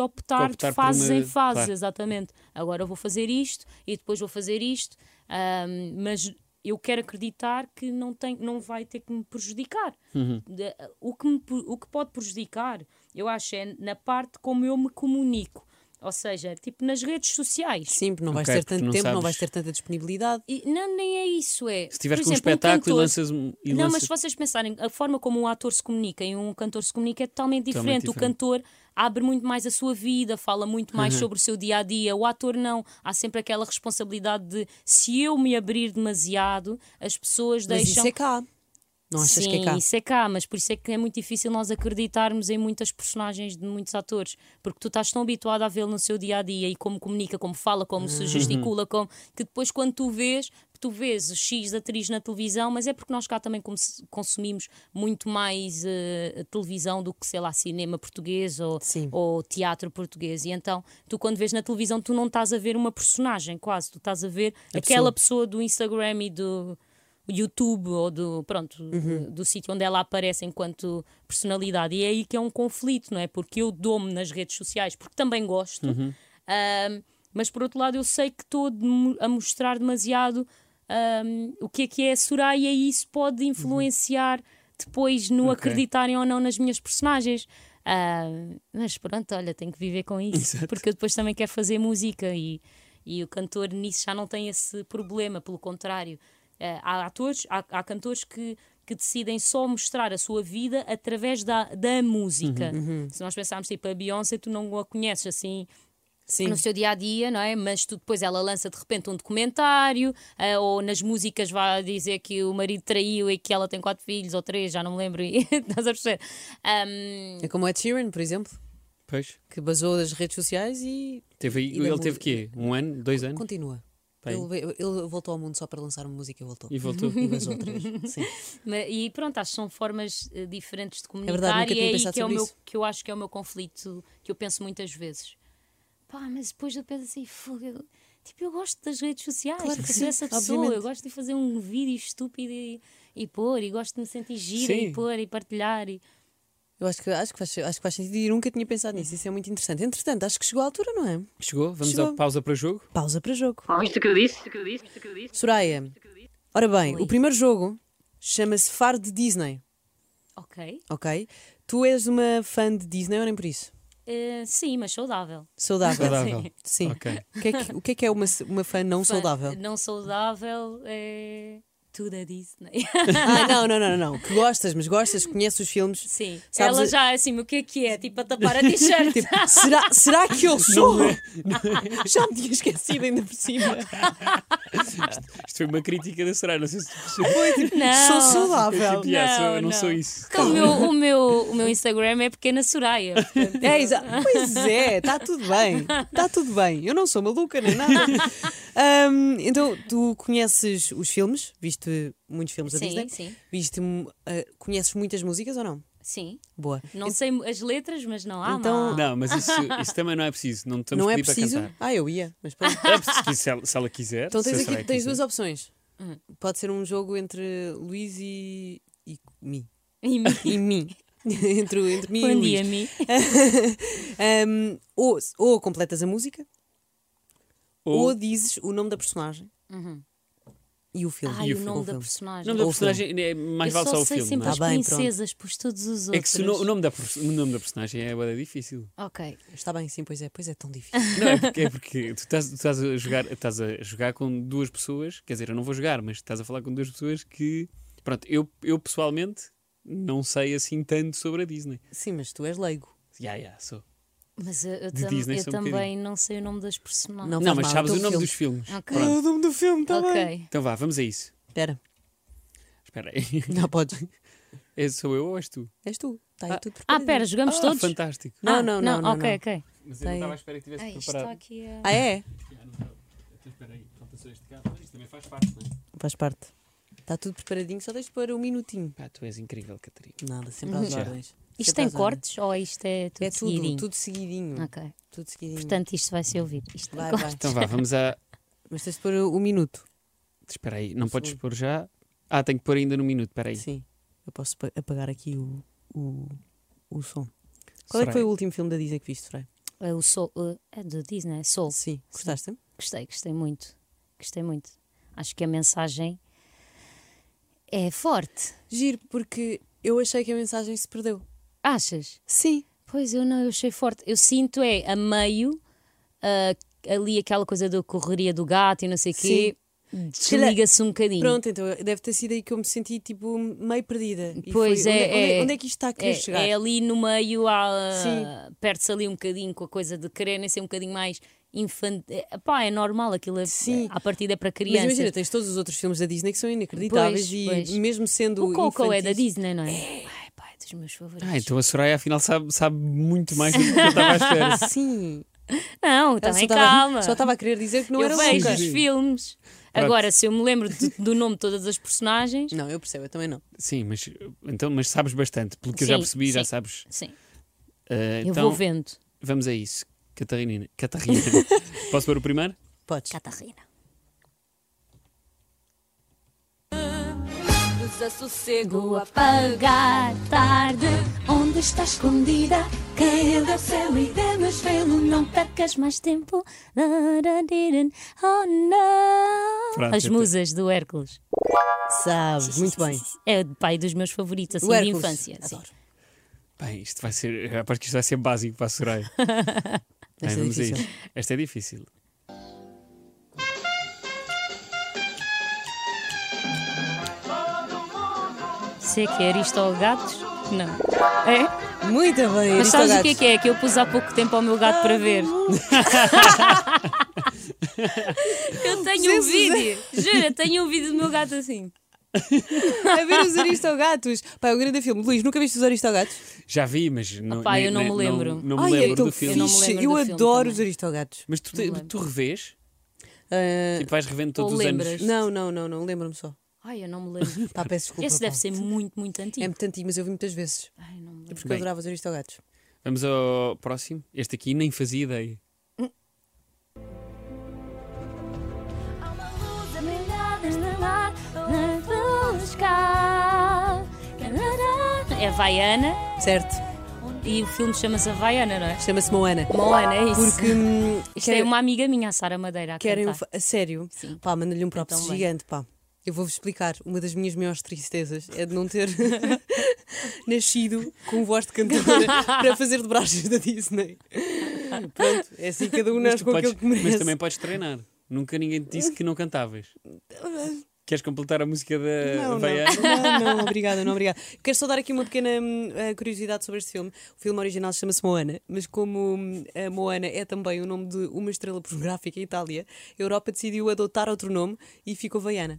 [SPEAKER 2] Optar
[SPEAKER 4] optar, de
[SPEAKER 2] por
[SPEAKER 4] fase
[SPEAKER 2] uma-
[SPEAKER 4] em fase,
[SPEAKER 2] claro.
[SPEAKER 4] exatamente. Agora eu vou fazer isto e depois vou fazer isto, ah, mas eu quero acreditar que não, tem, não vai ter que me prejudicar.
[SPEAKER 2] Uhum.
[SPEAKER 4] De- o, que me pu- o que pode prejudicar, eu acho, é na parte como eu me comunico. Ou seja, tipo nas redes sociais.
[SPEAKER 3] Sim, porque não vais
[SPEAKER 2] Ok,
[SPEAKER 3] ter
[SPEAKER 2] porque
[SPEAKER 3] tanto
[SPEAKER 2] não
[SPEAKER 3] tempo, não
[SPEAKER 2] sabes.
[SPEAKER 3] vais ter tanta disponibilidade.
[SPEAKER 4] E não, nem é isso, é.
[SPEAKER 2] Se tiveres
[SPEAKER 4] por
[SPEAKER 2] com um
[SPEAKER 4] exemplo,
[SPEAKER 2] espetáculo
[SPEAKER 4] cantor-
[SPEAKER 2] e lanças um. E
[SPEAKER 4] não, mas
[SPEAKER 2] lanças...
[SPEAKER 4] se vocês pensarem, a forma como um ator se comunica e um cantor se comunica é totalmente
[SPEAKER 2] Totalmente
[SPEAKER 4] diferente. O
[SPEAKER 2] diferente.
[SPEAKER 4] cantor abre muito mais a sua vida, fala muito mais sobre o seu dia a dia. O ator não. Há sempre aquela responsabilidade de se eu me abrir demasiado, as pessoas
[SPEAKER 3] Mas
[SPEAKER 4] deixam.
[SPEAKER 3] isso é cá. Não achas
[SPEAKER 4] Sim,
[SPEAKER 3] que é cá?
[SPEAKER 4] isso é cá, mas por isso é que é muito difícil nós acreditarmos em muitas personagens de muitos atores, porque tu estás tão habituado a vê-lo no seu dia a dia e como comunica, como fala, como
[SPEAKER 3] Uhum.
[SPEAKER 4] se gesticula, como, que depois quando tu vês, tu vês o X da atriz na televisão, mas é porque nós cá também come- consumimos muito mais eh, a televisão do que, sei lá, cinema português ou,
[SPEAKER 3] Sim.
[SPEAKER 4] ou teatro português. E então, tu quando vês na televisão, tu não estás a ver uma personagem quase, tu estás a ver aquela pessoa do Instagram e do. YouTube ou do pronto do, do sítio onde ela aparece enquanto personalidade e é aí que é um conflito não é porque eu dou-me nas redes sociais porque também gosto ahm, mas por outro lado eu sei que estou de mo- a mostrar demasiado ahm, o que é que é a Soraya e isso pode influenciar depois no
[SPEAKER 2] Ok.
[SPEAKER 4] acreditarem ou não nas minhas personagens Ahm, mas pronto olha tenho que viver com isso porque eu depois também quero fazer música e e o cantor nisso já não tem esse problema, pelo contrário. Eh, há atores, há, há cantores que, que decidem só mostrar a sua vida através da, da música. Se nós pensarmos tipo a Beyoncé, tu não a conheces assim
[SPEAKER 3] Sim.
[SPEAKER 4] no seu dia a dia, não é? Mas tu depois ela lança de repente um documentário, eh, ou nas músicas vai dizer que o marido traiu e que ela tem quatro filhos ou três, já não me lembro. e Estás a perceber? Ahm,
[SPEAKER 3] É como Ed Sheeran, por exemplo,
[SPEAKER 2] Pois.
[SPEAKER 3] que basou das redes sociais e
[SPEAKER 2] Teve,
[SPEAKER 3] E da
[SPEAKER 2] ele teve
[SPEAKER 3] música.
[SPEAKER 2] quê? Um ano? Dois anos?
[SPEAKER 3] continua.
[SPEAKER 2] Bem.
[SPEAKER 3] Ele, veio- ele voltou ao mundo só para lançar uma música e voltou.
[SPEAKER 2] E voltou.
[SPEAKER 3] E basou outras. Sim.
[SPEAKER 4] ma- e pronto, acho que são formas eh, diferentes de comunicar
[SPEAKER 3] verdade, nunca
[SPEAKER 4] e
[SPEAKER 3] tinha
[SPEAKER 4] é aí
[SPEAKER 3] pensado
[SPEAKER 4] que, é o
[SPEAKER 3] sobre
[SPEAKER 4] meu,
[SPEAKER 3] isso.
[SPEAKER 4] que eu acho que é o meu conflito que eu penso muitas vezes. Pá, mas depois eu penso assim, fogo, eu- tipo, eu gosto das redes sociais,
[SPEAKER 3] Claro que
[SPEAKER 4] porque
[SPEAKER 3] sim,
[SPEAKER 4] sou essa pessoa, eu
[SPEAKER 3] obviamente.
[SPEAKER 4] gosto de fazer um vídeo estúpido e, e pôr, e gosto de me sentir gira
[SPEAKER 2] Sim.
[SPEAKER 4] e pôr e partilhar. E...
[SPEAKER 3] Eu acho que, acho, que faz, acho que faz sentido e nunca tinha pensado nisso. Isso é muito interessante. Entretanto, acho que chegou a altura, não é?
[SPEAKER 2] Chegou? Vamos
[SPEAKER 3] Chegou.
[SPEAKER 2] à pausa para o jogo?
[SPEAKER 3] Pausa para jogo. Ouviste o que eu disse? Soraya, ora bem,
[SPEAKER 4] Oi.
[SPEAKER 3] o primeiro jogo chama-se Faro de Disney,
[SPEAKER 4] Ok.
[SPEAKER 3] ok? Tu és uma fã de Disney ou nem por isso?
[SPEAKER 4] Eh, sim, mas saudável.
[SPEAKER 3] Saudável.
[SPEAKER 2] Saudável.
[SPEAKER 3] Sim.
[SPEAKER 2] Ok.
[SPEAKER 3] O, que é que, o que é que é uma, uma fã não
[SPEAKER 4] Fã-
[SPEAKER 3] saudável?
[SPEAKER 4] Não saudável é tudo a Disney.
[SPEAKER 3] Ah, não, não, não, não, não. Que gostas, mas gostas, conheces os filmes.
[SPEAKER 4] Sim.
[SPEAKER 3] Sabes
[SPEAKER 4] Ela
[SPEAKER 3] a-
[SPEAKER 4] já é assim, o que é que é? Tipo a tapar a t-shirt.
[SPEAKER 3] Tipo, será, será que eu sou?
[SPEAKER 2] é.
[SPEAKER 3] Já me tinha esquecido ainda por cima.
[SPEAKER 2] Isto foi uma crítica da Soraya, não sei se tu percebes.
[SPEAKER 4] não.
[SPEAKER 3] Sou saudável.
[SPEAKER 2] Tipo, yeah, sou- eu não sou isso.
[SPEAKER 4] Então, o, meu, o, meu, o meu Instagram é Pequena Soraya. portanto,
[SPEAKER 3] É, exa- pois é, está tudo bem, está tudo bem. Eu não sou maluca nem nada. Ahm, então, tu conheces os filmes, viste muitos filmes da
[SPEAKER 4] Sim,
[SPEAKER 3] Disney?
[SPEAKER 4] sim.
[SPEAKER 3] Viste, mu- ah, conheces muitas músicas ou não?
[SPEAKER 4] Sim.
[SPEAKER 3] Boa.
[SPEAKER 4] Não sei as letras, mas não há
[SPEAKER 3] Então-
[SPEAKER 4] mal.
[SPEAKER 2] Não, mas isso, isso também não é preciso. Não estamos
[SPEAKER 3] não é
[SPEAKER 2] pedir
[SPEAKER 3] preciso.
[SPEAKER 2] para cantar.
[SPEAKER 3] Ah, eu ia, mas pronto.
[SPEAKER 2] É preciso, se, ela, se ela quiser.
[SPEAKER 3] Então
[SPEAKER 2] se a
[SPEAKER 3] tens
[SPEAKER 2] Soraya
[SPEAKER 3] aqui tens
[SPEAKER 2] quiser.
[SPEAKER 3] duas opções.
[SPEAKER 4] Hum.
[SPEAKER 3] Pode ser um jogo entre Luís e, e mim.
[SPEAKER 4] E me-
[SPEAKER 3] E mim. entre, o- entre mim e
[SPEAKER 4] Bom
[SPEAKER 3] o
[SPEAKER 4] dia,
[SPEAKER 3] Luís.
[SPEAKER 4] Mi.
[SPEAKER 3] Ahm, ou, ou completas a música, ou,
[SPEAKER 2] Ou
[SPEAKER 3] dizes o nome da personagem e o filme.
[SPEAKER 4] Uhum. Ai,
[SPEAKER 2] E
[SPEAKER 4] o
[SPEAKER 2] o
[SPEAKER 4] nome
[SPEAKER 3] filme?
[SPEAKER 4] da
[SPEAKER 2] o
[SPEAKER 4] personagem.
[SPEAKER 2] nome da
[SPEAKER 3] ou o filme.
[SPEAKER 2] personagem é mais
[SPEAKER 4] Eu
[SPEAKER 2] vale só
[SPEAKER 4] só
[SPEAKER 2] o
[SPEAKER 4] sei
[SPEAKER 2] filme.
[SPEAKER 4] sempre
[SPEAKER 2] não é?
[SPEAKER 4] as
[SPEAKER 3] Tá bem, pronto.
[SPEAKER 4] princesas, pois todos os outros.
[SPEAKER 2] É que se o no- o nome da, pers- o nome da personagem é bué da difícil.
[SPEAKER 4] Ok.
[SPEAKER 3] Está bem, sim, pois é, pois é tão difícil.
[SPEAKER 2] Não, é porque, é porque tu, estás, tu estás a jogar, estás a jogar com duas pessoas, quer dizer, eu não vou jogar, mas estás a falar com duas pessoas que. Pronto, eu, eu pessoalmente não sei assim tanto sobre a Disney.
[SPEAKER 3] sim, mas tu és leigo.
[SPEAKER 2] Ya, ya, sou.
[SPEAKER 4] Mas eu, eu
[SPEAKER 2] De
[SPEAKER 4] tam-
[SPEAKER 2] Disney
[SPEAKER 4] eu
[SPEAKER 2] só um
[SPEAKER 4] também
[SPEAKER 2] bocadinho.
[SPEAKER 4] não sei o nome das personagens.
[SPEAKER 3] Não,
[SPEAKER 2] Não,
[SPEAKER 3] faz
[SPEAKER 2] mas
[SPEAKER 3] mal,
[SPEAKER 2] sabes
[SPEAKER 3] então
[SPEAKER 2] o nome
[SPEAKER 3] filme.
[SPEAKER 2] dos filmes.
[SPEAKER 4] Ok.
[SPEAKER 2] Pronto,
[SPEAKER 3] o nome do filme,
[SPEAKER 4] tá
[SPEAKER 3] está
[SPEAKER 4] Ok.
[SPEAKER 2] então vá, vamos a isso.
[SPEAKER 3] Espera,
[SPEAKER 2] Espera aí.
[SPEAKER 3] não podes.
[SPEAKER 2] É, sou eu ou és tu?
[SPEAKER 3] És tu, está aí tudo
[SPEAKER 4] Ah,
[SPEAKER 3] preparado.
[SPEAKER 4] pera, jogamos
[SPEAKER 2] Ah,
[SPEAKER 4] todos?
[SPEAKER 2] fantástico.
[SPEAKER 3] Não,
[SPEAKER 4] Ah,
[SPEAKER 3] não, não, não,
[SPEAKER 4] Ok,
[SPEAKER 3] não.
[SPEAKER 4] ok.
[SPEAKER 2] Mas
[SPEAKER 3] eu não Tem- estava à
[SPEAKER 2] espera que Então,
[SPEAKER 4] Ai, isto está aqui a...
[SPEAKER 3] Ah, é?
[SPEAKER 2] Espera aí, falta só este caso, mas isto também faz parte, não é?
[SPEAKER 3] Faz parte. Está Tá tudo preparadinho, só deixo pôr um minutinho.
[SPEAKER 2] Pá, tu és incrível, Catarina.
[SPEAKER 3] Nada, sempre às
[SPEAKER 2] Já.
[SPEAKER 3] ordens.
[SPEAKER 4] Uhum. Isto
[SPEAKER 3] Sempre
[SPEAKER 4] tem
[SPEAKER 3] às ordens.
[SPEAKER 4] cortes ou isto é tudo
[SPEAKER 3] É tudo,
[SPEAKER 4] seguidinho?
[SPEAKER 3] tudo seguidinho.
[SPEAKER 4] Ok.
[SPEAKER 3] Tudo seguidinho.
[SPEAKER 4] Portanto, isto vai ser ouvido. Isto
[SPEAKER 3] vai,
[SPEAKER 4] agora-
[SPEAKER 3] vai.
[SPEAKER 2] Então vá, vamos a.
[SPEAKER 3] Mas tens de pôr um minuto.
[SPEAKER 2] Espera aí, não podes pôr já. Ah, tenho que pôr ainda no minuto, espera aí.
[SPEAKER 3] Sim. Eu posso pa- apagar aqui o, o, o som. Qual é que foi o último filme da Disney que viste, Frei?
[SPEAKER 4] É o Soul. eh, É do Disney, Soul.
[SPEAKER 3] Sim. Gostaste?
[SPEAKER 4] Gostei, gostei muito. Gostei muito. Acho que a mensagem é forte.
[SPEAKER 3] Giro, porque eu achei que a mensagem se perdeu.
[SPEAKER 4] Achas?
[SPEAKER 3] Sim.
[SPEAKER 4] Pois eu não, eu achei forte. Eu sinto é a meio ah, ali aquela coisa da correria do gato e não sei o quê.
[SPEAKER 3] calhar-
[SPEAKER 4] Desliga-se um bocadinho.
[SPEAKER 3] Pronto, então deve ter sido aí que eu me senti tipo meio perdida. E
[SPEAKER 4] Pois
[SPEAKER 3] foi, Onde,
[SPEAKER 4] é,
[SPEAKER 3] onde
[SPEAKER 4] é.
[SPEAKER 3] onde é que isto está a querer
[SPEAKER 4] É,
[SPEAKER 3] chegar?
[SPEAKER 4] é ali no meio, há-
[SPEAKER 3] Sim.
[SPEAKER 4] perde-se ali um bocadinho com a coisa de quererem ser um bocadinho mais infantil. Pá, é normal aquilo. É,
[SPEAKER 3] Sim.
[SPEAKER 4] A partida é para
[SPEAKER 3] Mas
[SPEAKER 4] crianças.
[SPEAKER 3] imagina, tens todos os outros filmes da Disney que são inacreditáveis
[SPEAKER 4] Pois,
[SPEAKER 3] e
[SPEAKER 4] pois.
[SPEAKER 3] mesmo sendo.
[SPEAKER 4] O Coco é da
[SPEAKER 3] infantis-
[SPEAKER 4] Disney, não é? Ai, pá, é dos meus favoritos.
[SPEAKER 2] Ah, então a Soraya afinal sabe, sabe muito mais do que eu estava à espera.
[SPEAKER 3] Ah, Sim.
[SPEAKER 4] Não,
[SPEAKER 3] Ela só estava-
[SPEAKER 4] também Então, calma.
[SPEAKER 3] Só estava a querer dizer que não
[SPEAKER 4] eu
[SPEAKER 3] era
[SPEAKER 4] vejo
[SPEAKER 3] louca.
[SPEAKER 4] os filmes. Agora, se eu me lembro de- do nome de todas as personagens.
[SPEAKER 3] Não, eu percebo, eu também não.
[SPEAKER 2] Sim, mas, então, mas sabes bastante, pelo que eu já
[SPEAKER 4] Sim,
[SPEAKER 2] percebi, já
[SPEAKER 4] sim.
[SPEAKER 2] sabes.
[SPEAKER 4] Sim,
[SPEAKER 2] Ah,
[SPEAKER 4] eu
[SPEAKER 2] então
[SPEAKER 4] vou vendo.
[SPEAKER 2] vamos a isso. Catarina. Catarina. Posso pôr o primeiro?
[SPEAKER 3] Podes.
[SPEAKER 4] Catarina.
[SPEAKER 5] Chego a pagar tarde, onde está escondida? Quem é da céu e demas vê-lo, não percas mais tempo. Daradirin, Oh não!
[SPEAKER 2] Pronto,
[SPEAKER 4] As
[SPEAKER 2] eu-
[SPEAKER 4] musas do Hércules.
[SPEAKER 3] Sabes, muito bem.
[SPEAKER 4] É o pai dos meus favoritos, assim,
[SPEAKER 3] O
[SPEAKER 4] de
[SPEAKER 3] Hércules.
[SPEAKER 4] infância. sim.
[SPEAKER 3] Adoro.
[SPEAKER 2] Bem, isto vai ser. Aposto que isto vai ser básico para a Soraya. Bem,
[SPEAKER 3] Esta é
[SPEAKER 2] vamos a
[SPEAKER 3] difícil.
[SPEAKER 2] isso. Esta é difícil.
[SPEAKER 4] Sei que é Aristogatos? Não. É?
[SPEAKER 3] Muito bem.
[SPEAKER 4] Mas sabes o que é
[SPEAKER 3] Aristogatos.
[SPEAKER 4] que é? Que eu pus há pouco tempo ao meu gato para ver.
[SPEAKER 5] Ah,
[SPEAKER 4] Eu tenho um vídeo, jura, tenho um vídeo do meu gato assim.
[SPEAKER 3] A ver os Aristogatos. Pá, é um grande filme. Luís, nunca viste os Aristogatos?
[SPEAKER 2] Já vi, mas não,
[SPEAKER 4] Opá,
[SPEAKER 2] nem-
[SPEAKER 4] eu não
[SPEAKER 2] nem-
[SPEAKER 4] me lembro.
[SPEAKER 2] Não, não me
[SPEAKER 3] Ai,
[SPEAKER 2] lembro
[SPEAKER 3] é tão
[SPEAKER 2] do filme.
[SPEAKER 4] Eu não me
[SPEAKER 3] fixe.
[SPEAKER 4] lembro
[SPEAKER 3] Eu
[SPEAKER 4] do filme
[SPEAKER 3] adoro
[SPEAKER 4] também.
[SPEAKER 3] os Aristogatos.
[SPEAKER 2] Mas tu,
[SPEAKER 4] me
[SPEAKER 2] te-
[SPEAKER 4] lembro.
[SPEAKER 2] tu revês?
[SPEAKER 3] Ah,
[SPEAKER 2] Tipo, vais revendo
[SPEAKER 4] Ou
[SPEAKER 2] todos os
[SPEAKER 4] lembras?
[SPEAKER 2] anos.
[SPEAKER 3] não, não, não, não. Lembro-me só.
[SPEAKER 4] Ai, eu não me lembro.
[SPEAKER 3] Pá, peço desculpa.
[SPEAKER 4] Esse deve
[SPEAKER 3] Paulo.
[SPEAKER 4] ser muito, muito
[SPEAKER 3] É
[SPEAKER 4] antigo.
[SPEAKER 3] muito antigo, mas eu vi muitas vezes.
[SPEAKER 4] Ai, não me
[SPEAKER 3] É
[SPEAKER 4] lembro.
[SPEAKER 3] porque eu
[SPEAKER 2] Bem.
[SPEAKER 3] adorava os Aristogatos.
[SPEAKER 2] Vamos ao próximo. Este aqui nem fazia ideia.
[SPEAKER 5] Há uma luz a brilhar neste mar, na buscar.
[SPEAKER 4] É Vaiana
[SPEAKER 3] Certo.
[SPEAKER 4] e o filme chama-se Vaiana, não é?
[SPEAKER 3] Chama-se Moana.
[SPEAKER 4] Moana, é isso.
[SPEAKER 3] Porque hum,
[SPEAKER 4] Isto
[SPEAKER 3] querem-
[SPEAKER 4] é uma amiga minha, a Sara Madeira. A
[SPEAKER 3] querem. um
[SPEAKER 4] cantar.
[SPEAKER 3] fa- A sério?
[SPEAKER 4] Sim.
[SPEAKER 3] Pá, manda-lhe um props
[SPEAKER 4] também.
[SPEAKER 3] gigante, pá. Eu vou-vos explicar. Uma das minhas maiores tristezas é de não ter nascido com voz de cantora para fazer dobragens da Disney. Pronto, é assim cada um
[SPEAKER 2] Mas,
[SPEAKER 3] nasce
[SPEAKER 2] tu
[SPEAKER 3] com
[SPEAKER 2] podes-
[SPEAKER 3] aquilo que merece.
[SPEAKER 2] mas também podes treinar. Nunca ninguém te disse que não cantavas. Queres completar a música da
[SPEAKER 3] Não,
[SPEAKER 2] Vaiana?
[SPEAKER 3] não, não, não, obrigada, não, obrigada. Quero só dar aqui uma pequena hum, eh, curiosidade sobre este filme. O filme original chama-se Moana, mas como hum, a Moana é também o nome de uma estrela pornográfica em Itália, a Europa decidiu adotar outro nome e ficou Vaiana.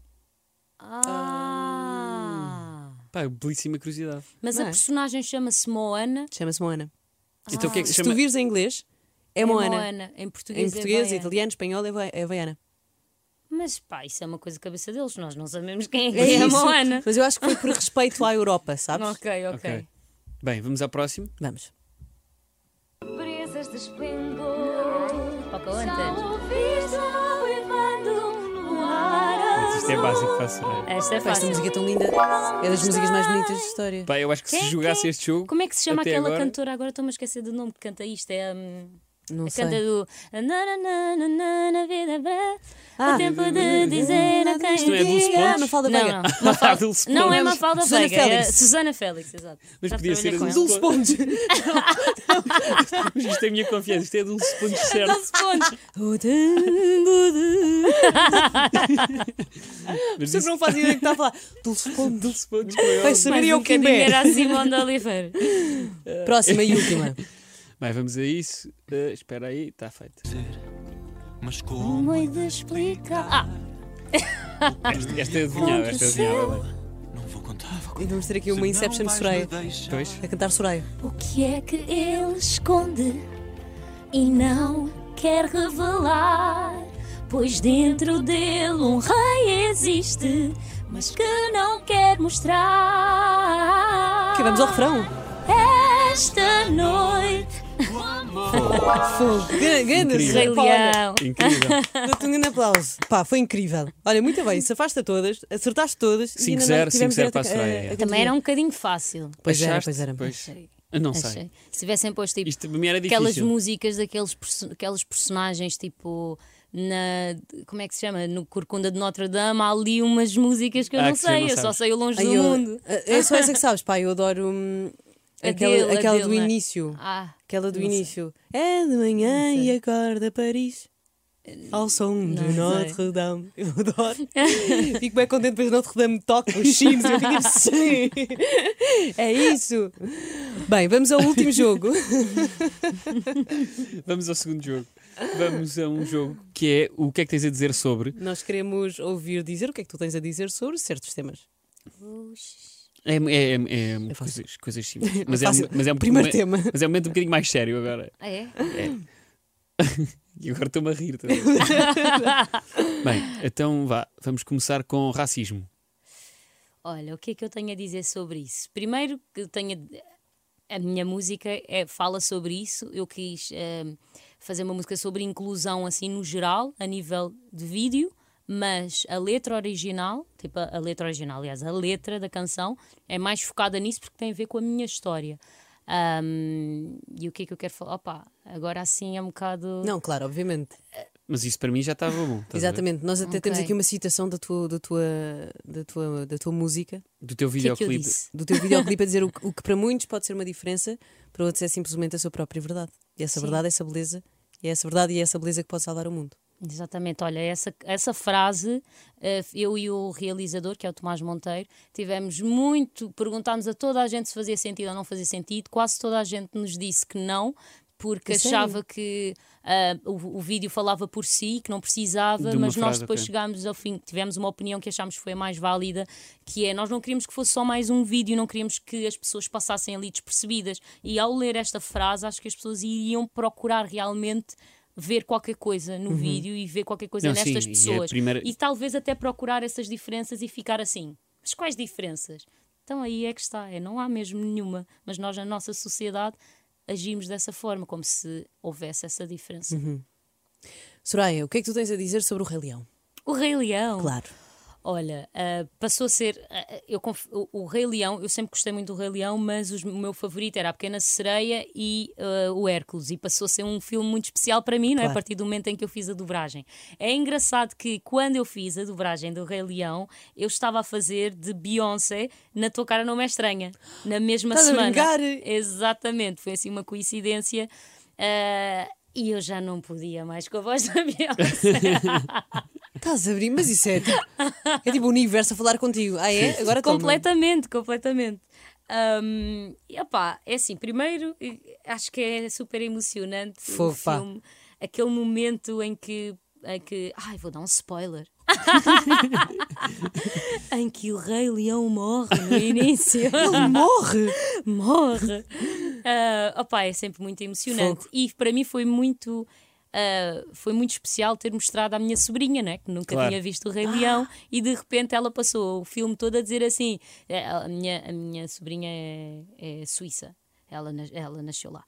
[SPEAKER 4] Ah.
[SPEAKER 2] Pá, belíssima curiosidade.
[SPEAKER 4] Mas
[SPEAKER 3] Não
[SPEAKER 4] a
[SPEAKER 3] é?
[SPEAKER 4] personagem chama-se Moana.
[SPEAKER 3] Chama-se Moana.
[SPEAKER 2] Então o
[SPEAKER 4] Ah.
[SPEAKER 2] que é que
[SPEAKER 3] Ah, Se
[SPEAKER 2] se chama?
[SPEAKER 3] tu vires em inglês, é, Moana.
[SPEAKER 4] Em português,
[SPEAKER 3] Em português,
[SPEAKER 4] é Vaiana.
[SPEAKER 3] italiano, espanhol, é Vai- é Vaiana.
[SPEAKER 4] Mas pá, isso é uma coisa da cabeça deles. Nós não sabemos quem é que
[SPEAKER 3] É
[SPEAKER 4] é, a
[SPEAKER 3] isso.
[SPEAKER 4] Moana.
[SPEAKER 3] Mas eu acho que foi por respeito à Europa, sabes?
[SPEAKER 4] Ok, ok.
[SPEAKER 2] Ok. Bem, vamos ao próximo.
[SPEAKER 3] Vamos.
[SPEAKER 5] Brisas de esplendor.
[SPEAKER 4] Pocahontas.
[SPEAKER 5] Só ouviste noivando no ar.
[SPEAKER 2] Isto é básico para chorar.
[SPEAKER 4] Esta
[SPEAKER 3] Pá,
[SPEAKER 4] é
[SPEAKER 3] esta
[SPEAKER 4] fácil.
[SPEAKER 3] música é tão linda. É das músicas mais bonitas da história.
[SPEAKER 2] Pá, eu acho que
[SPEAKER 4] Quem- é
[SPEAKER 2] se jogasse
[SPEAKER 4] quem-
[SPEAKER 2] este jogo.
[SPEAKER 4] Como é que se chama
[SPEAKER 2] até
[SPEAKER 4] aquela
[SPEAKER 2] agora-
[SPEAKER 4] cantora? Agora estou-me a esquecer do nome que canta isto. É hum,
[SPEAKER 3] Não
[SPEAKER 4] a
[SPEAKER 3] sei.
[SPEAKER 4] canta do. Na, na, na, na, na, na vida é breve.
[SPEAKER 3] Ah.
[SPEAKER 4] o tempo de dizer a quem
[SPEAKER 2] Isto não é Dulce Pontes?
[SPEAKER 4] diga.
[SPEAKER 3] Não, Ah, Mafalda
[SPEAKER 4] não,
[SPEAKER 3] Veiga.
[SPEAKER 4] não. Mafalda-
[SPEAKER 2] Ah, Dulce
[SPEAKER 4] não é
[SPEAKER 2] Pontes.
[SPEAKER 4] Mafalda
[SPEAKER 3] Susana
[SPEAKER 4] Veiga, é
[SPEAKER 3] Félix.
[SPEAKER 4] Susana Félix, exato.
[SPEAKER 2] Mas
[SPEAKER 4] Já
[SPEAKER 2] podia ser
[SPEAKER 4] trabalhei
[SPEAKER 2] a
[SPEAKER 4] com
[SPEAKER 2] Dulce
[SPEAKER 4] ela.
[SPEAKER 3] Pontes.
[SPEAKER 2] Isto é a minha confiança. Isto é Dulce Pontes certo.
[SPEAKER 4] Dulce Pontes.
[SPEAKER 3] O tango de...
[SPEAKER 2] Mas
[SPEAKER 3] Pessoas
[SPEAKER 2] disse
[SPEAKER 3] que não fazem ideia do que está a falar. Dulce Pontes.
[SPEAKER 2] Dulce Pontes com ela.
[SPEAKER 3] Vai saber
[SPEAKER 4] Mais
[SPEAKER 3] eu
[SPEAKER 4] um
[SPEAKER 3] quem
[SPEAKER 4] bocadinho
[SPEAKER 3] é.
[SPEAKER 4] era a Simone de Oliveira.
[SPEAKER 3] Próxima e última.
[SPEAKER 2] Bem, vamos a isso. Eh, espera aí, está feito.
[SPEAKER 1] Mas como
[SPEAKER 5] Hei de explicar.
[SPEAKER 2] Esta, esta é adivinhada, esta é adivinhada. bem.
[SPEAKER 1] não vou contar.
[SPEAKER 3] E vamos ter aqui uma Inception de Soraya.
[SPEAKER 2] Pois.
[SPEAKER 3] A cantar Soraya.
[SPEAKER 5] O que é que ele esconde e não quer revelar? Pois dentro dele um rei existe, mas que não quer mostrar.
[SPEAKER 3] Ok, vamos
[SPEAKER 4] Ah.
[SPEAKER 3] ao refrão.
[SPEAKER 5] Esta noite,
[SPEAKER 3] Fogo. Grande, grande
[SPEAKER 4] Rei
[SPEAKER 3] Soraya. Olha,
[SPEAKER 4] Leão.
[SPEAKER 2] Incrível.
[SPEAKER 3] Dou-te um grande aplauso. Pá, foi incrível. Olha, muito bem. Safaste a todas, acertaste todas. e ainda não
[SPEAKER 2] 5-0,
[SPEAKER 3] tivemos
[SPEAKER 2] 5-0 para a
[SPEAKER 3] direito
[SPEAKER 2] Soraya.
[SPEAKER 3] a- a- a
[SPEAKER 4] Também era
[SPEAKER 3] cantoria.
[SPEAKER 4] um bocadinho fácil.
[SPEAKER 3] Pois é, era,
[SPEAKER 2] Achaste?
[SPEAKER 3] pois era.
[SPEAKER 4] Achei.
[SPEAKER 2] Eu Não sei.
[SPEAKER 4] Achei. Se tivessem posto tipo,
[SPEAKER 2] Isto para mim era difícil.
[SPEAKER 4] aquelas músicas daqueles perso- aqueles personagens tipo na como é que se chama no Corcunda de Notre Dame há ali umas músicas que eu
[SPEAKER 2] Ah,
[SPEAKER 4] não
[SPEAKER 2] que tu
[SPEAKER 4] sei
[SPEAKER 2] não
[SPEAKER 4] eu só
[SPEAKER 2] sabes.
[SPEAKER 4] sei o longe
[SPEAKER 3] Ai,
[SPEAKER 4] do
[SPEAKER 3] eu-
[SPEAKER 4] mundo
[SPEAKER 3] É só essa que sabes, pá. Eu adoro hum,
[SPEAKER 4] A
[SPEAKER 3] aquela,
[SPEAKER 4] dele, a
[SPEAKER 3] aquela do
[SPEAKER 4] dele, não é?
[SPEAKER 3] início.
[SPEAKER 4] ah
[SPEAKER 3] Aquela do
[SPEAKER 4] não sei.
[SPEAKER 3] início. É de manhã e acorda Paris. Ao som de
[SPEAKER 4] não sei.
[SPEAKER 3] Notre Dame. Eu adoro. Fico bem contente, depois Notre Dame toca os chinos. Eu fico assim. É isso. Bem, vamos ao último jogo.
[SPEAKER 2] Vamos ao segundo jogo. Vamos a um jogo que é o que é que tens a dizer sobre.
[SPEAKER 3] Nós queremos ouvir dizer o que é que tu tens a dizer sobre certos temas.
[SPEAKER 2] É, é- é- é
[SPEAKER 3] fácil.
[SPEAKER 2] coisas, coisas simples. Mas é, um-
[SPEAKER 3] fácil.
[SPEAKER 2] mas é um
[SPEAKER 3] Primeiro
[SPEAKER 2] uma-
[SPEAKER 3] tema.
[SPEAKER 2] Mas é um momento um bocadinho mais sério agora.
[SPEAKER 4] Ah, é
[SPEAKER 2] E agora estou-me a rir. também. Bem, então vá, vamos começar com racismo.
[SPEAKER 4] olha o que é que eu tenho a dizer sobre isso primeiro que eu tenho a, a minha música é fala sobre isso eu quis eh, fazer uma música sobre inclusão assim no geral a nível de vídeo mas a letra original, tipo a, a letra original, aliás, a letra da canção é mais focada nisso porque tem a ver com a minha história. Ahm, e o que é que eu quero falar? Opa, agora assim é um bocado.
[SPEAKER 3] Não, claro, obviamente.
[SPEAKER 2] Mas isso para mim já estava bom. estás a ver?
[SPEAKER 3] Exatamente. Nós até temos
[SPEAKER 4] Ok.
[SPEAKER 3] aqui uma citação da tua, da tua, da tua, da tua música,
[SPEAKER 2] Do teu
[SPEAKER 4] o que é que eu
[SPEAKER 2] videoclipe.
[SPEAKER 4] disse?
[SPEAKER 3] do teu videoclipe, a dizer o, que- o que para muitos pode ser uma diferença, para outros é simplesmente a sua própria verdade. E essa verdade, essa é beleza, e é essa verdade e essa beleza que pode salvar o mundo.
[SPEAKER 4] Exatamente, olha, essa, essa frase, eh, eu e o realizador, que é o Tomás Monteiro, tivemos muito, perguntámos a toda a gente se fazia sentido ou não fazia sentido, quase toda a gente nos disse que não, porque
[SPEAKER 3] A sério?
[SPEAKER 4] achava que ah, o, o vídeo falava por si, que não precisava,
[SPEAKER 2] De uma
[SPEAKER 4] mas nós
[SPEAKER 2] frase,
[SPEAKER 4] depois
[SPEAKER 2] ok.
[SPEAKER 4] chegámos ao fim, tivemos uma opinião que achámos que foi a mais válida, que é, nós não queríamos que fosse só mais um vídeo, não queríamos que as pessoas passassem ali despercebidas, e ao ler esta frase, acho que as pessoas iriam procurar realmente ver qualquer coisa no vídeo e ver qualquer coisa
[SPEAKER 2] Uhum. Não,
[SPEAKER 4] nestas
[SPEAKER 2] sim, e é a
[SPEAKER 4] pessoas.
[SPEAKER 2] primeira-
[SPEAKER 4] E talvez até procurar essas diferenças e ficar assim. Mas quais diferenças? Então aí é que está, é, não há mesmo nenhuma. Mas nós, na nossa sociedade, agimos dessa forma, como se houvesse essa diferença.
[SPEAKER 2] Uhum.
[SPEAKER 3] Soraya, o que é que tu tens a dizer sobre o Rei Leão?
[SPEAKER 4] O Rei Leão.
[SPEAKER 3] Claro.
[SPEAKER 4] Olha, ah, passou a ser. ah, eu conf- o, o Rei Leão, eu sempre gostei muito do Rei Leão, mas os- o meu favorito era a Pequena Sereia e ah, o Hércules. E passou a ser um filme muito especial para mim, não é?
[SPEAKER 3] Claro.
[SPEAKER 4] A partir do momento em que eu fiz a dobragem. É engraçado que quando eu fiz a dobragem do Rei Leão, eu estava a fazer de Beyoncé na tua cara não é estranha, na mesma
[SPEAKER 3] Estás a
[SPEAKER 4] semana.
[SPEAKER 3] brincar?
[SPEAKER 4] Exatamente, foi assim uma coincidência. Ah, e eu já não podia mais com a voz da Beyoncé.
[SPEAKER 3] Estás a abrir, mas isso é tipo, é tipo o universo a falar contigo. Ah, é? Agora toma.
[SPEAKER 4] completamente, completamente. Hum, e opá, é assim, primeiro eh, acho que é super emocionante o
[SPEAKER 3] Fogo, pá.
[SPEAKER 4] filme, aquele momento em que, em que ai, vou dar um spoiler. em que o Rei Leão morre no início.
[SPEAKER 3] Ele morre!
[SPEAKER 4] morre. Ah, opá, é sempre muito emocionante.
[SPEAKER 3] Fogo.
[SPEAKER 4] E para mim foi muito. ah, foi muito especial ter mostrado à minha sobrinha, né, que nunca
[SPEAKER 2] Claro.
[SPEAKER 4] tinha visto o Rei Leão,
[SPEAKER 3] Ah.
[SPEAKER 4] e de repente ela passou o filme todo a dizer assim: eh, a minha, a minha sobrinha é, é suíça, ela, nas- ela nasceu lá.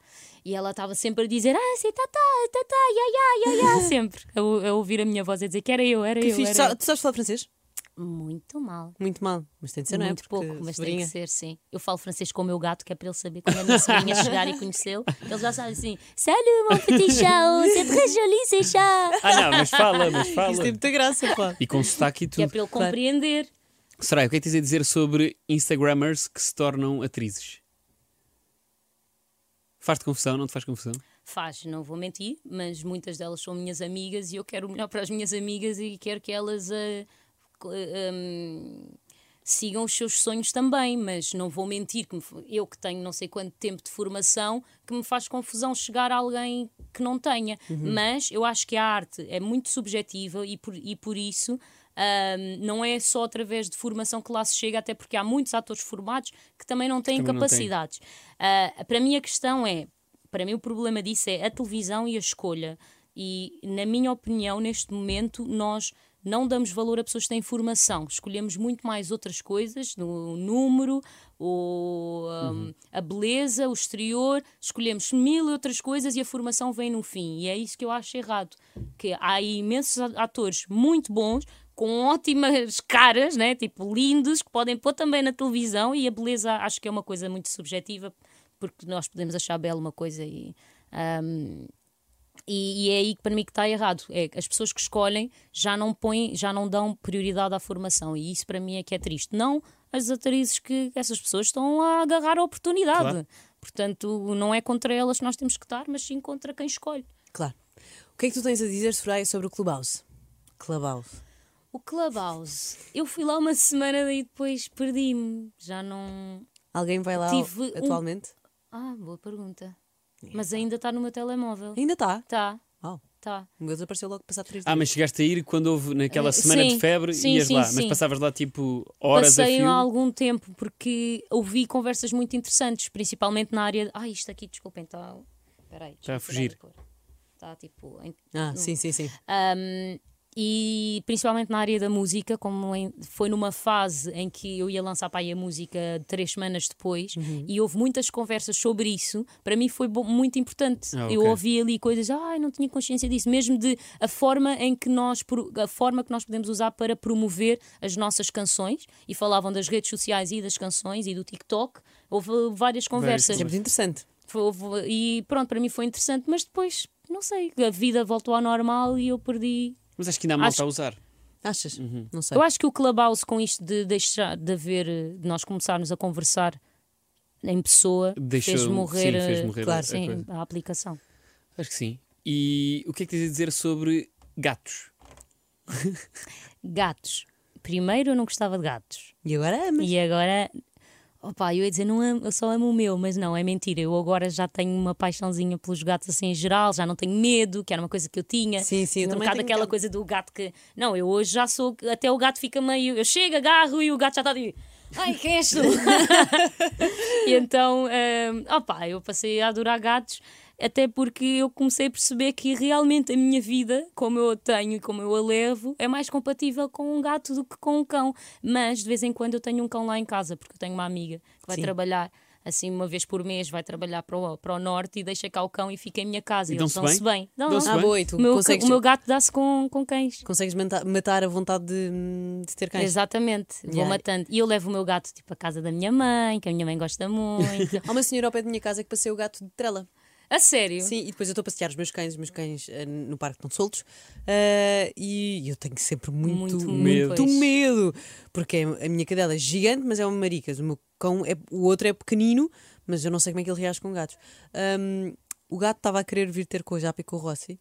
[SPEAKER 4] E ela estava sempre a dizer: Ah, sim, tá, tá, tá, tá, ia, ia, ia, ia", sempre a, ou- a ouvir a minha voz a dizer que era eu, era
[SPEAKER 3] Que
[SPEAKER 4] eu.
[SPEAKER 3] fixe.
[SPEAKER 4] Era
[SPEAKER 3] Sa- Tu sabes falar francês?
[SPEAKER 4] eu. Muito mal.
[SPEAKER 3] Muito mal. Mas tem de ser, não é?
[SPEAKER 4] Muito
[SPEAKER 3] Porque
[SPEAKER 4] pouco, mas tem
[SPEAKER 3] sobrinha.
[SPEAKER 4] que ser, sim. Eu falo francês com o meu gato, que é para ele saber quando a minha sobrinha chegar e conhecê-lo. Ele já sabe assim: Salut, mon petit chat, c'est très joli, c'est chat.
[SPEAKER 2] Ah, não, mas fala,
[SPEAKER 4] é
[SPEAKER 2] mas
[SPEAKER 3] Isso
[SPEAKER 2] fala.
[SPEAKER 3] tem muita graça, pá.
[SPEAKER 2] E com sotaque e
[SPEAKER 4] Que é
[SPEAKER 2] tudo.
[SPEAKER 4] para ele compreender.
[SPEAKER 2] Será? O que é que tens a dizer sobre Instagrammers que se tornam atrizes? Faz-te confusão? Não te faz confusão?
[SPEAKER 4] Faz, não vou mentir, mas muitas delas são minhas amigas e eu quero o melhor para as minhas amigas e quero que elas ah, co- ah, hum, sigam os seus sonhos também, mas não vou mentir que me f- eu que tenho não sei quanto tempo de formação que me faz confusão chegar a alguém que não tenha.
[SPEAKER 2] Uhum.
[SPEAKER 4] Mas eu acho que a arte é muito subjetiva e por, e por isso hum, não é só através de formação que lá se chega, até porque há muitos atores formados que também não têm
[SPEAKER 2] Também não têm.
[SPEAKER 4] capacidades. Ah, para mim a questão é, para mim o problema disso é a televisão e a escolha. E na minha opinião, neste momento, nós não damos valor a pessoas que têm formação. Escolhemos muito mais outras coisas, no número, o, hum, a beleza, o exterior. Escolhemos mil e outras coisas e a formação vem no fim. E é isso que eu acho errado. Que há imensos a- atores muito bons, com ótimas caras, né? tipo lindos, que podem pôr também na televisão. E a beleza acho que é uma coisa muito subjetiva, porque nós podemos achar bela uma coisa e. hum, e, e é aí que para mim que está errado. É que as pessoas que escolhem já não põem, já não dão prioridade à formação. E isso para mim é que é triste. Não as atrizes que essas pessoas estão a agarrar a oportunidade.
[SPEAKER 2] Claro.
[SPEAKER 4] Portanto, não é contra elas que nós temos que estar, mas sim contra quem escolhe.
[SPEAKER 3] Claro. O que é que tu tens a dizer, Soraya, sobre o Clubhouse? Clubhouse.
[SPEAKER 4] O Clubhouse, eu fui lá uma semana e depois perdi-me. Já não.
[SPEAKER 3] Alguém vai lá
[SPEAKER 4] Tive um-
[SPEAKER 3] atualmente?
[SPEAKER 4] Ah, boa pergunta. Mas
[SPEAKER 2] tá.
[SPEAKER 4] ainda está no meu telemóvel. Tá,
[SPEAKER 3] Ainda está.
[SPEAKER 4] Está,
[SPEAKER 3] Uau.
[SPEAKER 4] está.
[SPEAKER 3] O meu desapareceu logo passado três dias.
[SPEAKER 2] Ah, mas chegaste a ir quando houve naquela
[SPEAKER 4] Eh,
[SPEAKER 2] semana
[SPEAKER 4] sim,
[SPEAKER 2] de febre
[SPEAKER 4] sim,
[SPEAKER 2] ias
[SPEAKER 4] sim,
[SPEAKER 2] lá, mas
[SPEAKER 4] sim.
[SPEAKER 2] passavas lá tipo horas a
[SPEAKER 4] Passei
[SPEAKER 2] fio.
[SPEAKER 4] algum tempo porque ouvi conversas muito interessantes, principalmente na área. Ah, isto aqui, desculpem, tá. está. Espera aí.
[SPEAKER 2] Está Tá a fugir.
[SPEAKER 4] Está tipo. em-
[SPEAKER 3] Ah, sim, sim, sim.
[SPEAKER 4] Um, e principalmente na área da música, como em- foi numa fase em que eu ia lançar para aí a música três semanas depois,
[SPEAKER 2] Uhum.
[SPEAKER 4] e houve muitas conversas sobre isso, para mim foi bo- muito importante.
[SPEAKER 2] Ah,
[SPEAKER 4] Eu
[SPEAKER 2] ok.
[SPEAKER 4] ouvi ali coisas, ai, não tinha consciência disso, mesmo de a forma em que nós pro- a forma que nós podemos usar para promover as nossas canções, e falavam das redes sociais e das canções e do TikTok. Houve várias
[SPEAKER 2] conversas.
[SPEAKER 4] conversas.
[SPEAKER 3] Sempre é interessante.
[SPEAKER 4] Foi- houve- e pronto, para mim foi interessante, mas depois, não sei, a vida voltou ao normal e eu perdi.
[SPEAKER 2] Mas acho que ainda há malta
[SPEAKER 4] Acho-
[SPEAKER 2] a usar.
[SPEAKER 3] Achas? Não sei.
[SPEAKER 4] Eu acho que o Clubhouse, com isto de deixar de haver, eh, de nós começarmos a conversar em pessoa,
[SPEAKER 2] Deixou,
[SPEAKER 4] fez morrer,
[SPEAKER 2] sim, fez
[SPEAKER 4] eh,
[SPEAKER 2] morrer
[SPEAKER 3] claro,
[SPEAKER 2] a- a
[SPEAKER 4] sim,
[SPEAKER 2] coisa.
[SPEAKER 4] a aplicação.
[SPEAKER 2] Acho que sim. E o que é que tens a dizer sobre Gatos.
[SPEAKER 4] Gatos. Primeiro eu não gostava de gatos.
[SPEAKER 3] E agora amas.
[SPEAKER 4] E agora. Opa, eu ia dizer, não amo- eu só amo o meu, mas não, é mentira. Eu agora já tenho uma paixãozinha pelos gatos assim em geral, já não tenho medo, que era uma coisa que eu tinha.
[SPEAKER 3] Sim, sim, eu
[SPEAKER 4] Tinha um
[SPEAKER 3] também
[SPEAKER 4] bocado
[SPEAKER 3] tenho
[SPEAKER 4] aquela
[SPEAKER 3] medo.
[SPEAKER 4] coisa do gato que. Não, eu hoje já sou. Até o gato fica meio. Eu chego, agarro e o gato já está de. Ai, é quem és tu? e então, opa, eu passei a adorar gatos, até porque eu comecei a perceber que realmente a minha vida, como eu a tenho e como eu a levo, é mais compatível com um gato do que com um cão. Mas de vez em quando eu tenho um cão lá em casa, porque eu tenho uma amiga que vai
[SPEAKER 3] Sim.
[SPEAKER 4] trabalhar. Assim, uma vez por mês vai trabalhar para o, para o norte e deixa cá o cão e fica em minha
[SPEAKER 2] E
[SPEAKER 4] casa. eles
[SPEAKER 2] dão-se
[SPEAKER 4] dão-se bem. Dão,
[SPEAKER 2] Dão-se
[SPEAKER 4] dão.
[SPEAKER 3] Ah,
[SPEAKER 2] bem.
[SPEAKER 3] boa, e tu
[SPEAKER 4] O meu, cão-
[SPEAKER 3] consegues,
[SPEAKER 4] o meu gato dá-se com, com cães.
[SPEAKER 3] consegues manta- matar a vontade de, de ter cães.
[SPEAKER 4] Exatamente, vou
[SPEAKER 3] Yeah.
[SPEAKER 4] matando. E eu levo o meu gato tipo à casa da minha mãe, que a minha mãe gosta muito.
[SPEAKER 3] Há uma senhora ao pé da minha casa que passei o gato de trela.
[SPEAKER 4] a sério?
[SPEAKER 3] Sim, e depois eu estou a passear os meus cães, os meus cães eh, no parque estão soltos, eh, e eu tenho sempre muito,
[SPEAKER 4] Muito
[SPEAKER 2] medo.
[SPEAKER 3] muito
[SPEAKER 4] Pois.
[SPEAKER 3] medo, porque é- a minha cadela é gigante, mas é uma maricas. O meu cão é, o outro é pequenino, mas eu não sei como é que ele reage com gatos. Ahm, o gato estava a querer vir ter com a Japa e com o Rossi.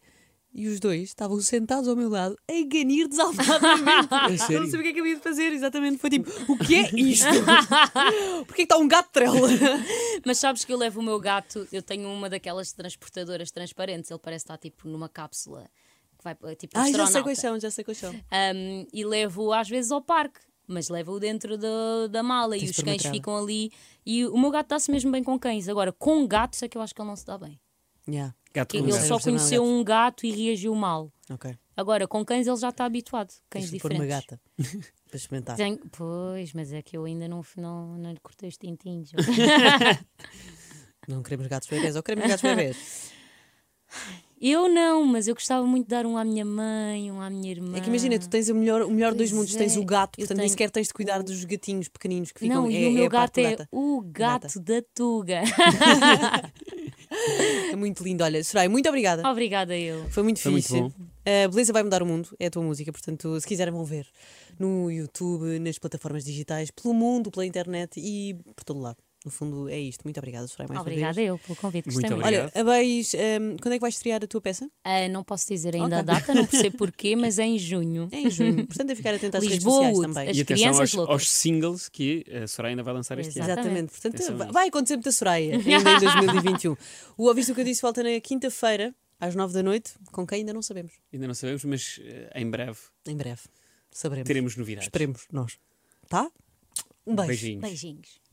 [SPEAKER 3] E os dois estavam sentados ao meu lado a ganir desalmadamente.
[SPEAKER 2] É
[SPEAKER 3] Eu não
[SPEAKER 2] sério?
[SPEAKER 3] sabia o que é que eu ia fazer, exatamente. Foi tipo, o que é isto? Porquê que está um gato de trela?
[SPEAKER 4] Mas sabes que eu levo o meu gato, eu tenho uma daquelas transportadoras transparentes, ele parece estar tipo numa cápsula que vai eh, tipo
[SPEAKER 3] Ai, já sei é
[SPEAKER 4] astronauta.
[SPEAKER 3] quais são, já sei quais são.
[SPEAKER 4] Um, e levo às vezes ao parque, mas levo-o dentro da- da mala
[SPEAKER 3] Tens
[SPEAKER 4] e
[SPEAKER 3] de
[SPEAKER 4] os cães
[SPEAKER 3] permatrada.
[SPEAKER 4] ficam ali. E o meu gato dá-se mesmo bem com cães. Agora, com gatos é que eu acho que ele não se dá bem.
[SPEAKER 3] Yeah,
[SPEAKER 2] Gato
[SPEAKER 4] Porque
[SPEAKER 2] com
[SPEAKER 4] ele
[SPEAKER 2] gato.
[SPEAKER 4] só
[SPEAKER 3] Não sei
[SPEAKER 4] conheceu
[SPEAKER 3] nada.
[SPEAKER 4] um gato e reagiu mal.
[SPEAKER 3] ok.
[SPEAKER 4] Agora, com cães ele já está habituado. Cães
[SPEAKER 3] Tens de pôr uma
[SPEAKER 4] diferentes.
[SPEAKER 3] gata para experimentar.
[SPEAKER 4] Tenho- Pois, mas é que eu ainda não, não, não lhe cortei os tintinhos.
[SPEAKER 3] Não queremos gatos bebês, ou queremos gatos bebês.
[SPEAKER 4] eu não, mas eu gostava muito de dar um à minha mãe, um à minha irmã.
[SPEAKER 3] É que imagina, tu tens o melhor, o melhor dos
[SPEAKER 4] Pois
[SPEAKER 3] mundos,
[SPEAKER 4] é,
[SPEAKER 3] tens o gato,
[SPEAKER 4] eu
[SPEAKER 3] portanto nem
[SPEAKER 4] tenho
[SPEAKER 3] sequer tens de cuidar dos gatinhos pequeninos que ficam
[SPEAKER 4] Não,
[SPEAKER 3] é,
[SPEAKER 4] e o meu
[SPEAKER 3] é a
[SPEAKER 4] gato
[SPEAKER 3] parte
[SPEAKER 4] é
[SPEAKER 3] gata.
[SPEAKER 4] o gato da Tuga.
[SPEAKER 3] É muito lindo. Olha, Soraya, muito obrigada.
[SPEAKER 4] Obrigada eu.
[SPEAKER 3] Foi muito
[SPEAKER 2] Foi muito
[SPEAKER 3] fixe. A Beleza vai mudar o mundo, é a tua música, portanto, se quiserem vão ver no YouTube, nas plataformas digitais, pelo mundo, pela internet e por todo lado. No fundo é isto. Muito obrigada, Soraya, mais uma vez.
[SPEAKER 4] Obrigada eu pelo convite. Gostei
[SPEAKER 2] Muito
[SPEAKER 4] muito.
[SPEAKER 2] obrigado.
[SPEAKER 3] Olha, a Beis, hum, quando é que vais estrear a tua peça?
[SPEAKER 4] Ah, não posso dizer ainda
[SPEAKER 3] Ok.
[SPEAKER 4] a data, não percebo porquê, mas é em junho.
[SPEAKER 3] É em junho. portanto, é ficar atento às
[SPEAKER 4] Lisboa,
[SPEAKER 3] redes
[SPEAKER 4] Wood,
[SPEAKER 3] sociais também.
[SPEAKER 4] as
[SPEAKER 2] E atenção
[SPEAKER 4] crianças
[SPEAKER 2] aos,
[SPEAKER 4] loucas.
[SPEAKER 2] aos singles que a Soraya ainda vai lançar este ano.
[SPEAKER 3] Exatamente.
[SPEAKER 4] Exatamente.
[SPEAKER 3] Portanto,
[SPEAKER 2] Atenção a
[SPEAKER 3] vai-
[SPEAKER 2] isso.
[SPEAKER 3] vai acontecer muita Soraya ainda em 2021. o Ouviste o que eu disse volta na quinta-feira, às nove da noite, com quem ainda não sabemos.
[SPEAKER 2] Ainda não sabemos, mas eh, em breve
[SPEAKER 3] Em breve saberemos.
[SPEAKER 2] teremos novidades.
[SPEAKER 3] Esperemos nós. Tá? Um beijo.
[SPEAKER 2] Beijinhos.
[SPEAKER 4] Beijinhos.